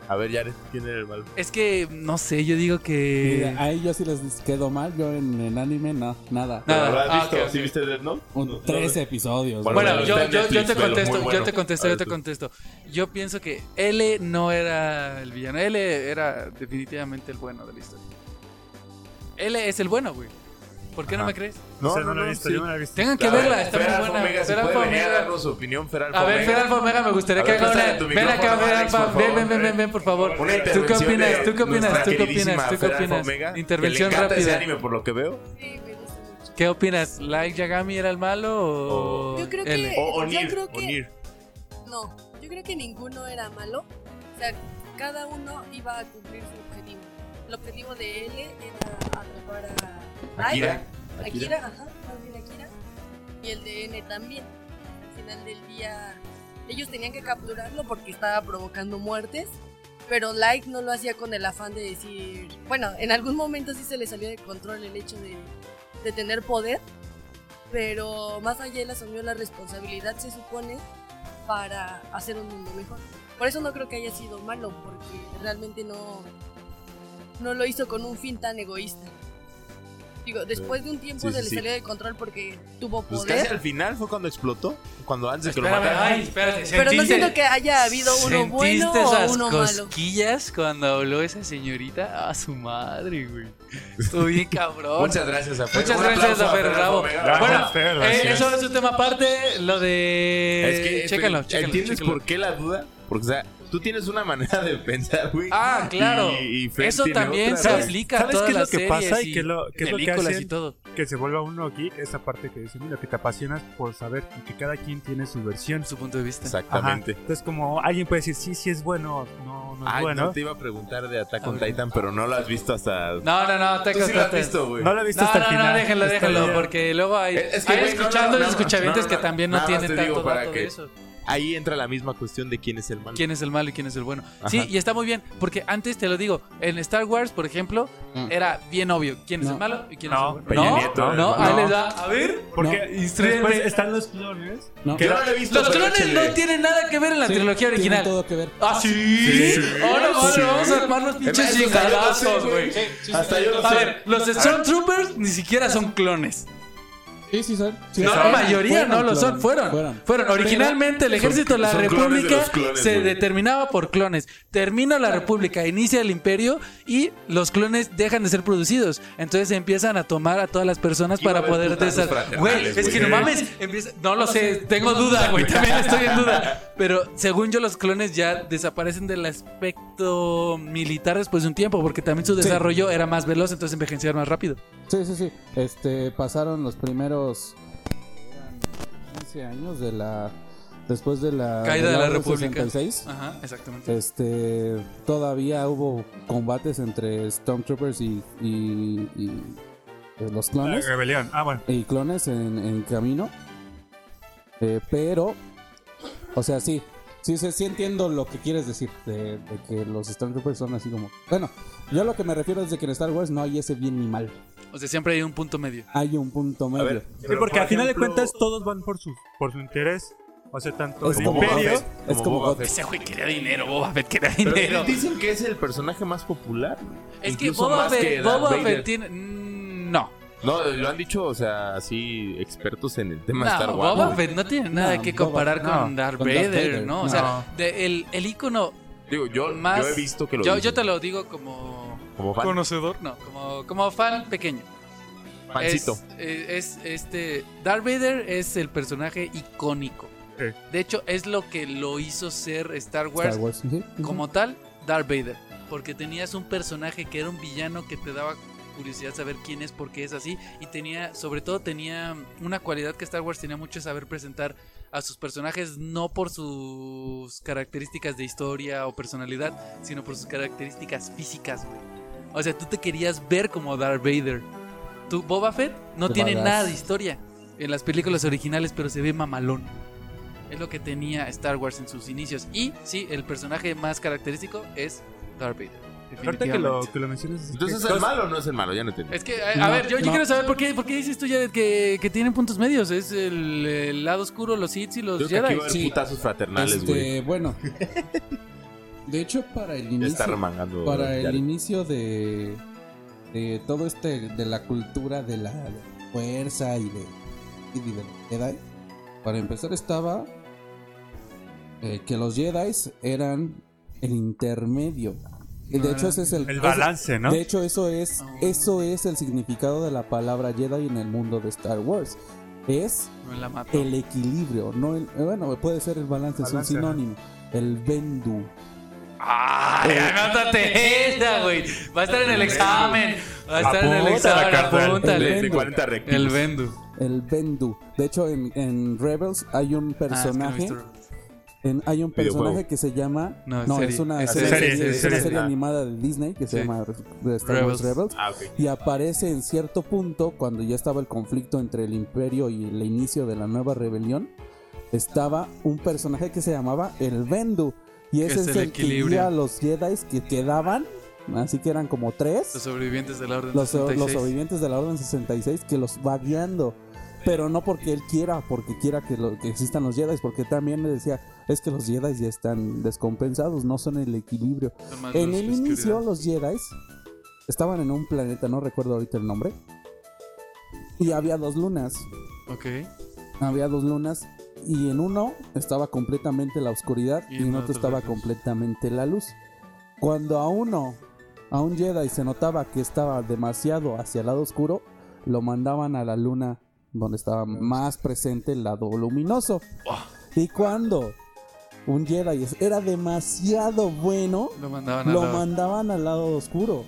[SPEAKER 5] A ver, Jared, ¿quién era el malo?
[SPEAKER 1] Es que no sé, yo digo que
[SPEAKER 4] Mira, a ellos sí les quedó mal. Yo en el anime, no, nada.
[SPEAKER 1] Nada.
[SPEAKER 5] ¿Lo habrás
[SPEAKER 1] Ah,
[SPEAKER 5] visto?
[SPEAKER 1] ok, ok.
[SPEAKER 5] ¿Sí viste Dead Note?
[SPEAKER 4] Un-
[SPEAKER 5] No, no,
[SPEAKER 4] tres episodios.
[SPEAKER 5] Bueno,
[SPEAKER 1] Bueno,
[SPEAKER 5] Bueno,
[SPEAKER 1] yo,
[SPEAKER 5] está en
[SPEAKER 1] yo, yo
[SPEAKER 5] Netflix,
[SPEAKER 1] te
[SPEAKER 5] velo,
[SPEAKER 1] contesto,
[SPEAKER 5] muy
[SPEAKER 1] yo
[SPEAKER 5] bueno.
[SPEAKER 1] te contesto,
[SPEAKER 5] A
[SPEAKER 1] yo
[SPEAKER 5] ver
[SPEAKER 1] te
[SPEAKER 5] tú.
[SPEAKER 1] contesto. Yo pienso que L no era el villano, L era definitivamente el bueno de la historia. L es el bueno, güey. ¿Por qué no
[SPEAKER 2] Ajá.
[SPEAKER 1] me crees?
[SPEAKER 2] No, o sea, no, lo he visto, yo no la he visto.
[SPEAKER 1] Tengan que
[SPEAKER 5] A ver,
[SPEAKER 1] verla, está
[SPEAKER 5] Fer
[SPEAKER 1] muy
[SPEAKER 5] Alfa
[SPEAKER 1] buena.
[SPEAKER 5] Omega, si
[SPEAKER 1] Fer
[SPEAKER 5] puede
[SPEAKER 1] Alfa
[SPEAKER 5] venir a
[SPEAKER 1] Omega.
[SPEAKER 5] darnos su opinión, Fer Alfa
[SPEAKER 1] A ver,
[SPEAKER 5] Omega.
[SPEAKER 1] Fer Alfa Omega, me gustaría
[SPEAKER 5] A
[SPEAKER 1] que
[SPEAKER 5] ver,
[SPEAKER 1] haga
[SPEAKER 5] préstale
[SPEAKER 1] una.
[SPEAKER 5] tu
[SPEAKER 1] Ven acá,
[SPEAKER 5] micrófono,
[SPEAKER 1] Fer
[SPEAKER 5] Alex,
[SPEAKER 1] Alfa.
[SPEAKER 5] por
[SPEAKER 1] Ven,
[SPEAKER 5] favor.
[SPEAKER 1] ven, ven, ven, ven, por favor.
[SPEAKER 5] Una
[SPEAKER 1] ¿Tú qué
[SPEAKER 5] intervención
[SPEAKER 1] opinas?
[SPEAKER 5] de
[SPEAKER 1] ¿Tú qué opinas?
[SPEAKER 5] nuestra
[SPEAKER 1] ¿Tú qué
[SPEAKER 5] queridísima
[SPEAKER 1] opinas? ¿Tú qué
[SPEAKER 5] Fer Alfa
[SPEAKER 1] opinas?
[SPEAKER 5] Omega, que le
[SPEAKER 1] Intervención
[SPEAKER 5] encanta ese
[SPEAKER 1] rápida.
[SPEAKER 5] anime, por lo que veo.
[SPEAKER 6] Sí, me gusta mucho.
[SPEAKER 1] ¿Qué opinas? ¿Light Yagami era el malo o.?
[SPEAKER 6] Yo creo
[SPEAKER 1] L?
[SPEAKER 6] que.
[SPEAKER 5] O o
[SPEAKER 6] yo
[SPEAKER 5] Nir,
[SPEAKER 6] creo
[SPEAKER 5] o
[SPEAKER 6] que.
[SPEAKER 5] Nir.
[SPEAKER 6] No, yo creo que ninguno era malo. O sea, cada uno iba a cumplir su objetivo. El objetivo de él era atrapar a. Ay,
[SPEAKER 5] Akira.
[SPEAKER 6] a Akira, ajá, más bien a Akira. Y el de N también. Al final del día, ellos tenían que capturarlo porque estaba provocando muertes. Pero Light no lo hacía con el afán de decir. Bueno, en algún momento sí se le salió de control el hecho de, de tener poder. Pero más allá él asumió la responsabilidad, se supone, para hacer un mundo mejor. Por eso no creo que haya sido malo, porque realmente no, no lo hizo con un fin tan egoísta. Digo, después de un tiempo
[SPEAKER 5] Sí, sí,
[SPEAKER 6] se le
[SPEAKER 5] sí.
[SPEAKER 6] salió de control porque tuvo
[SPEAKER 5] Pues
[SPEAKER 6] poder.
[SPEAKER 5] casi al final fue cuando explotó. Cuando antes de que lo
[SPEAKER 1] Espérame,
[SPEAKER 5] mataran.
[SPEAKER 1] ay, espérate.
[SPEAKER 6] pero no
[SPEAKER 1] sentiste-
[SPEAKER 6] siento que haya habido uno bueno
[SPEAKER 1] ¿Sentiste esas
[SPEAKER 6] o uno malo.
[SPEAKER 1] cosquillas cuando habló esa señorita? A su madre, güey. Estuvo bien cabrón.
[SPEAKER 5] Muchas gracias a Fer.
[SPEAKER 1] Muchas
[SPEAKER 5] Un
[SPEAKER 1] gracias
[SPEAKER 5] aplauso
[SPEAKER 1] a Fer
[SPEAKER 5] Alfa
[SPEAKER 1] Bravo.
[SPEAKER 5] Omega.
[SPEAKER 2] Gracias,
[SPEAKER 1] Bueno,
[SPEAKER 2] Fer,
[SPEAKER 1] Eh,
[SPEAKER 2] gracias.
[SPEAKER 1] eso es un tema aparte, lo de...
[SPEAKER 5] Es que
[SPEAKER 1] chécalo,
[SPEAKER 5] espe-
[SPEAKER 1] chécalo,
[SPEAKER 5] ¿Entiendes
[SPEAKER 1] chécalo.
[SPEAKER 5] por qué la duda? Porque, o sea, tú tienes una manera de pensar, güey.
[SPEAKER 1] Ah, claro.
[SPEAKER 5] Y- y Fer
[SPEAKER 1] eso
[SPEAKER 5] tiene
[SPEAKER 1] también
[SPEAKER 5] otra,
[SPEAKER 1] se
[SPEAKER 5] güey.
[SPEAKER 1] aplica a
[SPEAKER 2] ¿Sabes
[SPEAKER 1] todas
[SPEAKER 2] qué es lo
[SPEAKER 1] las
[SPEAKER 2] que
[SPEAKER 1] series
[SPEAKER 2] pasa y
[SPEAKER 1] y
[SPEAKER 2] qué es lo- qué es lo que
[SPEAKER 1] películas y
[SPEAKER 2] hacen?
[SPEAKER 1] todo.
[SPEAKER 2] Este, Que se vuelva uno geek, esa parte que dice, mira, que te apasionas por saber y que cada quien tiene su versión.
[SPEAKER 1] Su punto de vista.
[SPEAKER 2] Ajá.
[SPEAKER 5] Exactamente.
[SPEAKER 2] Entonces, como alguien puede decir, sí, sí es bueno, no, no es
[SPEAKER 5] Ay,
[SPEAKER 2] bueno.
[SPEAKER 5] no te iba a preguntar de Attack
[SPEAKER 1] A
[SPEAKER 5] on
[SPEAKER 1] ver.
[SPEAKER 5] Titan, pero no lo has visto hasta.
[SPEAKER 1] No, no, no, te
[SPEAKER 5] Tú sí lo has
[SPEAKER 1] contaste.
[SPEAKER 5] visto, güey.
[SPEAKER 2] No lo he visto
[SPEAKER 1] No,
[SPEAKER 2] hasta el
[SPEAKER 1] no,
[SPEAKER 2] final.
[SPEAKER 1] no, déjenlo,
[SPEAKER 2] Está
[SPEAKER 1] déjenlo,
[SPEAKER 2] bien.
[SPEAKER 1] porque luego hay,
[SPEAKER 5] Es- es que,
[SPEAKER 1] hay
[SPEAKER 5] güey, no,
[SPEAKER 1] escuchando
[SPEAKER 5] no, no,
[SPEAKER 1] escuchavientes
[SPEAKER 5] no,
[SPEAKER 1] que
[SPEAKER 5] no,
[SPEAKER 1] también no
[SPEAKER 5] nada más
[SPEAKER 1] tienen
[SPEAKER 5] te digo
[SPEAKER 1] tanto
[SPEAKER 5] para
[SPEAKER 1] dato de
[SPEAKER 5] que-
[SPEAKER 1] eso.
[SPEAKER 5] Ahí entra la misma cuestión de quién es el mal.
[SPEAKER 1] quién es el malo y quién es el bueno.
[SPEAKER 5] Ajá.
[SPEAKER 1] Sí, y está muy bien, porque antes te lo digo, en Star Wars, por ejemplo,
[SPEAKER 4] Mm.
[SPEAKER 1] era bien obvio quién es
[SPEAKER 4] No.
[SPEAKER 1] el malo y quién
[SPEAKER 2] No,
[SPEAKER 1] es el
[SPEAKER 5] Peña
[SPEAKER 1] bueno.
[SPEAKER 5] Nieto
[SPEAKER 1] no,
[SPEAKER 5] era
[SPEAKER 1] no,
[SPEAKER 5] el malo.
[SPEAKER 1] ahí les da, a ver.
[SPEAKER 2] Porque
[SPEAKER 4] No.
[SPEAKER 2] después están los clones.
[SPEAKER 4] No.
[SPEAKER 2] Que
[SPEAKER 5] Yo
[SPEAKER 2] no-
[SPEAKER 5] no lo he visto.
[SPEAKER 1] Los
[SPEAKER 5] pero
[SPEAKER 1] clones
[SPEAKER 5] échale.
[SPEAKER 1] no tienen nada que ver en la
[SPEAKER 4] Sí,
[SPEAKER 1] trilogía
[SPEAKER 4] tiene
[SPEAKER 1] original.
[SPEAKER 4] todo que ver.
[SPEAKER 1] Ah, sí.
[SPEAKER 5] Sí.
[SPEAKER 1] Ahora
[SPEAKER 5] Sí.
[SPEAKER 1] vamos a armar los
[SPEAKER 5] Es más,
[SPEAKER 1] pinches
[SPEAKER 5] hasta yo lo sé,
[SPEAKER 1] chingadazos, güey.
[SPEAKER 5] Hasta yo lo
[SPEAKER 1] A
[SPEAKER 5] sé.
[SPEAKER 1] ver, los Stormtroopers ni siquiera son clones.
[SPEAKER 4] Sí, sí son. Sí
[SPEAKER 1] No,
[SPEAKER 4] son.
[SPEAKER 1] la mayoría
[SPEAKER 4] Fueron
[SPEAKER 1] no lo son,
[SPEAKER 4] clones,
[SPEAKER 1] fueron. Fueron. Originalmente el ejército de la
[SPEAKER 5] son clones de
[SPEAKER 1] República
[SPEAKER 5] los clones,
[SPEAKER 1] se
[SPEAKER 5] güey.
[SPEAKER 1] determinaba por clones. Termina la República, inicia el imperio y los clones dejan de ser producidos. Entonces empiezan a tomar a todas las personas
[SPEAKER 5] Y va a
[SPEAKER 1] para
[SPEAKER 5] haber
[SPEAKER 1] poder
[SPEAKER 5] putazos
[SPEAKER 1] desarrollar.
[SPEAKER 5] fraternales,
[SPEAKER 1] Güey, es
[SPEAKER 5] güey.
[SPEAKER 1] que no mames, empieza- no lo sé, tengo duda, güey, también estoy en duda. Pero según yo los clones ya desaparecen del aspecto militar después de un tiempo, porque también su desarrollo era más veloz, entonces envejecían más rápido.
[SPEAKER 4] Sí, sí, sí. Este, pasaron los primeros eran 15 años de la después de la
[SPEAKER 1] Caída de la
[SPEAKER 4] Orden
[SPEAKER 1] República.
[SPEAKER 4] 66.
[SPEAKER 1] Ajá, exactamente.
[SPEAKER 4] Este, todavía hubo combates entre Stormtroopers y, y, y, eh, los
[SPEAKER 2] La
[SPEAKER 4] clones
[SPEAKER 2] rebelión. Ah, bueno.
[SPEAKER 4] y clones en, en camino. Eh, pero, o sea, sí, sí, sí, sí entiendo lo que quieres decir de, de que los Stormtroopers son así como. Bueno, yo lo que me refiero es de que en Star Wars no hay ese bien ni mal.
[SPEAKER 1] O sea, siempre hay un punto medio.
[SPEAKER 4] Hay un punto medio.
[SPEAKER 5] ver,
[SPEAKER 2] Sí,
[SPEAKER 5] Pero,
[SPEAKER 2] porque
[SPEAKER 5] por
[SPEAKER 2] al final de
[SPEAKER 5] ejemplo,
[SPEAKER 2] cuentas todos van por su, por su interés. O sea, tanto
[SPEAKER 4] Es
[SPEAKER 2] el
[SPEAKER 4] como
[SPEAKER 5] Boba
[SPEAKER 2] imperio.
[SPEAKER 5] Fett,
[SPEAKER 4] Es como
[SPEAKER 5] Boba
[SPEAKER 4] God.
[SPEAKER 5] Fett.
[SPEAKER 1] Ese güey quería dinero, Boba Fett quería
[SPEAKER 5] Pero
[SPEAKER 1] dinero.
[SPEAKER 5] dicen que es el personaje más popular.
[SPEAKER 1] Es que
[SPEAKER 5] incluso
[SPEAKER 1] Boba
[SPEAKER 5] más que
[SPEAKER 1] Fett,
[SPEAKER 5] Darth
[SPEAKER 1] Boba
[SPEAKER 5] Vader.
[SPEAKER 1] Fett tiene... mm, No.
[SPEAKER 5] No, lo han dicho, o sea, así expertos en el tema de Star
[SPEAKER 1] No,
[SPEAKER 5] Wars.
[SPEAKER 1] Boba
[SPEAKER 5] güey.
[SPEAKER 1] Fett no tiene nada
[SPEAKER 7] No,
[SPEAKER 1] que
[SPEAKER 7] Boba-
[SPEAKER 1] comparar
[SPEAKER 2] no,
[SPEAKER 1] con Darth
[SPEAKER 7] con
[SPEAKER 1] Vader,
[SPEAKER 7] Darth Vader,
[SPEAKER 1] ¿no? O
[SPEAKER 7] no.
[SPEAKER 1] sea, de- el, el ícono
[SPEAKER 5] Digo, yo, yo
[SPEAKER 1] más...
[SPEAKER 5] he visto que lo
[SPEAKER 1] yo,
[SPEAKER 5] dicen.
[SPEAKER 1] yo te lo digo como...
[SPEAKER 5] Como fan,
[SPEAKER 1] Conocedor, no, como, como fan pequeño.
[SPEAKER 5] fancito.
[SPEAKER 1] Es, es- este Darth Vader es el personaje icónico.
[SPEAKER 2] Sí.
[SPEAKER 1] De hecho, es lo que lo hizo ser Star Wars,
[SPEAKER 7] Star Wars, sí.
[SPEAKER 1] como tal, Darth Vader, porque tenías un personaje que era un villano que te daba curiosidad saber quién es, por qué es así y tenía, sobre todo tenía una cualidad que Star Wars tenía mucho es saber presentar a sus personajes no por sus características de historia o personalidad, sino por sus características físicas, güey. O sea, tú te querías ver como Darth Vader. Tu Boba Fett no
[SPEAKER 7] Te
[SPEAKER 1] tiene
[SPEAKER 7] pagas.
[SPEAKER 1] nada de historia en las películas originales, pero se ve mamalón. Es lo que tenía Star Wars en sus inicios. Y sí, el personaje más característico es Darth Vader.
[SPEAKER 2] Ahorita que lo,
[SPEAKER 1] definitivamente.
[SPEAKER 2] que lo mencionas. es
[SPEAKER 5] Entonces,
[SPEAKER 2] que-
[SPEAKER 5] ¿es el malo o no es el malo? Ya no entendí.
[SPEAKER 1] Es que, a, a
[SPEAKER 7] No,
[SPEAKER 1] ver, yo, yo
[SPEAKER 7] no.
[SPEAKER 1] quiero saber por qué, por qué dices tú, Jared, que, que tienen puntos medios. Es el, el lado oscuro, los Sith y los
[SPEAKER 5] Creo que aquí
[SPEAKER 1] Jedi.
[SPEAKER 5] va a haber
[SPEAKER 4] Sí.
[SPEAKER 5] putazos fraternales,
[SPEAKER 4] Este,
[SPEAKER 5] güey.
[SPEAKER 4] bueno. De hecho, para el
[SPEAKER 5] Ya
[SPEAKER 4] inicio.
[SPEAKER 5] está remangando.
[SPEAKER 4] para el
[SPEAKER 5] Jared.
[SPEAKER 4] inicio de, de todo este de la cultura de la fuerza y de y de los Jedi para empezar estaba eh, que los Jedi eran el intermedio Y
[SPEAKER 1] No
[SPEAKER 4] de hecho
[SPEAKER 1] eran-
[SPEAKER 4] ese es el,
[SPEAKER 2] El
[SPEAKER 4] ese-
[SPEAKER 2] balance, ¿no?
[SPEAKER 4] de hecho eso es
[SPEAKER 1] Ah.
[SPEAKER 4] eso es el significado de la palabra Jedi en el mundo de Star Wars es
[SPEAKER 1] No la mató.
[SPEAKER 4] el equilibrio no el- eh, bueno puede ser el balance, es un
[SPEAKER 2] Balance, ajá.
[SPEAKER 4] sinónimo el bendu
[SPEAKER 1] ¡Ay, Ah, anótate esta, güey! Va a estar en el examen. Va a estar Ah, en el
[SPEAKER 2] Apunta la
[SPEAKER 1] examen,
[SPEAKER 2] carta.
[SPEAKER 1] apúntale.
[SPEAKER 5] De, de 40 rectos.
[SPEAKER 1] El Bendu.
[SPEAKER 4] El Bendu. De hecho, en, en Rebels hay
[SPEAKER 1] Ah,
[SPEAKER 4] un personaje. en- hay un
[SPEAKER 5] Videojuego.
[SPEAKER 4] personaje que se llama.
[SPEAKER 1] No,
[SPEAKER 4] No,
[SPEAKER 1] es serie.
[SPEAKER 4] es una
[SPEAKER 1] Es
[SPEAKER 4] serie,
[SPEAKER 2] serie,
[SPEAKER 4] es
[SPEAKER 2] es
[SPEAKER 4] una
[SPEAKER 2] serie.
[SPEAKER 4] serie
[SPEAKER 5] Ah.
[SPEAKER 4] animada de Disney que se
[SPEAKER 1] Sí.
[SPEAKER 4] llama Re- Star
[SPEAKER 1] Rebels.
[SPEAKER 4] Wars Rebels.
[SPEAKER 5] Ah, ok.
[SPEAKER 4] Y aparece en cierto punto, cuando ya estaba el conflicto entre el Imperio y el inicio de la nueva rebelión, estaba un personaje que se llamaba el Bendu. Y ese
[SPEAKER 1] es
[SPEAKER 4] es,
[SPEAKER 1] el
[SPEAKER 4] el que
[SPEAKER 1] equilibrio.
[SPEAKER 4] guía a los Jedi que quedaban. Así que eran como tres
[SPEAKER 1] Los sobrevivientes de la Orden
[SPEAKER 4] los, los
[SPEAKER 1] 66.
[SPEAKER 4] sobrevivientes de la Orden 66 que los va guiando. Pero no porque él quiera, porque quiera que, lo- que existan los Jedi, porque también le decía, es que los Jedi ya están descompensados, no son el equilibrio.
[SPEAKER 1] Son más
[SPEAKER 4] En
[SPEAKER 1] los
[SPEAKER 4] el
[SPEAKER 1] Ah, que
[SPEAKER 4] inicio
[SPEAKER 1] querían.
[SPEAKER 4] los Jedi estaban en un planeta, no recuerdo ahorita el nombre, y había dos lunas,
[SPEAKER 1] Ok.
[SPEAKER 4] había dos lunas, y en uno estaba completamente la oscuridad
[SPEAKER 1] Y
[SPEAKER 4] y,
[SPEAKER 1] en
[SPEAKER 4] en
[SPEAKER 1] la
[SPEAKER 4] otro
[SPEAKER 1] otra la
[SPEAKER 4] estaba
[SPEAKER 1] luz.
[SPEAKER 4] completamente la luz. Cuando a uno, a un Jedi se notaba que estaba demasiado hacia el lado oscuro, lo mandaban a la luna donde estaba más presente el lado luminoso. Y cuando un Jedi es- era demasiado bueno,
[SPEAKER 1] Lo mandaban a
[SPEAKER 4] lo
[SPEAKER 1] la-
[SPEAKER 4] mandaban al lado oscuro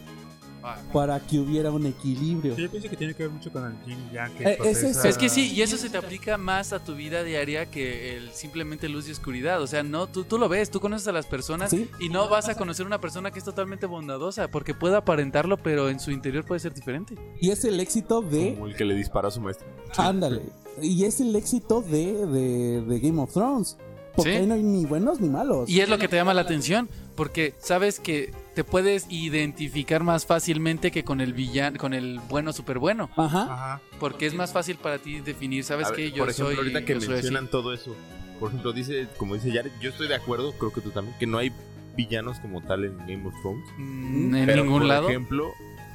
[SPEAKER 1] Ah.
[SPEAKER 4] para que hubiera un equilibrio.
[SPEAKER 2] Sí, yo pienso que tiene que ver mucho con el Jin Yang. que
[SPEAKER 4] Eh, ese es-
[SPEAKER 2] procesa-
[SPEAKER 1] Es que sí, y eso se te aplica más a tu vida diaria que el simplemente luz y oscuridad. O sea, no, tú, tú lo ves, tú conoces a las personas
[SPEAKER 4] Sí.
[SPEAKER 1] y no vas a conocer una persona que es totalmente bondadosa, porque puede aparentarlo, pero en su interior puede ser diferente.
[SPEAKER 4] Y es el éxito de
[SPEAKER 5] Como el que le disparó a su maestro.
[SPEAKER 4] Ándale. Y es el éxito de, de- de Game of Thrones. Porque
[SPEAKER 1] Sí.
[SPEAKER 4] ahí no hay ni buenos ni malos.
[SPEAKER 1] Y es lo que te llama la atención, porque sabes que te puedes identificar más fácilmente que con el villano, con el bueno super bueno,
[SPEAKER 4] Ajá.
[SPEAKER 2] Ajá.
[SPEAKER 1] porque es más fácil para ti definir, sabes
[SPEAKER 5] A ver,
[SPEAKER 1] Pues que yo
[SPEAKER 5] por ejemplo,
[SPEAKER 1] soy
[SPEAKER 5] ahorita que
[SPEAKER 1] yo soy así.
[SPEAKER 5] mencionan todo eso, por ejemplo, dice, como dice Jared, yo estoy de acuerdo, creo que tú también, que no hay villanos como tal en Game of Thrones.
[SPEAKER 1] Mm, en
[SPEAKER 5] Pero,
[SPEAKER 1] ningún
[SPEAKER 5] por
[SPEAKER 1] lado.
[SPEAKER 5] ejemplo,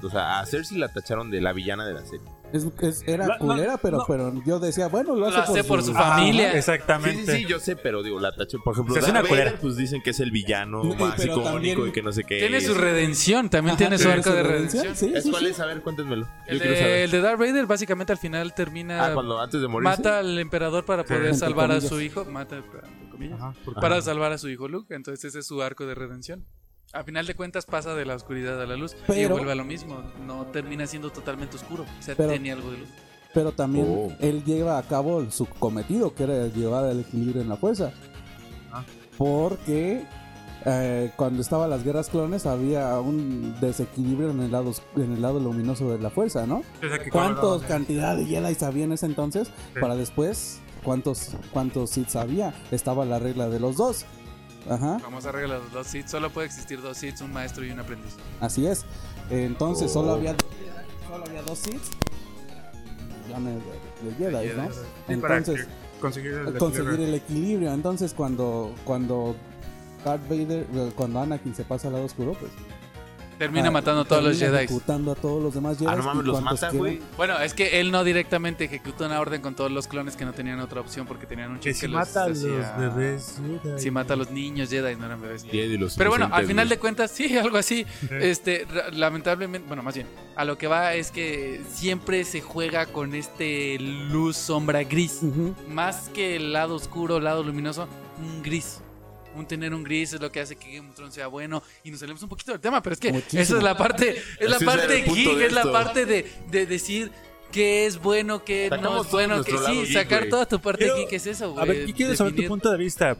[SPEAKER 5] o sea, a Cersei la tacharon de la villana de la serie.
[SPEAKER 4] Es- es- era
[SPEAKER 2] No, no,
[SPEAKER 4] culera, pero,
[SPEAKER 2] no.
[SPEAKER 4] pero yo decía, bueno, lo hace,
[SPEAKER 1] Lo hace por su
[SPEAKER 2] Ajá,
[SPEAKER 1] familia.
[SPEAKER 5] Sí, sí,
[SPEAKER 2] exactamente.
[SPEAKER 5] sí, yo sé, pero digo, la tacharon. Por ejemplo,
[SPEAKER 2] Se hace
[SPEAKER 5] Darth
[SPEAKER 2] una
[SPEAKER 5] Vader,
[SPEAKER 2] culera.
[SPEAKER 5] pues dicen que es el villano
[SPEAKER 4] Y- y-
[SPEAKER 5] más
[SPEAKER 4] pero
[SPEAKER 5] icónico
[SPEAKER 4] también-
[SPEAKER 5] y que no sé qué.
[SPEAKER 1] Tiene su
[SPEAKER 5] es.
[SPEAKER 1] redención, también
[SPEAKER 4] Ajá,
[SPEAKER 1] tiene su
[SPEAKER 4] sí,
[SPEAKER 1] arco
[SPEAKER 4] su
[SPEAKER 1] de
[SPEAKER 4] redención,
[SPEAKER 1] redención.
[SPEAKER 4] sí,
[SPEAKER 5] ¿Es
[SPEAKER 4] sí,
[SPEAKER 5] cuál
[SPEAKER 4] sí.
[SPEAKER 5] es? A ver, cuéntenmelo. Yo
[SPEAKER 1] El
[SPEAKER 5] quiero
[SPEAKER 1] de,
[SPEAKER 5] saber.
[SPEAKER 1] el de Darth Vader básicamente al final termina
[SPEAKER 5] Ah, cuando antes de morir.
[SPEAKER 1] mata al emperador para
[SPEAKER 2] Sí.
[SPEAKER 1] poder
[SPEAKER 4] Entre
[SPEAKER 1] salvar a
[SPEAKER 4] comillas.
[SPEAKER 1] su hijo, mata entre comillas,
[SPEAKER 2] Ajá, porque-
[SPEAKER 1] para salvar a su hijo Luke, entonces ese es su arco de redención. A final de cuentas pasa de la oscuridad a la luz y
[SPEAKER 4] Pero-
[SPEAKER 1] vuelve a lo mismo, no termina siendo totalmente oscuro, o sea,
[SPEAKER 4] Pero-
[SPEAKER 1] tenía algo de luz.
[SPEAKER 4] Pero también
[SPEAKER 5] Oh.
[SPEAKER 4] él lleva a cabo su cometido, que era llevar el equilibrio en la fuerza.
[SPEAKER 2] Ah.
[SPEAKER 4] Porque eh, cuando estaban las guerras clones había un desequilibrio en el lado, os- en el lado luminoso de la fuerza, ¿no?
[SPEAKER 2] O sea, que
[SPEAKER 4] ¿Cuántos
[SPEAKER 2] cuando-
[SPEAKER 4] cantidad de Jedi había en ese entonces?
[SPEAKER 2] Sí.
[SPEAKER 4] Para después, ¿cuántos, cuántos Sith había? Estaba la regla de los dos. Ajá,
[SPEAKER 1] Vamos a arreglar los dos Sith, solo puede existir dos Sith, un maestro y un aprendiz.
[SPEAKER 4] así es. Entonces
[SPEAKER 5] Oh.
[SPEAKER 4] solo había solo había dos Sith. Millones de, de Jedi, ¿no?
[SPEAKER 2] Sí, para
[SPEAKER 4] Entonces,
[SPEAKER 2] que- conseguir el
[SPEAKER 4] conseguir
[SPEAKER 2] equilibrio.
[SPEAKER 4] el equilibrio. Entonces eh, cuando cuando Darth Vader, cuando Anakin se pasa al lado oscuro, pues
[SPEAKER 1] Termina matando a todos los
[SPEAKER 4] termina
[SPEAKER 1] Jedi.
[SPEAKER 4] Ejecutando a todos los demás Jedi.
[SPEAKER 5] Ah, no mames,
[SPEAKER 4] y
[SPEAKER 5] los
[SPEAKER 4] cuantos
[SPEAKER 5] mata,
[SPEAKER 4] quieran.
[SPEAKER 5] güey.
[SPEAKER 1] Bueno, es que él no directamente ejecuta una orden con todos los clones que no tenían otra opción porque tenían un chip
[SPEAKER 2] Que
[SPEAKER 1] que
[SPEAKER 2] si
[SPEAKER 1] los
[SPEAKER 2] mata a los
[SPEAKER 1] hacía-
[SPEAKER 2] bebés. Jedi.
[SPEAKER 1] Si mata a los niños Jedi, no eran bebés.
[SPEAKER 5] Jedi los
[SPEAKER 1] Pero bueno, al
[SPEAKER 5] inocentes,
[SPEAKER 1] final
[SPEAKER 5] güey.
[SPEAKER 1] de cuentas, sí, algo así.
[SPEAKER 2] Sí.
[SPEAKER 1] Este, ra- lamentablemente, bueno, más bien, a lo que va es que siempre se juega con este luz, sombra, gris.
[SPEAKER 4] Ujú.
[SPEAKER 1] Más que el lado oscuro, el lado luminoso, un gris. Un tener un gris es lo que hace que Game of Thrones sea bueno. Y nos salimos un poquito del tema, pero es que
[SPEAKER 4] Muchísimo.
[SPEAKER 1] esa es la parte, es la
[SPEAKER 5] Ese es
[SPEAKER 1] parte
[SPEAKER 5] el punto
[SPEAKER 1] geek,
[SPEAKER 5] de
[SPEAKER 1] es la
[SPEAKER 5] esto.
[SPEAKER 1] parte de, de decir qué es bueno, qué no
[SPEAKER 5] Sacamos
[SPEAKER 1] es
[SPEAKER 5] todo
[SPEAKER 1] bueno, que
[SPEAKER 5] nuestro lado
[SPEAKER 1] sí,
[SPEAKER 5] geek,
[SPEAKER 1] sacar
[SPEAKER 5] güey.
[SPEAKER 1] toda tu parte
[SPEAKER 2] Quiero-
[SPEAKER 1] geek es eso, güey.
[SPEAKER 2] A ver, y quiero saber tu
[SPEAKER 1] definir-
[SPEAKER 2] punto de vista.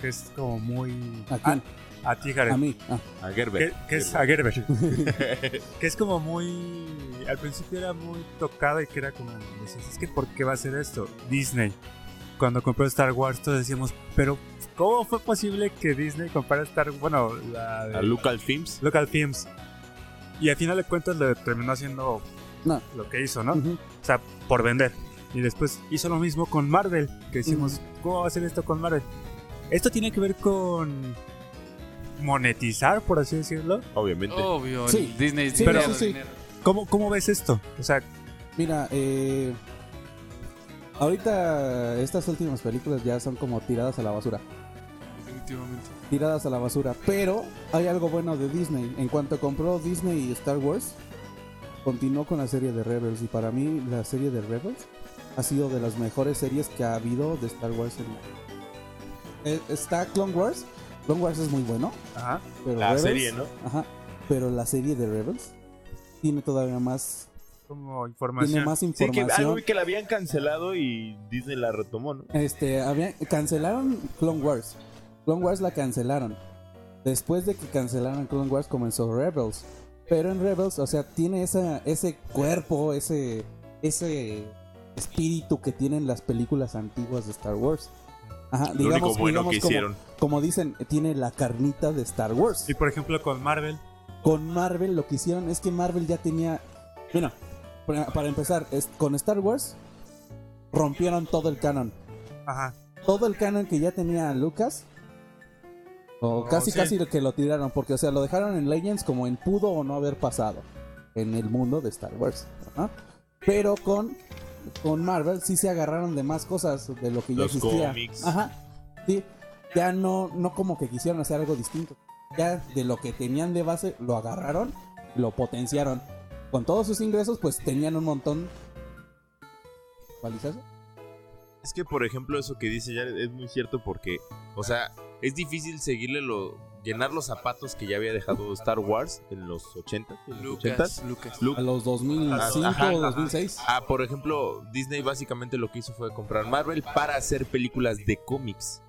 [SPEAKER 2] Que es como muy.
[SPEAKER 4] ¿A quién?
[SPEAKER 2] A ti, Jared.
[SPEAKER 4] A mí. Ah,
[SPEAKER 5] A Gerber.
[SPEAKER 2] Que, que es a Gerber. que es como muy. Al principio era muy tocado y que era como. Decías, es que ¿por qué va a hacer esto? Disney. Cuando compró Star Wars, todos decíamos, pero ¿cómo fue posible que Disney comprara Star Bueno, la de
[SPEAKER 5] A Lucal Films.
[SPEAKER 2] Lucasfilms? Y al final de cuentas lo terminó haciendo
[SPEAKER 4] No.
[SPEAKER 2] lo que hizo, ¿no?
[SPEAKER 4] ujú.
[SPEAKER 2] O sea, por vender. Y después hizo lo mismo con Marvel, que decimos, ¿cómo va a hacer esto con Marvel? Esto tiene que ver con monetizar, por así decirlo.
[SPEAKER 5] Obviamente.
[SPEAKER 1] Obvio,
[SPEAKER 4] Sí,
[SPEAKER 1] Disney
[SPEAKER 4] sí,
[SPEAKER 1] dinero,
[SPEAKER 2] sí,
[SPEAKER 4] sí.
[SPEAKER 1] dinero.
[SPEAKER 2] ¿Cómo, ¿Cómo ves esto? O sea,
[SPEAKER 4] Mira, eh, ahorita estas últimas películas ya son como tiradas a la basura.
[SPEAKER 1] Definitivamente.
[SPEAKER 4] Tiradas a la basura. Pero hay algo bueno de Disney. En cuanto compró Disney y Star Wars, continuó con la serie de Rebels. Y para mí la serie de Rebels ha sido de las mejores series que ha habido de Star Wars. en- Eh, Está Clone Wars. Clone Wars es muy bueno.
[SPEAKER 2] ajá.
[SPEAKER 4] Pero
[SPEAKER 5] La Ah,
[SPEAKER 4] Rebels-
[SPEAKER 5] serie, ¿no?
[SPEAKER 4] Ajá. Pero la serie de Rebels tiene todavía más...
[SPEAKER 2] Como información.
[SPEAKER 4] Tiene más
[SPEAKER 5] Sí, que
[SPEAKER 4] información.
[SPEAKER 5] algo que la habían cancelado y Disney la retomó, ¿no?
[SPEAKER 4] Este, había, cancelaron Clone Wars. Clone Wars la cancelaron. Después de que cancelaron Clone Wars comenzó Rebels. Pero en Rebels, o sea, tiene esa, ese cuerpo, ese, ese espíritu que tienen las películas antiguas de Star Wars. Ajá,
[SPEAKER 5] Lo único bueno
[SPEAKER 4] digamos
[SPEAKER 5] que
[SPEAKER 4] como-
[SPEAKER 5] hicieron.
[SPEAKER 4] Como, dicen, tiene la carnita de Star Wars.
[SPEAKER 2] Y por ejemplo con Marvel,
[SPEAKER 4] Con Marvel lo que hicieron es que Marvel ya tenía... Bueno, para para empezar, es- con Star Wars rompieron todo el canon
[SPEAKER 2] ajá.
[SPEAKER 4] todo el canon que ya tenía Lucas. O
[SPEAKER 2] No,
[SPEAKER 4] casi
[SPEAKER 2] sí.
[SPEAKER 4] casi lo que lo tiraron, porque o sea, lo dejaron en Legends como en pudo o no haber pasado en el mundo de Star Wars. ajá. Pero con, con Marvel sí se agarraron de más cosas de lo que ya
[SPEAKER 5] Los
[SPEAKER 4] existía.
[SPEAKER 5] cómics.
[SPEAKER 4] Ajá. Sí. Ya no, no como que quisieron hacer algo distinto. Ya de lo que tenían de base lo agarraron, lo potenciaron. Con todos sus ingresos, pues tenían un montón. ¿Cualizazo?
[SPEAKER 5] Es que, por ejemplo, eso que dice Jared es muy cierto porque, o sea, es difícil seguirle lo. llenar los zapatos que ya había dejado Star Wars en los 80, en los 80.
[SPEAKER 1] Lucas, Lucas.
[SPEAKER 4] A
[SPEAKER 5] Luke.
[SPEAKER 4] los 2005
[SPEAKER 5] Ajá,
[SPEAKER 4] o
[SPEAKER 5] ajá.
[SPEAKER 4] 2006.
[SPEAKER 5] Ah, por ejemplo, Disney básicamente lo que hizo fue comprar Marvel para hacer películas de cómics.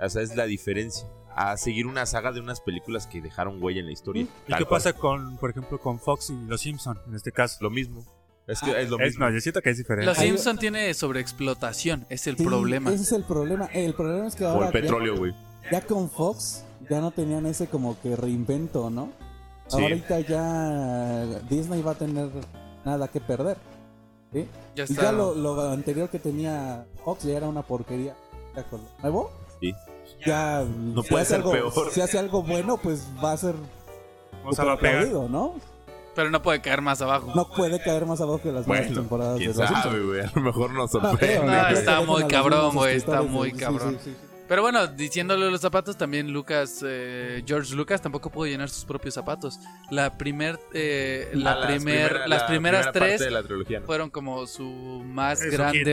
[SPEAKER 5] O sea, es la diferencia. A seguir una saga de unas películas que dejaron huella en la historia.
[SPEAKER 2] ¿Y
[SPEAKER 5] Tal
[SPEAKER 2] qué
[SPEAKER 5] cual.
[SPEAKER 2] pasa con, por ejemplo, con Fox y Los Simpson en este caso?
[SPEAKER 5] Lo mismo. Es que Ah, es lo
[SPEAKER 2] Es,
[SPEAKER 5] mismo.
[SPEAKER 2] no, yo siento que es diferente.
[SPEAKER 1] Los Simpson tiene sobreexplotación, es el
[SPEAKER 4] Sí,
[SPEAKER 1] problema.
[SPEAKER 4] Ese es el problema. El problema es que
[SPEAKER 5] Por
[SPEAKER 4] ahora
[SPEAKER 5] el
[SPEAKER 4] ya-
[SPEAKER 5] petróleo, güey.
[SPEAKER 4] Ya, con Fox ya no tenían ese como que reinvento, ¿no?
[SPEAKER 5] Sí.
[SPEAKER 4] Ahorita ya Disney va a tener nada que perder. ¿sí?
[SPEAKER 1] Ya
[SPEAKER 4] Y
[SPEAKER 1] está.
[SPEAKER 4] ya lo, lo anterior que tenía Fox ya era una porquería. Ya con lo nuevo.
[SPEAKER 5] Sí.
[SPEAKER 4] Ya
[SPEAKER 5] No puede
[SPEAKER 4] hace
[SPEAKER 5] ser
[SPEAKER 4] algo,
[SPEAKER 5] peor.
[SPEAKER 4] Si hace algo bueno, pues va a ser
[SPEAKER 2] O sea, va a
[SPEAKER 4] super
[SPEAKER 2] pegar.
[SPEAKER 4] aplaudido, ¿no?
[SPEAKER 1] Pero no puede caer más abajo.
[SPEAKER 4] No puede caer más abajo que las buenas
[SPEAKER 5] Bueno,
[SPEAKER 4] temporadas de
[SPEAKER 5] quién
[SPEAKER 4] los Simpsons.
[SPEAKER 5] sabe, güey. A lo mejor nos
[SPEAKER 4] No, creo,
[SPEAKER 5] sorprende.
[SPEAKER 1] No,
[SPEAKER 4] creo que
[SPEAKER 1] está
[SPEAKER 4] dejan
[SPEAKER 1] muy
[SPEAKER 4] a los
[SPEAKER 1] cabrón,
[SPEAKER 4] mismos
[SPEAKER 1] güey, está
[SPEAKER 4] escritores de-
[SPEAKER 1] muy
[SPEAKER 4] sí, sí,
[SPEAKER 1] cabrón.
[SPEAKER 4] sí, sí.
[SPEAKER 1] Pero bueno, diciéndole los zapatos, también Lucas, eh, George Lucas tampoco pudo llenar sus propios zapatos. La primer, eh, la
[SPEAKER 5] A
[SPEAKER 1] primer-
[SPEAKER 5] primera-
[SPEAKER 1] las
[SPEAKER 5] la
[SPEAKER 1] primeras
[SPEAKER 5] primera
[SPEAKER 1] tres
[SPEAKER 5] parte de la trilogía, ¿no?
[SPEAKER 1] fueron como su más
[SPEAKER 2] Es un
[SPEAKER 1] grande
[SPEAKER 2] hit.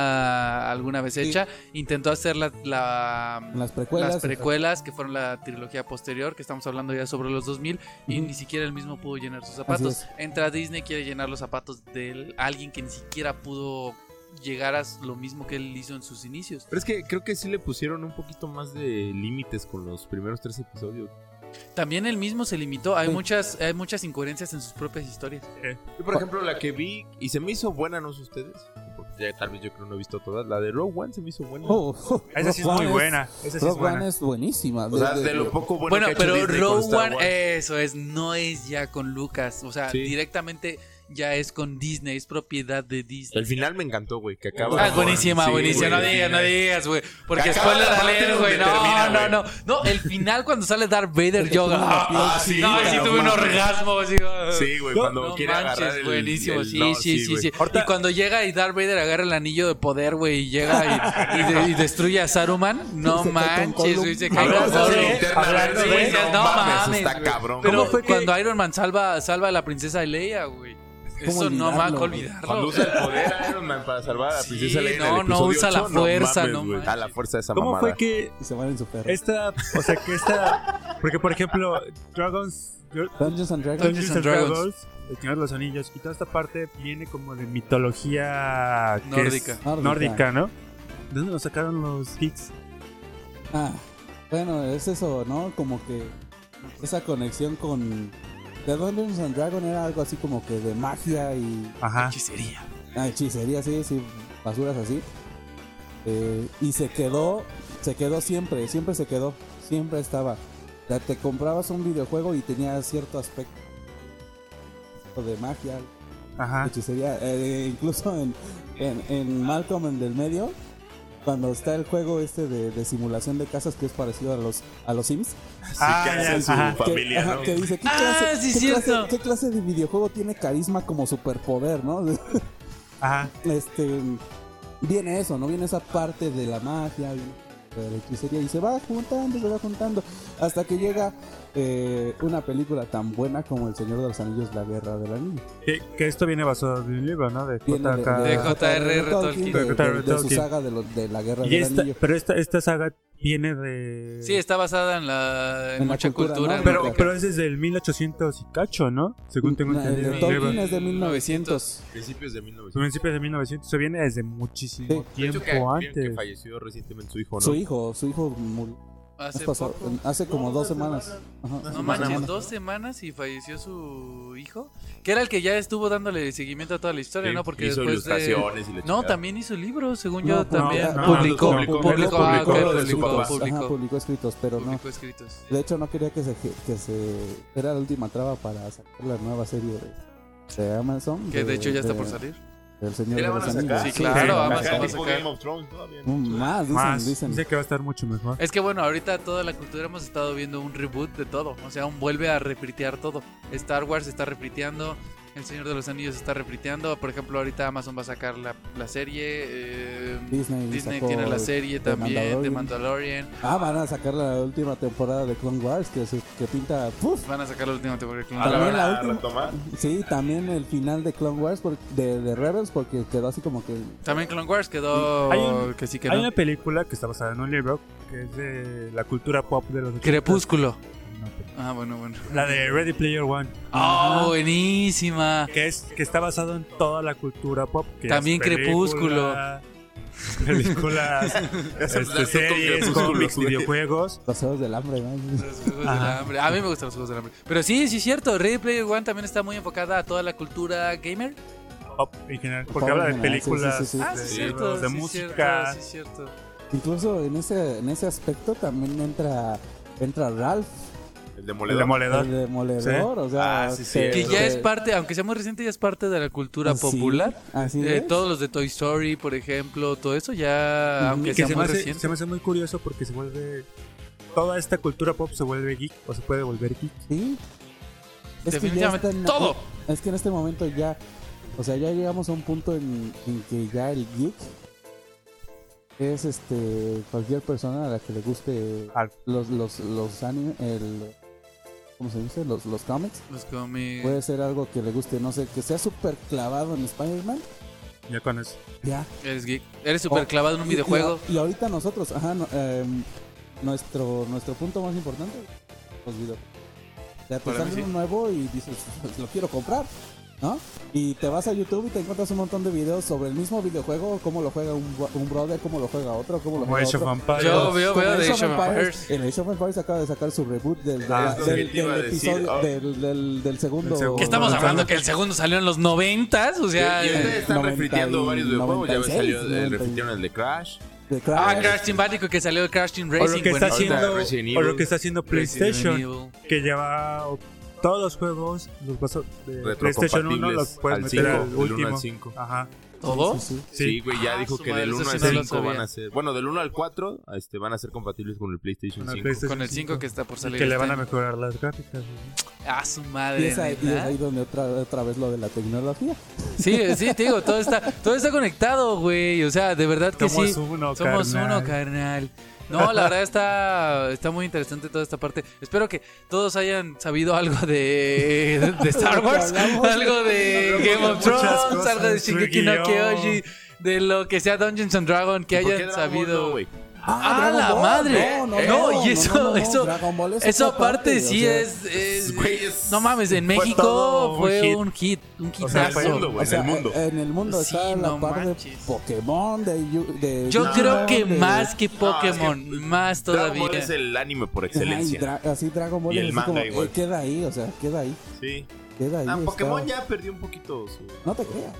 [SPEAKER 1] obra alguna vez hecha. Intentó hacer la- la,
[SPEAKER 4] Las precuelas.
[SPEAKER 1] las precuelas que fueron la trilogía posterior, que estamos hablando ya sobre los 2000, y
[SPEAKER 4] Ujú.
[SPEAKER 1] ni siquiera él mismo pudo llenar sus zapatos.
[SPEAKER 4] es.
[SPEAKER 1] Entra Disney, quiere llenar los zapatos de él, alguien que ni siquiera pudo llegar a lo mismo que él hizo en sus inicios.
[SPEAKER 5] Pero es que creo que sí le pusieron un poquito más de límites con los primeros tres episodios.
[SPEAKER 1] También él mismo se limitó, hay,
[SPEAKER 4] Sí.
[SPEAKER 1] muchas, hay muchas incoherencias en sus propias historias.
[SPEAKER 5] Yo, por ejemplo, la que vi y se me hizo buena, no sé ustedes. Porque ya tal vez yo creo no he visto todas. La de Rogue One se me hizo buena.
[SPEAKER 4] Oh,
[SPEAKER 2] Esa sí es
[SPEAKER 4] Rogue
[SPEAKER 2] muy
[SPEAKER 4] One
[SPEAKER 2] buena. Esa sí es
[SPEAKER 4] Rogue One
[SPEAKER 2] buena.
[SPEAKER 4] es buenísima.
[SPEAKER 5] o sea, de lo poco bueno,
[SPEAKER 1] Bueno,
[SPEAKER 5] que ha hecho
[SPEAKER 1] pero eh,
[SPEAKER 5] Disney con
[SPEAKER 1] Rogue
[SPEAKER 5] Star
[SPEAKER 1] One,
[SPEAKER 5] Wars.
[SPEAKER 1] eso es, no es ya con Lucas, o sea,
[SPEAKER 5] Sí.
[SPEAKER 1] directamente ya es con Disney, es propiedad de Disney.
[SPEAKER 5] El final me encantó, güey, que acaba...
[SPEAKER 1] Ah, buenísima,
[SPEAKER 5] Sí,
[SPEAKER 1] buenísima. No
[SPEAKER 5] güey.
[SPEAKER 1] digas, no digas, güey. Porque
[SPEAKER 5] Acaba
[SPEAKER 1] spoiler
[SPEAKER 5] la parte
[SPEAKER 1] alert,
[SPEAKER 5] donde
[SPEAKER 1] güey. No,
[SPEAKER 5] termina,
[SPEAKER 1] no,
[SPEAKER 5] güey.
[SPEAKER 1] no. No, el final cuando sale Darth Vader, yo. Ah,
[SPEAKER 5] Ah, sí,
[SPEAKER 1] no, sí
[SPEAKER 5] güey,
[SPEAKER 1] tuve un
[SPEAKER 5] mames.
[SPEAKER 1] orgasmo, sí. ah.
[SPEAKER 5] Sí, güey, cuando quiere agarrar el...
[SPEAKER 1] buenísimo,
[SPEAKER 5] el-
[SPEAKER 1] sí,
[SPEAKER 5] no,
[SPEAKER 1] sí, sí,
[SPEAKER 5] güey.
[SPEAKER 1] sí. Y cuando llega y Darth Vader agarra el anillo de poder, güey, y llega y, y de- y destruye a Saruman, no
[SPEAKER 4] Se cae con
[SPEAKER 1] manches, güey, se cae
[SPEAKER 5] Hablando
[SPEAKER 1] con
[SPEAKER 5] de
[SPEAKER 1] Gollum.
[SPEAKER 5] Linterna
[SPEAKER 1] Hablando
[SPEAKER 5] Verde,
[SPEAKER 1] de-
[SPEAKER 5] güey,
[SPEAKER 1] no mames,
[SPEAKER 5] está
[SPEAKER 1] güey.
[SPEAKER 5] cabrón.
[SPEAKER 1] Pero
[SPEAKER 5] güey.
[SPEAKER 4] fue que-
[SPEAKER 1] cuando Iron Man salva, salva a la princesa Leia, güey. Eso no me va a
[SPEAKER 4] olvidarlo, güey?
[SPEAKER 1] olvidarlo.
[SPEAKER 5] Cuando usa el poder a Iron Man para salvar a la
[SPEAKER 1] Sí,
[SPEAKER 5] princesa Leia en
[SPEAKER 1] no,
[SPEAKER 5] el
[SPEAKER 1] no
[SPEAKER 5] episodio
[SPEAKER 1] usa la
[SPEAKER 5] ocho,
[SPEAKER 1] fuerza,
[SPEAKER 5] mames,
[SPEAKER 1] no
[SPEAKER 5] güey.
[SPEAKER 1] manches.
[SPEAKER 5] A la fuerza de esa
[SPEAKER 2] ¿Cómo
[SPEAKER 5] mamada.
[SPEAKER 2] fue que
[SPEAKER 4] Y se van en su perro.
[SPEAKER 2] esta, o sea, que esta, porque por ejemplo, Dragons,
[SPEAKER 4] Dungeons and Dragons.
[SPEAKER 2] Dungeons and Dragons, El Señor de los Anillos, y toda esta parte viene como de mitología que
[SPEAKER 1] Nórdica.
[SPEAKER 2] es
[SPEAKER 4] Nórdica.
[SPEAKER 2] nórdica, ¿no? ¿De dónde nos sacaron los geeks?
[SPEAKER 4] Ah, bueno, es eso, ¿no? Como que esa conexión con. The Dungeons and Dragons era algo así como que de magia y
[SPEAKER 2] Ajá.
[SPEAKER 1] Hechicería.
[SPEAKER 4] ah, hechicería, sí, sí, basuras así. Eh, y se quedó, se quedó siempre, siempre se quedó, siempre estaba. O sea, te comprabas un videojuego y tenía cierto aspecto de magia,
[SPEAKER 1] Ah.
[SPEAKER 2] Ajá.
[SPEAKER 4] hechicería. Eh, incluso en, en, en Malcolm, en del medio, cuando está el juego este de, de simulación de casas que es parecido a los, a los Sims.
[SPEAKER 2] Ah,
[SPEAKER 5] que hace
[SPEAKER 2] ya,
[SPEAKER 5] en su
[SPEAKER 2] ajá.
[SPEAKER 4] que-
[SPEAKER 5] familia,
[SPEAKER 4] ajá,
[SPEAKER 5] ¿no?
[SPEAKER 4] que dice, ¿qué
[SPEAKER 1] Ah,
[SPEAKER 4] clase,
[SPEAKER 1] sí,
[SPEAKER 4] qué, clase,
[SPEAKER 1] cierto.
[SPEAKER 4] qué clase de videojuego tiene carisma como superpoder, no?
[SPEAKER 2] Ajá.
[SPEAKER 4] este viene eso, ¿no? Viene esa parte de la magia, viene de la hechicería y se va juntando, se va juntando hasta que llega eh, una película tan buena como El Señor de los Anillos, La Guerra del Anillo.
[SPEAKER 2] Que, Eh, que esto viene basado de un libro, ¿no? De
[SPEAKER 4] Viene
[SPEAKER 2] J.K.
[SPEAKER 1] de J.K. J.R.R. Tolkien.
[SPEAKER 4] de, de- de su
[SPEAKER 2] Tolkien.
[SPEAKER 4] saga de, lo- de La Guerra
[SPEAKER 2] Y este
[SPEAKER 4] del
[SPEAKER 2] esta-
[SPEAKER 4] Anillo.
[SPEAKER 2] pero esta, esta saga viene de...
[SPEAKER 1] Sí, está basada en la en
[SPEAKER 4] En la
[SPEAKER 1] mucha
[SPEAKER 4] cultura,
[SPEAKER 1] cultura.
[SPEAKER 4] ¿no?
[SPEAKER 2] pero,
[SPEAKER 1] nórdica.
[SPEAKER 2] pero es desde el 1800 y cacho, ¿no? Según tengo
[SPEAKER 4] Mm, La- el
[SPEAKER 2] entendido.
[SPEAKER 4] de
[SPEAKER 2] el
[SPEAKER 4] Tolkien
[SPEAKER 2] libro.
[SPEAKER 4] es de 1900.
[SPEAKER 5] Principios de
[SPEAKER 2] Su
[SPEAKER 5] 1900.
[SPEAKER 2] principio es de 1900. Se viene desde muchísimo
[SPEAKER 4] Sí.
[SPEAKER 5] De hecho,
[SPEAKER 2] tiempo
[SPEAKER 5] que, bien que
[SPEAKER 2] antes.
[SPEAKER 5] falleció recientemente su hijo, ¿no?
[SPEAKER 4] Su hijo, su hijo murió
[SPEAKER 1] Hace
[SPEAKER 4] hace, pasado-
[SPEAKER 1] poco.
[SPEAKER 4] hace como dos semanas. Ajá, hace
[SPEAKER 1] No
[SPEAKER 4] dos
[SPEAKER 1] manches,
[SPEAKER 4] semanas.
[SPEAKER 1] dos semanas y falleció su hijo, que era el que ya estuvo dándole seguimiento a toda la historia,
[SPEAKER 5] Sí,
[SPEAKER 1] ¿no? Porque
[SPEAKER 5] hizo
[SPEAKER 1] después de...
[SPEAKER 5] ilustraciones y la
[SPEAKER 1] No,
[SPEAKER 5] chingada.
[SPEAKER 1] también hizo libros, según
[SPEAKER 4] No,
[SPEAKER 1] yo
[SPEAKER 4] no,
[SPEAKER 1] también.
[SPEAKER 2] no, no,
[SPEAKER 1] publicó, publicó,
[SPEAKER 2] no, no,
[SPEAKER 1] publicó, ah,
[SPEAKER 5] publicó
[SPEAKER 1] ok,
[SPEAKER 5] lo de su
[SPEAKER 1] publicó,
[SPEAKER 5] papá.
[SPEAKER 4] Ajá,
[SPEAKER 1] publicó,
[SPEAKER 4] publicó escritos, pero no.
[SPEAKER 1] publicó escritos.
[SPEAKER 4] De hecho, no quería que se, que se. Era la última traba para sacar la nueva serie de, de Amazon.
[SPEAKER 1] Que de hecho ya está por salir.
[SPEAKER 4] El Señor
[SPEAKER 5] ¿Ya
[SPEAKER 4] de
[SPEAKER 5] la van
[SPEAKER 4] los
[SPEAKER 5] a sacar?
[SPEAKER 4] Anillos.
[SPEAKER 1] Sí, claro,
[SPEAKER 2] sí,
[SPEAKER 1] vamos,
[SPEAKER 2] acá
[SPEAKER 1] vamos a
[SPEAKER 5] tipo
[SPEAKER 1] sacar.
[SPEAKER 5] Game of Thrones, todavía no.
[SPEAKER 4] Mm, Más, dicen,
[SPEAKER 2] Más.
[SPEAKER 4] dicen.
[SPEAKER 2] Dice que va a estar mucho mejor.
[SPEAKER 1] Es que bueno, ahorita toda la cultura hemos estado viendo un reboot de todo. O sea, un vuelve a repritear todo. Star Wars está repriteando. El Señor de los Anillos está repriteando. Por ejemplo, ahorita Amazon va a sacar la, la serie. eh,
[SPEAKER 4] Disney,
[SPEAKER 1] Disney
[SPEAKER 4] sacó
[SPEAKER 1] tiene la serie
[SPEAKER 4] The
[SPEAKER 1] también de
[SPEAKER 4] Mandalorian.
[SPEAKER 1] Mandalorian.
[SPEAKER 4] Ah, van a sacar la última temporada de Clone Wars que, se, que pinta. ¡puf!
[SPEAKER 1] Van a sacar la última temporada de Clone
[SPEAKER 5] Ah,
[SPEAKER 1] Wars.
[SPEAKER 5] la van
[SPEAKER 4] También la
[SPEAKER 5] a
[SPEAKER 4] última.
[SPEAKER 5] retomar.
[SPEAKER 4] Sí, también el final de Clone Wars por- de, de Rebels porque quedó así como que.
[SPEAKER 1] También Clone Wars quedó
[SPEAKER 2] Hay un-
[SPEAKER 1] que sí que
[SPEAKER 2] Hay
[SPEAKER 1] no.
[SPEAKER 2] una película que está basada en un libro que es de la cultura pop de los 80.
[SPEAKER 1] Crepúsculo.
[SPEAKER 2] No,
[SPEAKER 1] Ah, bueno, bueno.
[SPEAKER 2] pero- La de Ready Player One.
[SPEAKER 1] Ah, buenísima.
[SPEAKER 2] Que, es, que está basado en toda la cultura pop. que
[SPEAKER 1] También
[SPEAKER 2] es película,
[SPEAKER 1] Crepúsculo.
[SPEAKER 2] Películas, este,
[SPEAKER 5] empezaste con
[SPEAKER 2] series,
[SPEAKER 5] Crepúsculo,
[SPEAKER 2] cómics,
[SPEAKER 5] güey.
[SPEAKER 2] videojuegos.
[SPEAKER 4] Los ojos del hambre, ¿no?
[SPEAKER 1] Los Juegos del
[SPEAKER 2] Ajá.
[SPEAKER 1] Hambre. A mí me gustan los juegos del hambre. Pero sí, sí es cierto. Ready Player One también está muy enfocada a toda la cultura gamer.
[SPEAKER 2] Pop en general. Porque
[SPEAKER 4] Pop
[SPEAKER 2] habla de
[SPEAKER 4] en general, sí, sí,
[SPEAKER 2] películas,
[SPEAKER 4] sí, sí.
[SPEAKER 1] Ah,
[SPEAKER 2] de,
[SPEAKER 1] sí, es cierto.
[SPEAKER 2] libros, de
[SPEAKER 1] sí es cierto, ah,
[SPEAKER 2] música.
[SPEAKER 1] sí es cierto.
[SPEAKER 4] Incluso en ese, en ese aspecto también entra, entra Ralph,
[SPEAKER 5] El
[SPEAKER 2] El
[SPEAKER 5] demoledor.
[SPEAKER 2] demoledor.
[SPEAKER 4] el demoledor. O sea,
[SPEAKER 5] Ah, sí,
[SPEAKER 4] te-
[SPEAKER 1] Que
[SPEAKER 5] cierto.
[SPEAKER 1] ya
[SPEAKER 4] te-
[SPEAKER 1] es parte, aunque sea muy reciente, ya es parte de la cultura
[SPEAKER 2] Ah,
[SPEAKER 4] Así-
[SPEAKER 1] popular.
[SPEAKER 4] Así
[SPEAKER 1] Eh,
[SPEAKER 4] es.
[SPEAKER 1] todos los de Toy Story, por ejemplo, todo eso ya,
[SPEAKER 4] Ujú.
[SPEAKER 1] aunque
[SPEAKER 2] Que,
[SPEAKER 1] sea
[SPEAKER 2] se, me
[SPEAKER 1] muy
[SPEAKER 2] hace,
[SPEAKER 1] reciente.
[SPEAKER 2] se me hace muy curioso porque se vuelve. Toda esta cultura pop se vuelve geek o se puede volver geek.
[SPEAKER 4] Sí. Es que ya
[SPEAKER 1] Definitivamente
[SPEAKER 4] está en-
[SPEAKER 1] todo.
[SPEAKER 4] Es que en este momento ya, o sea, ya llegamos a un punto en, en que ya el geek es este cualquier persona a la que le guste
[SPEAKER 2] Al-
[SPEAKER 4] los los los anime, el ¿cómo se dice? Los los cómics.
[SPEAKER 1] Los cómics.
[SPEAKER 4] Puede ser algo que le guste, no sé, que sea súper clavado en Spider-Man.
[SPEAKER 2] Ya con eso.
[SPEAKER 4] Ya.
[SPEAKER 1] Eres geek. Eres súper
[SPEAKER 2] Oh.
[SPEAKER 1] clavado en un
[SPEAKER 4] Y-
[SPEAKER 1] videojuego.
[SPEAKER 4] Y, a- y ahorita nosotros, ajá, no, em, nuestro, nuestro punto más importante, los videojuegos. Ya te
[SPEAKER 1] Para mí
[SPEAKER 4] sale
[SPEAKER 1] sí.
[SPEAKER 4] uno nuevo y dices, "Pues, lo quiero comprar, ¿no? Y te vas a YouTube y te encuentras un montón de videos sobre el mismo videojuego, cómo lo juega un, bro- un brother, cómo lo juega otro, cómo lo
[SPEAKER 2] Como
[SPEAKER 4] juega
[SPEAKER 2] Age of
[SPEAKER 4] otro.
[SPEAKER 2] Empires.
[SPEAKER 1] Yo veo,
[SPEAKER 4] Como
[SPEAKER 1] veo
[SPEAKER 4] el
[SPEAKER 1] de
[SPEAKER 4] Age of
[SPEAKER 1] Empires.
[SPEAKER 4] El Age of Empires acaba de sacar su reboot del, del-
[SPEAKER 2] Ah,
[SPEAKER 5] es lo
[SPEAKER 4] del-
[SPEAKER 5] que te iba a
[SPEAKER 4] del
[SPEAKER 5] decir.
[SPEAKER 4] episodio,
[SPEAKER 5] Ah.
[SPEAKER 4] del, del- del segundo.
[SPEAKER 2] Del segundo.
[SPEAKER 1] Que estamos
[SPEAKER 2] Bueno,
[SPEAKER 1] hablando que el segundo salió en los noventas, o
[SPEAKER 5] Y
[SPEAKER 1] sea...
[SPEAKER 5] y
[SPEAKER 2] este
[SPEAKER 5] ustedes
[SPEAKER 1] eh,
[SPEAKER 5] están
[SPEAKER 4] 90 y-
[SPEAKER 5] refriteando varios videojuegos. Ya ves, salió,
[SPEAKER 4] 96,
[SPEAKER 5] eh,
[SPEAKER 4] 90.
[SPEAKER 5] refritieron el de Crash.
[SPEAKER 4] de Crash.
[SPEAKER 1] Ah, Crash Team Bandicoot, que salió el Crash Team
[SPEAKER 2] O
[SPEAKER 1] Racing.
[SPEAKER 2] lo que
[SPEAKER 1] bueno,
[SPEAKER 2] está
[SPEAKER 5] ahorita
[SPEAKER 2] haciendo,
[SPEAKER 5] Resident
[SPEAKER 2] o
[SPEAKER 5] Evil.
[SPEAKER 2] lo que está haciendo
[SPEAKER 1] Resident
[SPEAKER 2] PlayStation,
[SPEAKER 1] Evil.
[SPEAKER 2] que ya va Todos los juegos, los vas a- de PlayStation 1 los
[SPEAKER 5] Retrocompatibles
[SPEAKER 2] puedes
[SPEAKER 5] al
[SPEAKER 2] meter
[SPEAKER 5] 5,
[SPEAKER 2] al
[SPEAKER 5] del 1 al
[SPEAKER 2] último.
[SPEAKER 5] 5.
[SPEAKER 2] Ajá.
[SPEAKER 1] ¿Todo?
[SPEAKER 4] Sí, sí, sí.
[SPEAKER 5] Sí, güey, ya
[SPEAKER 1] Ah,
[SPEAKER 5] dijo
[SPEAKER 1] su
[SPEAKER 5] que
[SPEAKER 1] madre,
[SPEAKER 5] del
[SPEAKER 1] eso
[SPEAKER 5] 1
[SPEAKER 1] sí
[SPEAKER 5] al
[SPEAKER 1] no lo
[SPEAKER 5] 5 van
[SPEAKER 1] sabía.
[SPEAKER 5] a ser. Bueno, del 1 al 4 este, van a ser compatibles con el PlayStation
[SPEAKER 2] Con el
[SPEAKER 5] 5.
[SPEAKER 2] PlayStation.
[SPEAKER 1] Con el 5 que está por salir.
[SPEAKER 2] Que le
[SPEAKER 1] este
[SPEAKER 2] van a
[SPEAKER 1] año.
[SPEAKER 2] mejorar las gráficas. güey.
[SPEAKER 1] Ah, su
[SPEAKER 4] Y
[SPEAKER 1] madre.
[SPEAKER 4] es ahí, y es
[SPEAKER 1] ¿neta?
[SPEAKER 4] ahí donde otra, otra vez lo de la tecnología.
[SPEAKER 1] Sí, sí, te digo, todo está, todo está conectado, güey. O sea, de verdad que
[SPEAKER 2] Somos
[SPEAKER 1] sí.
[SPEAKER 2] uno,
[SPEAKER 1] Somos
[SPEAKER 2] Oh, carnal.
[SPEAKER 1] uno, carnal. No, la verdad está, está muy interesante toda esta parte. Espero que todos hayan sabido algo de, de- de Star Wars,
[SPEAKER 4] hablamos.
[SPEAKER 1] algo de
[SPEAKER 2] Hablamos de
[SPEAKER 1] Game of
[SPEAKER 2] muchas
[SPEAKER 1] Thrones,
[SPEAKER 2] cosas,
[SPEAKER 1] algo de Shingeki no
[SPEAKER 2] Yu-Gi-Oh.
[SPEAKER 1] Kyoji, de lo que sea Dungeons and Dragons, que
[SPEAKER 5] ¿Y por qué
[SPEAKER 1] hayan
[SPEAKER 5] Dragon Ball no,
[SPEAKER 1] sabido.
[SPEAKER 5] güey?
[SPEAKER 1] ¡Ah, la madre! No, y eso- eso-
[SPEAKER 4] Dragon Ball es
[SPEAKER 1] Eso
[SPEAKER 4] otra
[SPEAKER 1] aparte
[SPEAKER 4] parte, o
[SPEAKER 1] sí
[SPEAKER 4] sea,
[SPEAKER 1] es, es-
[SPEAKER 5] Güey, es-
[SPEAKER 1] No mames, en
[SPEAKER 5] fue
[SPEAKER 1] México
[SPEAKER 5] todo un
[SPEAKER 1] fue
[SPEAKER 5] hit.
[SPEAKER 1] un hit, un
[SPEAKER 2] O sea,
[SPEAKER 1] hitazo.
[SPEAKER 2] fue mundo,
[SPEAKER 5] güey, en el mundo.
[SPEAKER 4] eh, En el mundo
[SPEAKER 1] Sí,
[SPEAKER 4] está a la
[SPEAKER 1] no
[SPEAKER 4] par
[SPEAKER 1] manches.
[SPEAKER 4] de Pokémon, de, Yu- de
[SPEAKER 1] Yo
[SPEAKER 4] Digimon,
[SPEAKER 1] creo que
[SPEAKER 4] de-
[SPEAKER 1] más que
[SPEAKER 5] No, es que
[SPEAKER 1] Pokémon, más
[SPEAKER 5] Dragon
[SPEAKER 1] todavía.
[SPEAKER 5] Ball es el anime por
[SPEAKER 4] Ajá, y
[SPEAKER 5] excelencia.
[SPEAKER 4] Dra- así Dragon Ball
[SPEAKER 5] Y el
[SPEAKER 4] así
[SPEAKER 5] manga
[SPEAKER 4] como, eh,
[SPEAKER 5] igual.
[SPEAKER 4] queda ahí, o sea, queda ahí,
[SPEAKER 5] Sí.
[SPEAKER 4] queda ahí.
[SPEAKER 5] Ah,
[SPEAKER 4] está-
[SPEAKER 5] Pokémon ya perdió un poquito su.
[SPEAKER 4] No te creas,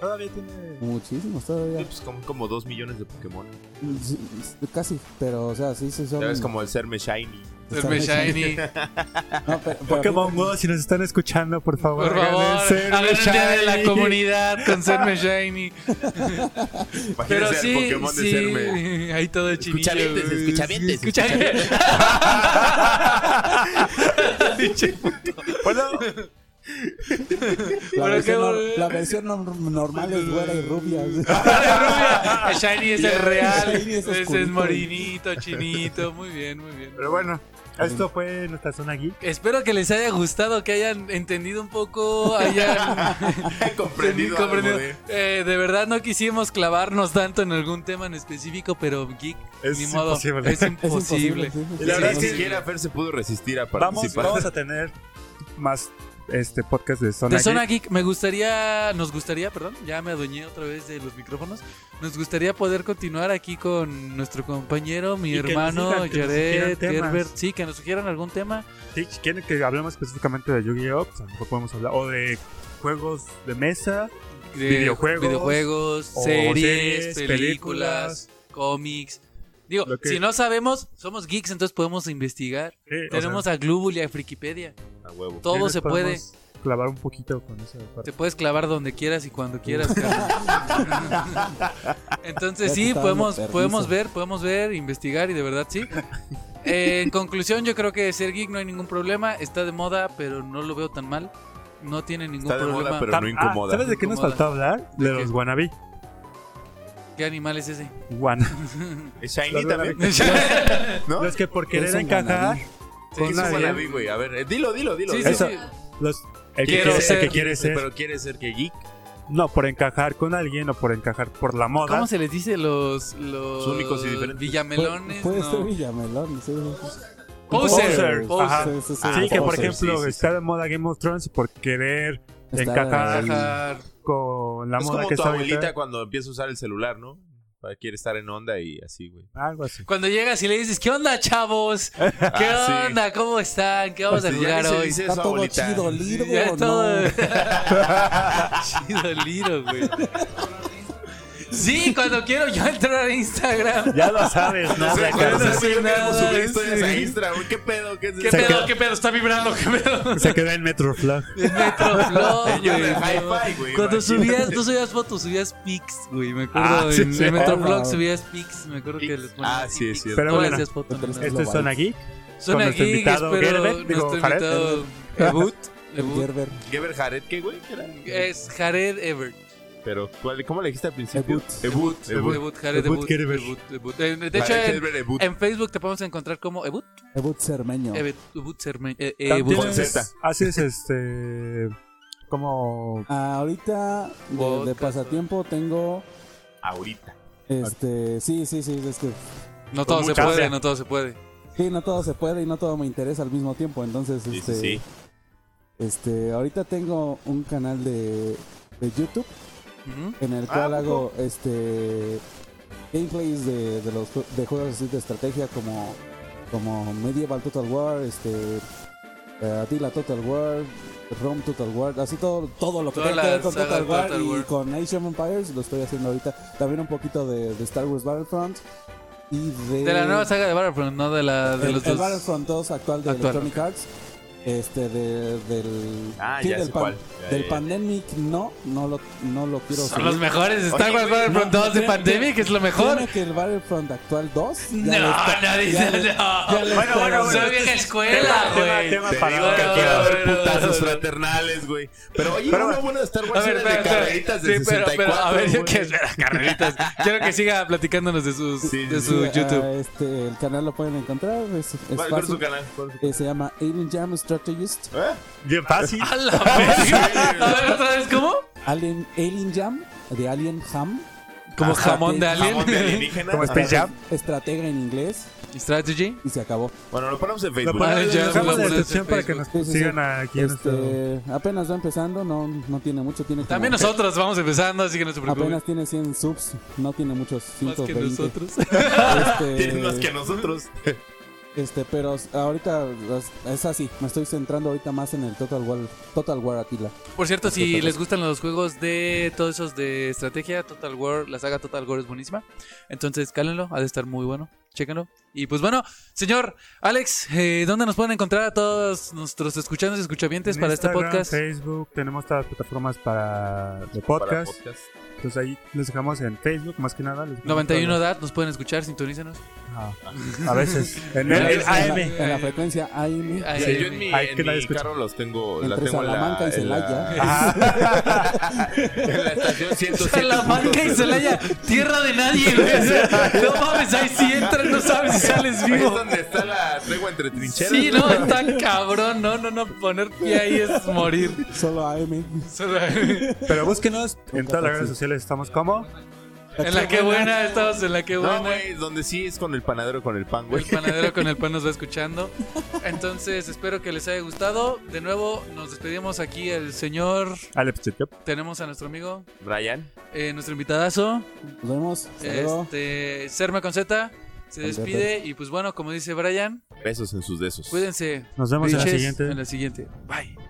[SPEAKER 2] Todavía tiene.
[SPEAKER 4] muchísimo todavía.
[SPEAKER 5] Pues como, como 2 millones de Pokémon.
[SPEAKER 4] Sí, Casi, pero o sea, sí, sí son.
[SPEAKER 5] Ya ves como el serme Shiny.
[SPEAKER 4] están
[SPEAKER 1] Serme
[SPEAKER 4] hechos-
[SPEAKER 1] Shiny.
[SPEAKER 4] No, pero- pero-
[SPEAKER 2] Pokémon Go, si nos están escuchando, por favor.
[SPEAKER 1] Por favor,
[SPEAKER 2] hagan el ser
[SPEAKER 1] hagan el día de la
[SPEAKER 2] Shiny.
[SPEAKER 1] comunidad con Serme Shiny. Pero
[SPEAKER 5] Imagínense
[SPEAKER 1] sí,
[SPEAKER 5] al Pokémon
[SPEAKER 1] sí,
[SPEAKER 5] de serme.
[SPEAKER 1] ahí todo chinillo.
[SPEAKER 5] Escuchavientes,
[SPEAKER 1] güey.
[SPEAKER 5] escuchavientes,
[SPEAKER 1] Escuchavientes. Pinche puto.
[SPEAKER 2] Bueno,
[SPEAKER 4] La,
[SPEAKER 1] Pero qué
[SPEAKER 4] versión, nor-
[SPEAKER 1] bueno.
[SPEAKER 4] la versión nor- normal es güera y rubia.
[SPEAKER 1] Rubia, El Shiny es el real,
[SPEAKER 4] El Shiny es
[SPEAKER 1] ese es
[SPEAKER 4] oscurito.
[SPEAKER 1] morinito, chinito, muy bien, muy bien.
[SPEAKER 2] pero bueno, esto fue nuestra zona geek.
[SPEAKER 1] Espero que les haya gustado, que hayan entendido un poco, hayan
[SPEAKER 5] Comprendido. algo
[SPEAKER 1] comprendido.
[SPEAKER 5] de-
[SPEAKER 1] Eh, de verdad no quisimos clavarnos tanto en algún tema en específico, pero geek,
[SPEAKER 2] Es
[SPEAKER 1] ni modo,
[SPEAKER 2] imposible.
[SPEAKER 1] es imposible.
[SPEAKER 4] sí, sí,
[SPEAKER 5] Y
[SPEAKER 4] sí.
[SPEAKER 5] la verdad es
[SPEAKER 1] sí,
[SPEAKER 5] que
[SPEAKER 1] sí.
[SPEAKER 5] ni siquiera Fer se pudo resistir a
[SPEAKER 2] Vamos,
[SPEAKER 5] participar.
[SPEAKER 2] vamos a tener más este podcast de zona
[SPEAKER 1] De
[SPEAKER 2] geek.
[SPEAKER 1] Zona Geek, me gustaría, nos gustaría, perdón, ya me adueñé otra vez de los micrófonos, nos gustaría poder continuar aquí con nuestro compañero, mi
[SPEAKER 2] Y que nos
[SPEAKER 1] hermano,
[SPEAKER 2] digan, que nos
[SPEAKER 1] Jared,
[SPEAKER 2] sugieran temas.
[SPEAKER 1] Herbert, sí, que nos sugieran algún tema,
[SPEAKER 2] Sí, si quieren que hablemos específicamente de Yu-Gi-Oh, pues a lo mejor podemos hablar. O de juegos de mesa.
[SPEAKER 1] de
[SPEAKER 2] Videojuegos.
[SPEAKER 1] videojuegos,
[SPEAKER 2] O
[SPEAKER 1] series,
[SPEAKER 2] series,
[SPEAKER 1] películas,
[SPEAKER 2] películas.
[SPEAKER 1] cómics. Digo,
[SPEAKER 2] Lo que-
[SPEAKER 1] si no sabemos, somos geeks, entonces podemos investigar.
[SPEAKER 2] Sí, eh, o
[SPEAKER 1] Tenemos
[SPEAKER 2] sea,
[SPEAKER 1] a Globul y a Frikipedia.
[SPEAKER 5] A huevo.
[SPEAKER 2] sí
[SPEAKER 1] Todo
[SPEAKER 2] nos
[SPEAKER 1] se puede.
[SPEAKER 2] podemos Clavar un poquito con esa
[SPEAKER 1] Te
[SPEAKER 2] parte.
[SPEAKER 1] puedes clavar donde quieras y cuando quieras. carnal. Entonces
[SPEAKER 4] Ya te
[SPEAKER 1] sí,
[SPEAKER 4] está
[SPEAKER 1] podemos,
[SPEAKER 4] dando permiso.
[SPEAKER 1] podemos ver, podemos ver, investigar y de verdad sí. Eh, en conclusión, yo creo que ser geek no hay ningún problema. Está de moda, pero no lo veo tan mal. No tiene ningún
[SPEAKER 5] Está de moda,
[SPEAKER 1] problema.
[SPEAKER 5] pero no
[SPEAKER 2] Tam-
[SPEAKER 5] incomoda.
[SPEAKER 2] Ah, ¿Sabes de qué nos
[SPEAKER 1] Incomoda.
[SPEAKER 2] faltó hablar? De,
[SPEAKER 1] ¿De
[SPEAKER 2] los
[SPEAKER 1] qué?
[SPEAKER 2] wannabe.
[SPEAKER 1] ¿Qué animal es ese?
[SPEAKER 2] Wanna-
[SPEAKER 5] ¿Es Shiny también?
[SPEAKER 1] sí,
[SPEAKER 5] ¿No?
[SPEAKER 2] Los que por querer
[SPEAKER 4] un
[SPEAKER 2] encajar.
[SPEAKER 4] wannabe.
[SPEAKER 5] ¿Qué es
[SPEAKER 2] Con nadie.
[SPEAKER 5] wannabe, güey? A ver, eh, dilo, dilo, dilo.
[SPEAKER 1] sí,
[SPEAKER 5] Eso.
[SPEAKER 2] Eso.
[SPEAKER 1] sí.
[SPEAKER 2] Los, el que
[SPEAKER 1] Quiero
[SPEAKER 2] quiere- el
[SPEAKER 1] ser.
[SPEAKER 2] que quiere ser.
[SPEAKER 5] Pero quiere ser que geek.
[SPEAKER 2] No, por encajar con alguien o por encajar por la moda.
[SPEAKER 1] ¿Cómo se les dice los los
[SPEAKER 5] Únicos y diferentes.
[SPEAKER 1] villamelones?
[SPEAKER 4] Puede
[SPEAKER 1] No.
[SPEAKER 4] ser Villamelón, sí.
[SPEAKER 1] Poser.
[SPEAKER 2] Poser,
[SPEAKER 1] Poser.
[SPEAKER 2] ajá.
[SPEAKER 4] sí,
[SPEAKER 2] sí, que por
[SPEAKER 4] Poser.
[SPEAKER 2] ejemplo
[SPEAKER 5] sí, sí, sí.
[SPEAKER 2] está de moda Game of Thrones y por querer
[SPEAKER 4] Está
[SPEAKER 2] encajar
[SPEAKER 1] Ajá.
[SPEAKER 2] con la
[SPEAKER 5] es
[SPEAKER 2] moda
[SPEAKER 5] como
[SPEAKER 2] que
[SPEAKER 5] tu
[SPEAKER 2] está
[SPEAKER 5] abuelita
[SPEAKER 2] ahorita.
[SPEAKER 5] cuando empieza a usar el celular, ¿no? Para quiere estar en onda y así, güey.
[SPEAKER 2] Algo así.
[SPEAKER 1] Cuando llegas y le dices, ¿qué onda, chavos? ¿Qué
[SPEAKER 5] Ah, sí.
[SPEAKER 1] onda? ¿Cómo están? ¿Qué vamos a
[SPEAKER 5] Pues, ya
[SPEAKER 1] jugar
[SPEAKER 5] ni se
[SPEAKER 1] hoy?
[SPEAKER 5] dice
[SPEAKER 4] Está
[SPEAKER 5] eso,
[SPEAKER 4] todo
[SPEAKER 5] abuelita.
[SPEAKER 4] chido,
[SPEAKER 1] Sí,
[SPEAKER 4] lido.
[SPEAKER 1] ya es todo.
[SPEAKER 4] no.
[SPEAKER 1] Chido Liro, güey. Sí, cuando quiero yo entrar a Instagram.
[SPEAKER 2] Ya lo sabes, ¿no?
[SPEAKER 5] Sí,
[SPEAKER 2] La
[SPEAKER 5] cuando
[SPEAKER 1] no
[SPEAKER 2] Carla
[SPEAKER 5] se
[SPEAKER 1] sé
[SPEAKER 5] vio que
[SPEAKER 1] nada,
[SPEAKER 5] subí historias
[SPEAKER 1] sí.
[SPEAKER 5] a Instagram, güey, ¿Qué pedo? ¿Qué es
[SPEAKER 1] ¿Qué
[SPEAKER 5] eso?
[SPEAKER 1] pedo?
[SPEAKER 2] queda-
[SPEAKER 1] ¿Qué pedo? Está vibrando, ¿qué pedo?
[SPEAKER 2] Se quedó en Metroflog.
[SPEAKER 1] El Metroflog, güey.
[SPEAKER 5] Yo de
[SPEAKER 1] no.
[SPEAKER 5] hi-fi, güey.
[SPEAKER 1] Cuando
[SPEAKER 5] imagínate.
[SPEAKER 1] subías, no subías fotos, subías pics, güey. Me acuerdo,
[SPEAKER 2] Ah, sí,
[SPEAKER 1] en,
[SPEAKER 2] sí.
[SPEAKER 1] en Metroflog
[SPEAKER 4] Ah,
[SPEAKER 1] subías pics. Me acuerdo que
[SPEAKER 5] Pics.
[SPEAKER 1] les ponías
[SPEAKER 5] Ah,
[SPEAKER 1] así
[SPEAKER 5] sí, es Eh,
[SPEAKER 1] pics.
[SPEAKER 5] cierto.
[SPEAKER 2] Pero
[SPEAKER 1] No le
[SPEAKER 2] bueno,
[SPEAKER 1] hacías foto, ni nada.
[SPEAKER 4] es
[SPEAKER 2] Esto es
[SPEAKER 4] global.
[SPEAKER 2] Zona Geek.
[SPEAKER 1] Suena
[SPEAKER 2] nuestro
[SPEAKER 1] aquí,
[SPEAKER 2] invitado
[SPEAKER 1] espero
[SPEAKER 2] Gerber, digo,
[SPEAKER 1] nuestro
[SPEAKER 2] Jared,
[SPEAKER 1] invitado Ebut.
[SPEAKER 4] El
[SPEAKER 1] Ebut.
[SPEAKER 4] Gerber,
[SPEAKER 5] Geber Jared, ¿qué, güey? ¿Qué era?
[SPEAKER 1] Es Jared Ebert.
[SPEAKER 5] Pero, ¿cuál- ¿cómo le dijiste al principio?
[SPEAKER 4] Ebut.
[SPEAKER 5] Ebut.
[SPEAKER 1] Ebut, Jared
[SPEAKER 2] Ebut
[SPEAKER 1] Ebut.
[SPEAKER 2] Gerber.
[SPEAKER 1] Ebut, Ebut. Eh, De hecho, em-
[SPEAKER 5] Jared
[SPEAKER 1] en,
[SPEAKER 5] Geber Ebut.
[SPEAKER 1] en Facebook te podemos encontrar como Ebut.
[SPEAKER 4] Ebut Cermeño.
[SPEAKER 1] Ebut, Ebut Serme- eh, eh,
[SPEAKER 2] También
[SPEAKER 1] Ebut.
[SPEAKER 5] Con
[SPEAKER 2] es-
[SPEAKER 5] Z.
[SPEAKER 2] Haces este. Como.
[SPEAKER 4] Ah, ahorita de- de,
[SPEAKER 1] Podcast,
[SPEAKER 4] pasatiempo tengo
[SPEAKER 5] Ahorita.
[SPEAKER 4] este sí sí sí es que
[SPEAKER 1] No todo
[SPEAKER 5] Con
[SPEAKER 1] se
[SPEAKER 5] mucha
[SPEAKER 1] puede,
[SPEAKER 5] gracia.
[SPEAKER 1] no todo se puede.
[SPEAKER 4] sí no todo se puede y no todo me interesa al mismo tiempo entonces
[SPEAKER 5] Sí,
[SPEAKER 4] este
[SPEAKER 5] sí, sí.
[SPEAKER 4] este ahorita tengo un canal de, de YouTube
[SPEAKER 1] Ujú.
[SPEAKER 4] en el cual hago este gameplays de, de los ju- de juegos así de estrategia como como Medieval Total War, este eh, Attila Total War, Rome Total War, así todo todo lo que
[SPEAKER 1] Toda
[SPEAKER 4] tenga
[SPEAKER 1] la
[SPEAKER 4] que ver con
[SPEAKER 1] saga
[SPEAKER 4] Total War,
[SPEAKER 1] Total
[SPEAKER 4] y
[SPEAKER 1] War.
[SPEAKER 4] con Asian Empires lo estoy haciendo ahorita. También un poquito de, de Star Wars Battlefront y de
[SPEAKER 1] De la nueva saga de Battlefront, no de la de
[SPEAKER 4] el,
[SPEAKER 1] los
[SPEAKER 4] Eh, el
[SPEAKER 1] dos.
[SPEAKER 4] Battlefront 2 actual de
[SPEAKER 1] actual,
[SPEAKER 4] Electronic Arts. Este, de- del.
[SPEAKER 5] Ah,
[SPEAKER 4] sí,
[SPEAKER 5] ya
[SPEAKER 4] del
[SPEAKER 5] sé
[SPEAKER 4] pan-
[SPEAKER 5] cuál. Ya,
[SPEAKER 4] del
[SPEAKER 5] ya, ya.
[SPEAKER 4] pandemic, no, no lo, no lo quiero
[SPEAKER 1] Son
[SPEAKER 4] subir.
[SPEAKER 1] los mejores Star
[SPEAKER 5] Oye,
[SPEAKER 1] Wars
[SPEAKER 5] güey,
[SPEAKER 1] Battlefront
[SPEAKER 4] no,
[SPEAKER 1] 2 de
[SPEAKER 4] tiene-
[SPEAKER 1] Pandemic, es lo mejor.
[SPEAKER 4] Tiene que el Battlefront actual 2. ya
[SPEAKER 1] No,
[SPEAKER 4] le está-
[SPEAKER 1] no
[SPEAKER 4] ya
[SPEAKER 1] dice
[SPEAKER 4] le-
[SPEAKER 1] no.
[SPEAKER 4] ya le
[SPEAKER 2] Bueno,
[SPEAKER 4] está-
[SPEAKER 2] bueno, bueno.
[SPEAKER 1] Soy vieja escuela,
[SPEAKER 2] Tema- tema-
[SPEAKER 1] güey.
[SPEAKER 2] tema
[SPEAKER 5] Te
[SPEAKER 2] para-
[SPEAKER 5] digo que
[SPEAKER 1] Bueno,
[SPEAKER 5] aquí va a haber
[SPEAKER 1] bueno,
[SPEAKER 5] putazos
[SPEAKER 1] bueno.
[SPEAKER 5] fraternales, güey. Pero oye,
[SPEAKER 2] Pero-
[SPEAKER 5] una buena de Star
[SPEAKER 1] A
[SPEAKER 5] Wars
[SPEAKER 1] ver,
[SPEAKER 5] era de
[SPEAKER 1] espera, espera.
[SPEAKER 5] carreritas de
[SPEAKER 1] Sí, pero,
[SPEAKER 5] 64,
[SPEAKER 1] pero, a ver, yo
[SPEAKER 5] güey.
[SPEAKER 1] quiero carreritas. Quiero que siga platicándonos de, sus,
[SPEAKER 5] Sí,
[SPEAKER 1] de
[SPEAKER 5] sí,
[SPEAKER 1] su
[SPEAKER 4] Sí, ah,
[SPEAKER 1] YouTube.
[SPEAKER 4] este, el canal lo pueden encontrar. Es, es
[SPEAKER 5] ¿Cuál cuál es
[SPEAKER 4] fácil.
[SPEAKER 5] su canal? ¿Cuál es su
[SPEAKER 4] Eh, se llama Alien Jam Strategist.
[SPEAKER 5] canal?
[SPEAKER 2] Bien fácil.
[SPEAKER 1] ¡A la verga! A ver, otra vez, ¿cómo?
[SPEAKER 4] Alien, Alien Jam, de Alien Ham.
[SPEAKER 1] Como
[SPEAKER 4] Ajá,
[SPEAKER 1] jamón de
[SPEAKER 4] sí,
[SPEAKER 1] alien.
[SPEAKER 5] ¿Jamón de alienígena?
[SPEAKER 2] Como Space Jam.
[SPEAKER 4] Estratega en inglés.
[SPEAKER 1] Strategy.
[SPEAKER 4] Y se acabó.
[SPEAKER 5] Bueno, lo ponemos en
[SPEAKER 2] Lo
[SPEAKER 5] Facebook.
[SPEAKER 1] Ah,
[SPEAKER 2] ponemos
[SPEAKER 1] ya,
[SPEAKER 2] lo dejamos
[SPEAKER 1] lo
[SPEAKER 2] en la
[SPEAKER 1] pones en
[SPEAKER 2] descripción para que
[SPEAKER 1] Facebook.
[SPEAKER 2] nos
[SPEAKER 4] Sí, sí,
[SPEAKER 2] sigan aquí en nuestro.
[SPEAKER 4] Este, apenas va empezando, no, no tiene mucho. Tiene como-
[SPEAKER 1] También nosotros vamos empezando, así que no se preocupen.
[SPEAKER 4] Apenas tiene 100 subs, no tiene muchos.
[SPEAKER 1] Más que
[SPEAKER 4] 120.
[SPEAKER 1] nosotros.
[SPEAKER 4] Este,
[SPEAKER 5] Tienen más que nosotros.
[SPEAKER 4] Este, pero ahorita es- es así. Me estoy centrando ahorita más en el Total War, Total War Atila.
[SPEAKER 1] Por cierto, si les gustan los juegos de todos esos de estrategia, Total War, la saga Total War es buenísima. Entonces, cálenlo, ha de estar muy bueno. Chéquenlo. Y pues bueno, señor Alex, eh, ¿dónde nos pueden encontrar a todos nuestros escuchantes y escuchavientes
[SPEAKER 2] en
[SPEAKER 1] para este
[SPEAKER 2] Instagram,
[SPEAKER 1] podcast?
[SPEAKER 2] Facebook, tenemos todas las plataformas para de
[SPEAKER 5] Para
[SPEAKER 2] podcast.
[SPEAKER 5] podcast.
[SPEAKER 2] Entonces ahí les dejamos en Facebook, más que nada. les dejamos
[SPEAKER 1] 91
[SPEAKER 2] todo.
[SPEAKER 1] edad, nos pueden escuchar, sintonícenos.
[SPEAKER 2] Ah, a veces.
[SPEAKER 1] En
[SPEAKER 2] en el,
[SPEAKER 1] el
[SPEAKER 2] el AM.
[SPEAKER 4] En la, en la frecuencia AM.
[SPEAKER 1] Ay,
[SPEAKER 5] Sí, yo en mi,
[SPEAKER 2] Ay,
[SPEAKER 5] en
[SPEAKER 2] que nadie
[SPEAKER 5] mi
[SPEAKER 2] escucha.
[SPEAKER 5] carro los tengo.
[SPEAKER 4] Entre
[SPEAKER 5] la tengo en la-
[SPEAKER 4] Salamanca y
[SPEAKER 5] en la-
[SPEAKER 4] Celaya.
[SPEAKER 5] en la estación 107.
[SPEAKER 1] Salamanca y Celaya, tierra de nadie, güey. O sea, No mames, ahí sí entras, no sabes si sales
[SPEAKER 5] Ahí es
[SPEAKER 1] vivo.
[SPEAKER 5] donde está la tregua entre trincheras.
[SPEAKER 1] Sí, no, está cabrón. No, no, no. Poner pie ahí es morir.
[SPEAKER 4] Solo AM.
[SPEAKER 1] Solo-
[SPEAKER 2] Pero búsquenos en
[SPEAKER 4] pues
[SPEAKER 2] todas las redes sociales. Estamos como.
[SPEAKER 1] En la que buena, estamos en la que buena.
[SPEAKER 5] No, güey, donde sí es con el panadero con el pan,
[SPEAKER 1] El
[SPEAKER 5] güey.
[SPEAKER 1] panadero con el pan nos va escuchando. Entonces, espero que les haya gustado. De nuevo, nos despedimos aquí el señor.
[SPEAKER 2] Alex Chetiop.
[SPEAKER 1] Tenemos a nuestro amigo,
[SPEAKER 5] Brian.
[SPEAKER 1] eh, nuestro invitadazo,
[SPEAKER 4] Nos vemos. Hasta luego.
[SPEAKER 1] este, Serma Conceta. Se despide y pues bueno, como dice Brian,
[SPEAKER 5] Besos en sus besos.
[SPEAKER 1] cuídense.
[SPEAKER 2] Nos vemos en la
[SPEAKER 1] bitches.
[SPEAKER 2] siguiente.
[SPEAKER 1] En la siguiente. Bye.